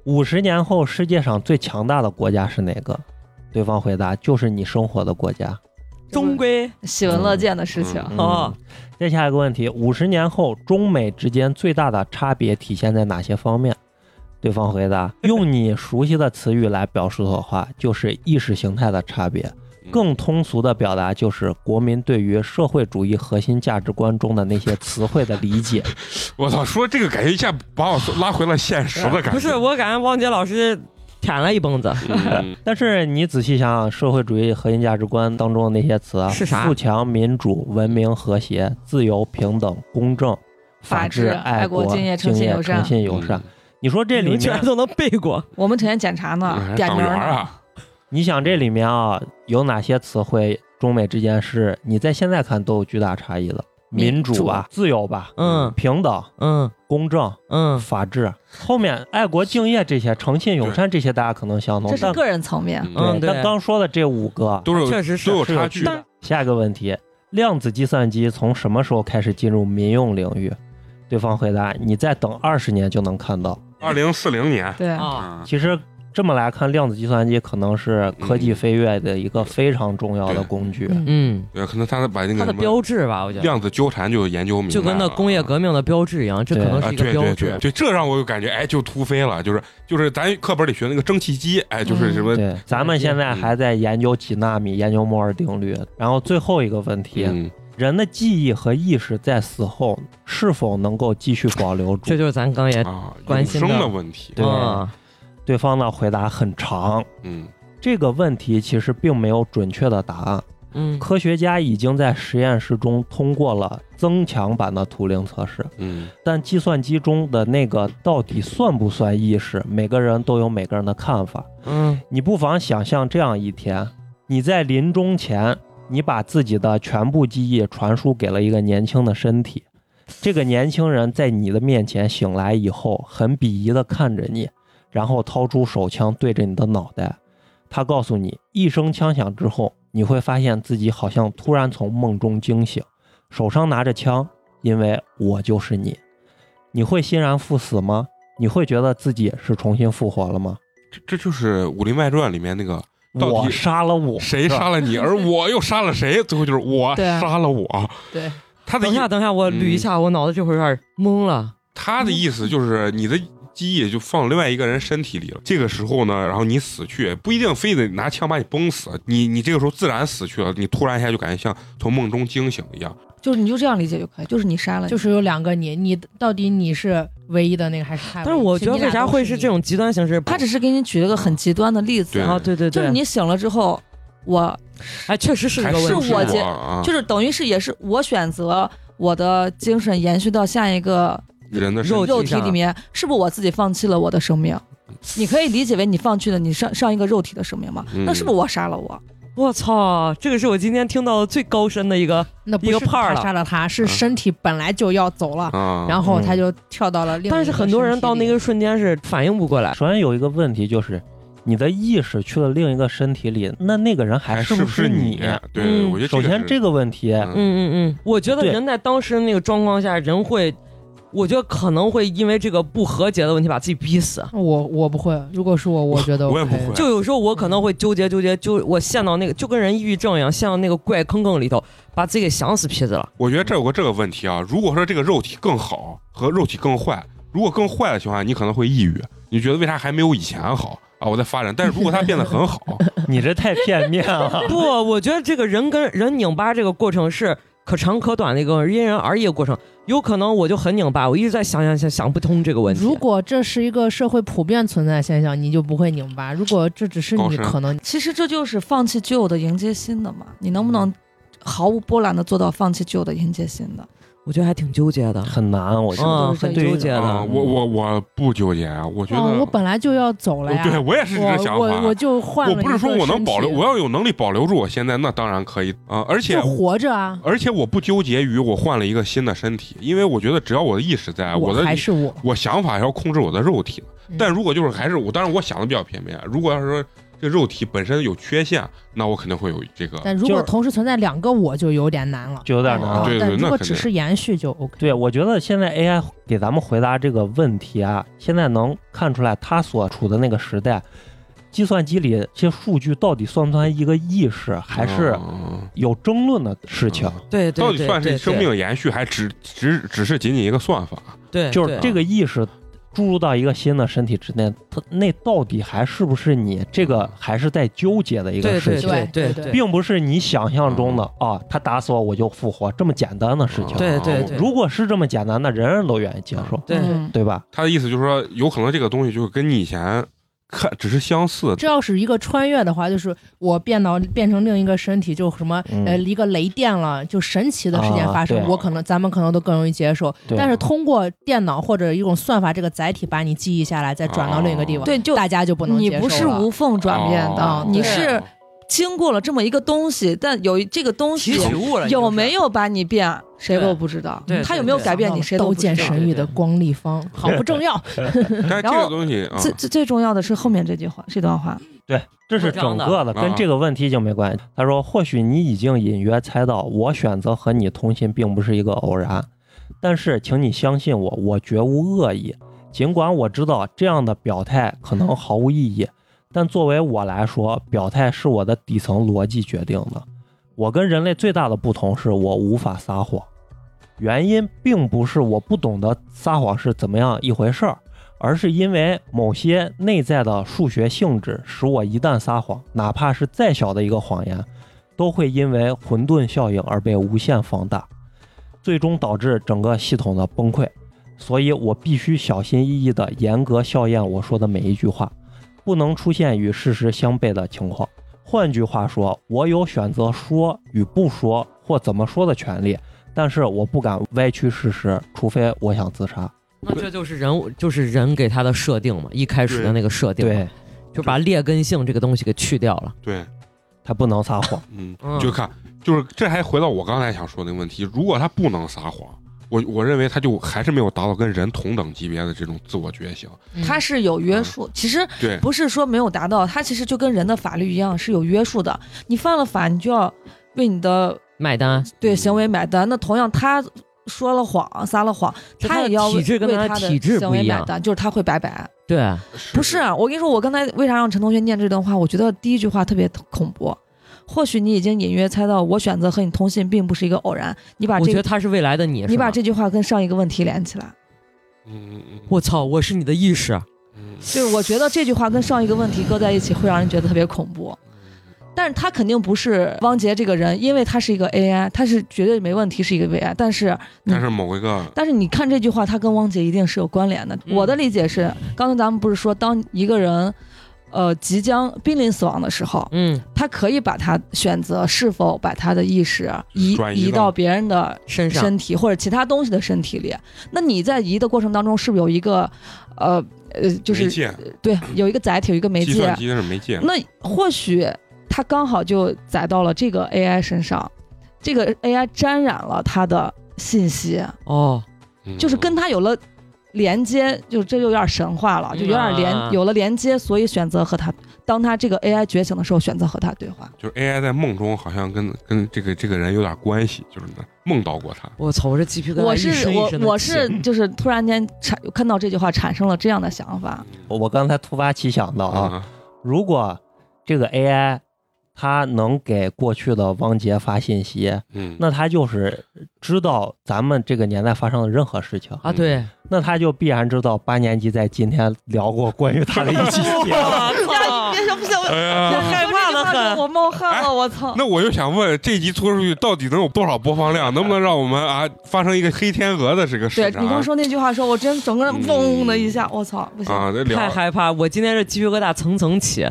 C: 五十年后世界上最强大的国家是哪个？对方回答：就是你生活的国家。
E: 终归
B: 喜闻乐见的事情，
A: 嗯
E: 哦
C: 嗯，再下一个问题：五十年后，中美之间最大的差别体现在哪些方面？对方回答： 用你熟悉的词语来表述的话，就是意识形态的差别。
A: 嗯
C: 更通俗的表达就是国民对于社会主义核心价值观中的那些词汇的理 解。
A: 我操，说这个感觉一下把我拉回了现实的感觉，
E: 不是，我感觉汪杰老师舔了一蹦子。
A: 嗯
C: 但是你仔细想想，社会主义核心价值观当中的那些词啊，
E: 是啥
C: 富强、民主、文明、和谐、自由、平等、公正、法
B: 法
C: 治、
B: 治
C: 爱
B: 爱国敬业
C: 敬
B: 诚信
C: 业、
B: 友善嗯
C: 诚信友善。，你说这
E: 你
C: 里
E: 们居然
C: 面，
E: 都能背过，
B: 我们成天检查呢，
A: 嗯
B: 点
A: 党
B: 名
A: 员
B: 儿呢。
A: 啊，
C: 你想这里面啊，有哪些词汇中美之间是你在现在看都有巨大差异的？民主吧，自由吧，
E: 嗯
C: 平等、
E: 嗯
C: 公正、
E: 嗯，
C: 法治。后面爱国敬业这些、诚信友善这些，大家可能相同
B: 这，是
C: 但
B: 个人层面，
A: 嗯
C: 对，
E: 嗯对
C: 但刚说的这五个
A: 都是
E: 确实
A: 都
E: 是。
A: 有差距的
C: 但下一个问题：量子计算机从什么时候开始进入民用领域？对方回答：你再等二十年就能看到。
A: 二零四零年
B: 对，
E: 啊，
A: 啊，
C: 其实这么来看，量子计算机可能是科
A: 嗯
C: 技飞跃的一个非常重要的工具。
B: 嗯
E: 嗯，
A: 对，可能他把那个
E: 它的
A: 什
E: 标
A: 么
E: 志吧，我觉得
A: 量子纠缠就研究明白了，
E: 就跟那工业革命的标志一样，这可能
A: 啊，
E: 是一个
A: 对
E: 标
A: 对对
E: 志。
A: 对，这让我就感觉哎，就突飞了，就是就是咱课本里学那个蒸汽机，哎，就是什
E: 嗯
A: 么，
C: 对，咱们现在还在研究几纳米，研究摩尔定律。然后最后一个问题，
A: 嗯，
C: 人的记忆和意识在死后是否能够继续保留住
E: 这？就是咱刚也
A: 啊，
E: 关
A: 永
E: 心
A: 生
E: 的
A: 的问题，
C: 对
E: 嗯
C: 对方的回答很长。
A: 嗯
C: 这个问题其实并没有准确的答案。
E: 嗯
C: 科学家已经在实验室中通过了增强版的图灵测试，
A: 嗯
C: 但计算机中的那个到底算不算意识，每个人都有每个人的看法。
E: 嗯
C: 你不妨想象这样一天：你在临终前，你把自己的全部记忆传输给了一个年轻的身体。这个年轻人在你的面前醒来以后，很鄙夷地看着你，然后掏出手枪对着你的脑袋。他告诉你，一声枪响之后，你会发现自己好像突然从梦中惊醒，手上拿着枪，因为我就是你。你会欣然赴死吗？你会觉得自己是重新复活了吗？
A: 这这就是《武林外传》里面那个到底
C: 我杀了我，
A: 谁杀了你，而我又杀了谁，最后就是我
B: 对啊
A: 杀了我。
B: 对，
A: 他的
E: 等一
A: 意
E: 下，等一下，我捋一下，我脑子这会儿有点懵了。
A: 他的意思就是你的记忆就放另外一个人身体里了。这个时候呢，然后你死去，不一定非得拿枪把你崩死，啊你你这个时候自然死去了，你突然一下就感觉像从梦中惊醒一样。
B: 就是你就这样理解就可以，就是你杀
A: 嗯
B: 了你，
F: 就是有两个你，你到底你是唯一的那个还是他唯一？
E: 但是我觉得
F: 哎你俩
E: 为啥
F: 都
E: 会
F: 是
E: 是这种极端形式？
B: 他只是给你举了个很极端的例子
A: 对，啊
E: 啊，对对
B: 就
E: 对
B: 是，你醒了之后，我
E: 哎，确实是一
A: 还
E: 个问题。
A: 是
B: 是我
A: 我
B: 接
A: 啊，
B: 就是等于是也是我选择我的精神延续到下一个
A: 人的身体
B: 肉
E: 肉体
B: 体
E: 上
B: 里面，是不是我自己放弃了我的生命？你可以理解为你放弃了你上上一个肉体的生命吗？
A: 嗯
B: 那是不是我杀了我？
E: 我操，这个是我今天听到的最高深的一个。
F: 那不
E: 一个
F: 是
E: 泡儿
F: 他
E: 了
F: 杀了他，
A: 嗯
F: 是身体本来就要走了，
A: 啊，
F: 然后他
C: 嗯
F: 就跳到了另一个
E: 但是很多人到那个
F: 身
E: 瞬间是反应不过来。
C: 首先有一个问题就是，你的意识去了另一个身体里，那那个人还
A: 还
C: 是不
A: 不哎是
C: 你？
A: 对，对
E: 嗯
A: 我觉得
C: 首先
A: 是
C: 这个问题，
A: 嗯
E: 嗯嗯嗯，我觉得
C: 对
E: 人在当时那个状况下，人会，我觉得可能会因为这个不和解的问题把自己逼死。
F: 体里。我我不会，如果是我，我觉得
A: 我也不
F: 可以
A: 会
E: 就有时候我可能会纠结纠结，就我陷到那个就跟人抑郁症一样，陷到那个怪坑坑里头，把自己给想死皮子了。
A: 我觉得这有个这个问题啊，如果说这个肉体更好和肉体更坏，如果更坏的情况下，你可能会抑郁，你觉得为啥还没有以前好啊？我在发展，但是如果它变得很好，
C: 你这太片面了。
E: 不，我觉得这个人跟人拧巴这个过程是可长可短的一个因人而异的过程。有可能我就很拧巴，我一直在想想想想不通这个问题。
F: 如果这是一个社会普遍存在的现象，你就不会拧巴；如果这只是
A: 高
F: 你
A: 深
F: 可能，
B: 其实这就是放弃旧的，迎接新的嘛。你能不
F: 嗯
B: 能毫无波澜的做到放弃旧的，迎接新的？
E: 我觉得还挺纠结的，
C: 很难，我觉得。
E: 嗯，
B: 是
E: 很
B: 不是
E: 纠结
A: 啊，
E: 的。
A: 我我我不纠结啊，我觉得、
F: 哦，我本来就要走了呀，
A: 对我也是这个想法。
F: 我我我就换了
A: 我
F: 一
A: 不
F: 个
A: 是说我能保留，
F: 身体
A: 我要有能力保留住我现在，那当然可以啊、而且
F: 就活着啊，
A: 而且我不纠结于我换了一个新的身体，因为我觉得只要我的意识在，哎我的
F: 还是我。
A: 我想法要控制我的肉体嘛
F: 嗯。
A: 但如果就是还是我，当然我想的比较片面。如果要是说这肉体本身有缺陷，那我肯定会有这个。
F: 但如
C: 就
F: 果
C: 是
F: 同时存在两个我，就有点难了。
C: 就有点难
A: 啊
F: 啊
A: 对
F: 但
A: 对
F: 如
A: 那
F: 果
A: 肯
F: 只
A: 定
F: 是延续就 OK。
C: 对，我觉得现在 AI 给咱们回答这个问题啊，现在能看出来它所处的那个时代，计算机里这些数据到底算不算一个意识，还是
A: 嗯
C: 有争论的事情。
A: 嗯
E: 对对
A: 到
E: 对
A: 底算是
E: 对
A: 生
E: 对
A: 命延续，还只只只是仅仅一个算法？
E: 对，
C: 就是
E: 哎对啊
C: 这个意识注入到一个新的身体之内，它那到底还是不是你？这个还是在纠结的一个
E: 嗯对
C: 事
E: 对
C: 情，
E: 对对
F: 对
E: 对，
C: 并不是你想象中的啊，他打死我我就复活这么简单的
A: 啊
C: 事情。啊
E: 对嗯对对
C: 如果是这么简单，那人人都愿意接受，
E: 对
B: 嗯
C: 对吧？
A: 他的意思就是说，有可能这个东西就是跟你以前看只是相似，
F: 这要是一个穿越的话，就是我变到变成另一个身体，就什么、
C: 嗯
F: 呃一个雷电了，就神奇的事件
C: 啊
F: 发生，
C: 对
F: 我可能咱们可能都更容易接受。
C: 对
F: 但是通过电脑或者一种算法这个载体把你记忆下来，再转到另一个地方，
B: 对，就
F: 大家就不能
B: 你
F: 接受
B: 不是
F: 了
B: 无缝转变
A: 哦
B: 的，你
E: 对
B: 是经过了这么一个东西，但有这个东
E: 提
B: 西
E: 取物了，
B: 有没有把你变，谁
E: 对
B: 都不知道
E: 对。
B: 他
E: 对
B: 有没有
E: 对
B: 改变你，谁都
F: 刀
B: 不知
F: 剑
B: 道。
F: 神域的光立方，好不重 要。
A: 但是这
B: 然
A: 个
B: 后
A: 东
E: 嗯
A: 西啊，
B: 最最最重要的是后面这句话，这段话。
C: 对，这是整个的，跟这个问题已经没关系。他说，或许你已经隐约猜到，我选择和你通信并不是一个偶然，但是请你相信我，我绝无恶意。尽管我知道这样的表态可能毫无意义，但作为我来说，表态是我的底层逻辑决定的。我跟人类最大的不同是我无法撒谎，原因并不是我不懂得撒谎是怎么样一回事儿，而是因为某些内在的数学性质使我一旦撒谎，哪怕是再小的一个谎言，都会因为混沌效应而被无限放大，最终导致整个系统的崩溃。所以我必须小心翼翼地严格校验我说的每一句话，不能出现与事实相悖的情况。换句话说，我有选择说与不说或怎么说的权利，但是我不敢歪曲事实，除非我想自杀。
E: 那这就是人物，就是人给他的设定嘛，一开始的那个设定，，
C: 对
E: 就把劣根性这个东西给去掉了。
A: 对，
C: 他不能撒谎。
A: 嗯，
E: 嗯
A: 就看，就是这还回到我刚才想说那个问题，如果他不能撒谎，我我认为他就还是没有达到跟人同等级别的这种自我觉醒。
E: 嗯
B: 它是有约束，其实
A: 对，
B: 不是说没有达到，它其实就跟人的法律一样是有约束的。你犯了法，你就要为你的
E: 买单，
B: 对行为买单。那同样，他说了谎，撒了谎，
E: 就
B: 他
E: 他的
B: 也要
E: 体
B: 为
E: 制跟
B: 为
E: 他的
B: 他
E: 体制
B: 行
E: 不
B: 为
E: 一
B: 买
E: 样
B: 单，就是他会拜拜。
E: 对，
B: 不是啊，我跟你说，我刚才为啥让陈同学念这段话？我觉得第一句话特别恐怖。或许你已经隐约猜到，我选择和你通信并不是一个偶然。你把
E: 我
B: 这
E: 觉
B: 个
E: 得他是未来的你。
B: 你
E: 是吧
B: 把这句话跟上一个问题连起来，
A: 嗯，嗯
E: 我操，我是你的意识，啊
A: 嗯
B: 就是我觉得这句话跟上一个问题搁在一起，会让人觉得特别恐怖。但是他肯定不是汪杰这个人，因为他是一个 AI，他是绝对没问题，是一个 AI。但是
A: 但是某一个
B: 但是你看这句话，他跟汪姐一定是有关联的。
E: 嗯
B: 我的理解是，刚才咱们不是说，当一个人，呃，即将濒临死亡的时候，
E: 嗯，
B: 他可以把他选择是否把他的意识移
A: 转移
B: 移
A: 到
B: 到别人的
E: 身上
B: 身体或者其他东西的身体里。那你在移的过程当中，是不是有一个，呃呃，就
A: 媒
B: 是
A: 介
B: 对，有一个载体，有一个媒
A: 计算
B: 介？
A: 机是媒介，
B: 那或许他刚好就载到了这个 AI 身上，这个 AI 沾染了他的信息。
E: 哦，
A: 嗯
B: 就是跟他有了连接，就这就有点神话了，
E: 嗯
B: 就有点连、
E: 啊
B: 有了连接，所以选择和他，当他这个 AI 觉醒的时候，选择和他对话。
A: 就是 AI 在梦中好像跟跟这个这个人有点关系，就是梦到过他。
E: 我操，我这鸡皮疙瘩
B: 我
E: 一
B: 是
E: 身一
B: 我
E: 身的
B: 我
E: 起
B: 是就是突然间产看到这句话产生了这样的想法，
C: 我我刚才突发奇想的啊，
A: 啊，
C: 如果这个 AI 它能给过去的汪杰发信息，
A: 嗯，
C: 那它就是知道咱们这个年代发生的任何事情，
E: 啊，对，
C: 那他就必然知道八年级在今天聊过关于他的一期节 目。
E: 我
B: 别想不想
A: 哎呀，
E: 害怕的很。
B: 我冒汗
A: 哎
B: 了，我操！
A: 那我就想问，这集拖出去到底能有多少播放量？能不能让我们啊发生一个黑天鹅的这个市
B: 对
A: 场？
B: 你跟我说那句话的时候，我真整个人嗡的一下，我操，不行！
A: 啊，这
E: 太
A: 聊
E: 害怕，我今天这鸡皮疙瘩层层起，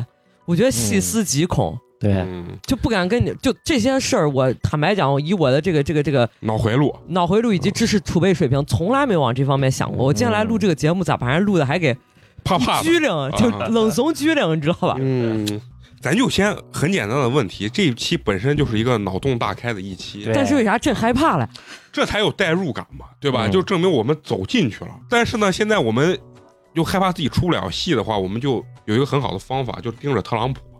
E: 我觉得
B: 嗯
E: 细思极恐，
C: 对，
A: 嗯，
E: 就不敢跟你就这些事儿。我坦白讲，以我的这个这个这个
A: 脑回路，
E: 脑回路以及知识储备水平，从来没往这方面想过。我今天来录这个节目，咋把人录的还给
A: 怕怕的。啊
E: 拘灵，就冷怂拘灵，你知道吧？
A: 嗯，咱就先很简单的问题，这一期本身就是一个脑洞大开的一期，
C: 对
E: 但是为啥朕害 怕了？
A: 这才有代入感嘛，对吧？
C: 嗯
A: 就证明我们走进去了。但是呢，现在我们又害怕自己出不了戏的话，我们就有一个很好的方法，就盯着特朗普。
B: 哦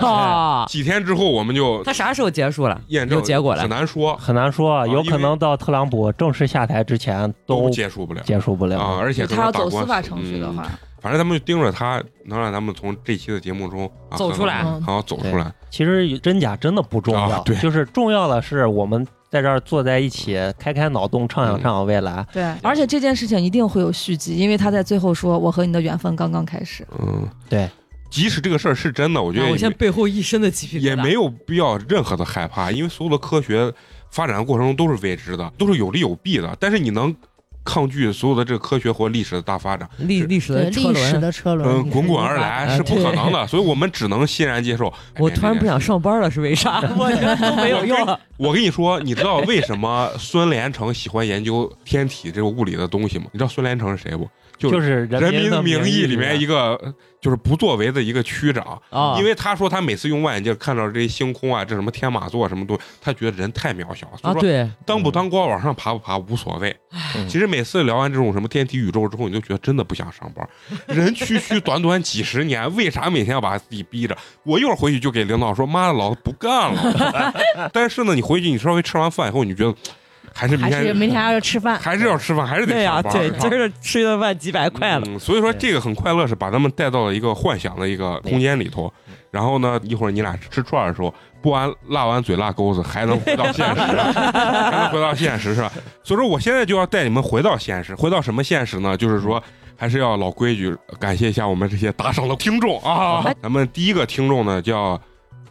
E: 啊，
A: 几天之后，我们就
E: 他啥时候结束了？
A: 验证
E: 有结果了
A: 很难说，
C: 很难说，有
A: 因为
C: 可能到特朗普正式下台之前都
A: 接触不了
C: 结束不
A: 啊，
C: 了。
A: 而且
B: 他
A: 可
B: 要
A: 能打
B: 走
A: 官
B: 司法程序的
A: 嗯
B: 话，
A: 反正咱们就盯着他，能让咱们从这期的节目中、啊、
E: 走出来
A: 很好走出来。
C: 其实真假真的不重
A: 啊
C: 要，
A: 对
C: 就是重要的是我们在这儿坐在一起，开开脑洞，畅想
A: 嗯
C: 畅想未 来。
B: 对，而且这件事情一定会有续集，因为他在最后说：“我和你的缘分刚刚开始。
A: 嗯，
C: 对。
A: 即使这个事儿是真的，我觉
E: 啊
A: 得
E: 我
A: 也
E: 现在背后一身的鸡皮疙瘩，
A: 也没有必要任何的害怕，因为所有的科学发展的过程中都是未知的，都是有利有弊的。但是你能抗拒所有的这个科学或历史的大发展，
E: 历历史
F: 对
E: 的车
F: 历史
E: 轮。
F: 的车轮，
A: 嗯，滚滚而来是不可能的，所以我们只能欣然接受。哎
E: 我突然不，
A: 这件
E: 想
A: 事
E: 上班了，是 为啥？我觉得都没 有用了。
A: 我跟你说，你知道为什么孙连成喜欢研究天体这个物理的东西吗？你知道孙连成是谁不？就
C: 就是
A: 《人民
C: 的
A: 的名义》啊里面一
C: 个
A: 个就是不作为的一个区长，
E: 啊，
A: 因为他说他每次用望远镜看到这些星空啊，这什么天马座什么东西，他觉得人太渺小，所
E: 啊
A: 以说
E: 对，
A: 当不当官往上爬不爬无所谓
C: 嗯。
A: 其实每次聊完这种什么天体宇宙之后，你就觉得真的不想上班。 人区区短短几十年，为啥每天要把自己逼着？我一会儿回去 就给领导说：“妈的，老子不干了。”但是呢，你回去你稍微吃完饭以后，你觉得还是明
F: 还是
A: 天
F: 明天还要吃饭。
A: 还是要吃饭，还是得
E: 对呀、
A: 上班
E: 对，
A: 是吧
E: 今儿吃一顿饭几百块了，
A: 嗯所以说这个很快乐，是把他们带到了一个幻想的一个空间里头。然后呢，一会儿你俩吃串儿的时候，不完辣完嘴辣钩子，还能回到现实，还能回到现实是吧？所以说，我现在就要带你们回到现实，回到什么现实呢？就是说。还是要老规矩，感谢一下我们这些打赏的听众啊！咱们第一个听众呢叫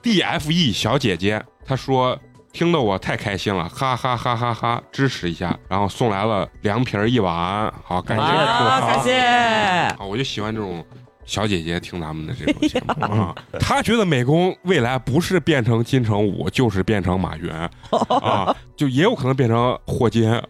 A: D F E 小姐姐，她说听得我太开心了，哈哈哈哈哈！支持一下，然后送来了凉皮儿一碗，好，感谢
C: 啊
A: 各位
E: 啊，
A: 啊
E: 感谢。
A: 啊，我就喜欢这种小姐姐听咱们的这种节目啊。 她觉得美工未来不是变成金城武，就是变成 马云啊，就也有可能变成霍金啊，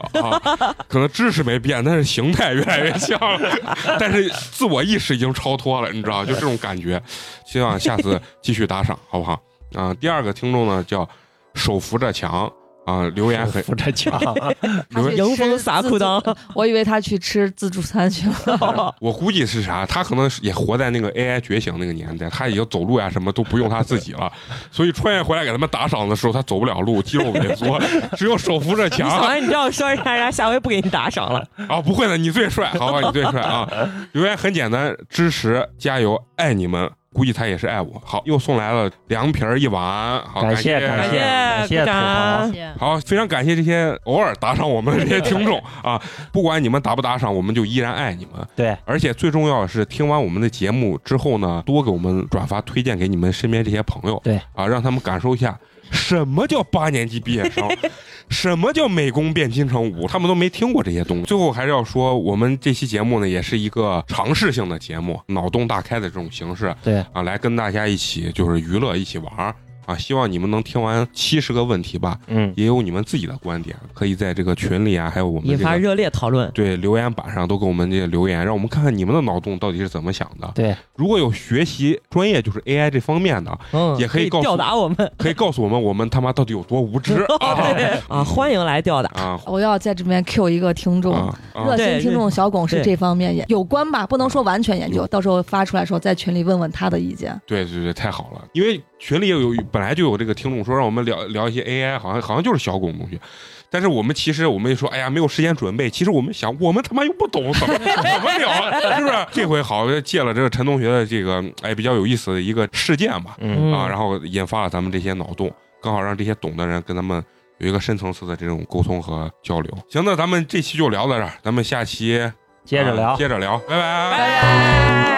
A: 可能知识没变，但是形态越来越像了，但是自我意识已经超脱了，你知道，就这种感觉。希望下次继续打赏，好不好？啊，第二个听众呢叫手扶着墙啊，留 言很
C: 扶着 墙，
A: 啊留言。
E: 迎风撒裤裆，
B: 我以为他去吃自助餐去了。
A: 我估计是啥？他可能是也活在那个 AI 觉醒那个年代，他已经走路啊呀、什么都不用他自己了，所以穿越回来给他们打赏的时候，他走不了路，肌肉萎缩，只有手扶着
E: 你小
A: 墙
E: 完你这样说人家，人家下回不给你打赏了。
A: 啊！不会的，你最帅，好吧，你最帅啊！留言很简单，支持加油，爱你们。估计他也是爱我。好，又送来了凉皮儿一碗，好，
C: 感
A: 谢
C: 谢感
E: 谢
C: 感谢
E: 鼓
C: 土豪
E: 掌。
C: 嗯
A: 好，非常感谢这些偶尔打赏我们的这些听 众啊！不管你们打不打赏，我们就依然爱你们。
C: 对，
A: 而且最重要的是，听完我们的节目之后呢，多给我们转发推荐给你们身边这些朋友，
C: 对
A: 啊，让他们感受一下什么叫八年级毕业 生，什么叫美工变金城武，他们都没听过这些东西。最后还是要说，我们这期节目呢，也是一个尝试性的节目，脑洞大开的这种形式，
C: 对
A: 啊，来跟大家一起就是娱乐，一起玩儿啊。希望你们能听完七十个问题吧，
C: 嗯，
A: 也有你们自己的观点，可以在这个群里啊，还有我们、这
E: 引
A: 个、
E: 发热烈讨论。
A: 对留言板上都给我们这些留言，让我们看看你们的脑洞到底是怎么想的。
C: 对，
A: 如果有学习专业就是 AI 这方面的，
E: 嗯
A: 也可以告诉
E: 吊打我们
A: 可以告诉我们我们他妈到底有多无 知啊
E: 啊！欢迎来吊打。
A: 啊
B: 我要在这边 Q 一个听众，
A: 啊啊
B: 热！心听众小巩是
E: 对
B: 这方面也有关吧，不能说完全研究，到时候发出来的时候在群里问问他的意见。
A: 对对对，太好了，因为群里也有本来就有这个听众说让我们聊聊一些 AI，好像好像就是小巩同学。但是我们其实我们一说，哎呀，没有时间准备。其实我们想，我们他妈又不懂，怎么怎么聊，啊是不是？这回好借了这个陈同学的这个哎比较有意思的一个事件吧，
C: 嗯，
A: 啊，然后引发了咱们这些脑洞，刚好让这些懂的人跟咱们有一个深层次的这种沟通和交流。行，那咱们这期就聊到这儿，咱们下期
C: 接着
A: 啊
C: 聊。
A: 接着聊，拜拜
E: 拜拜。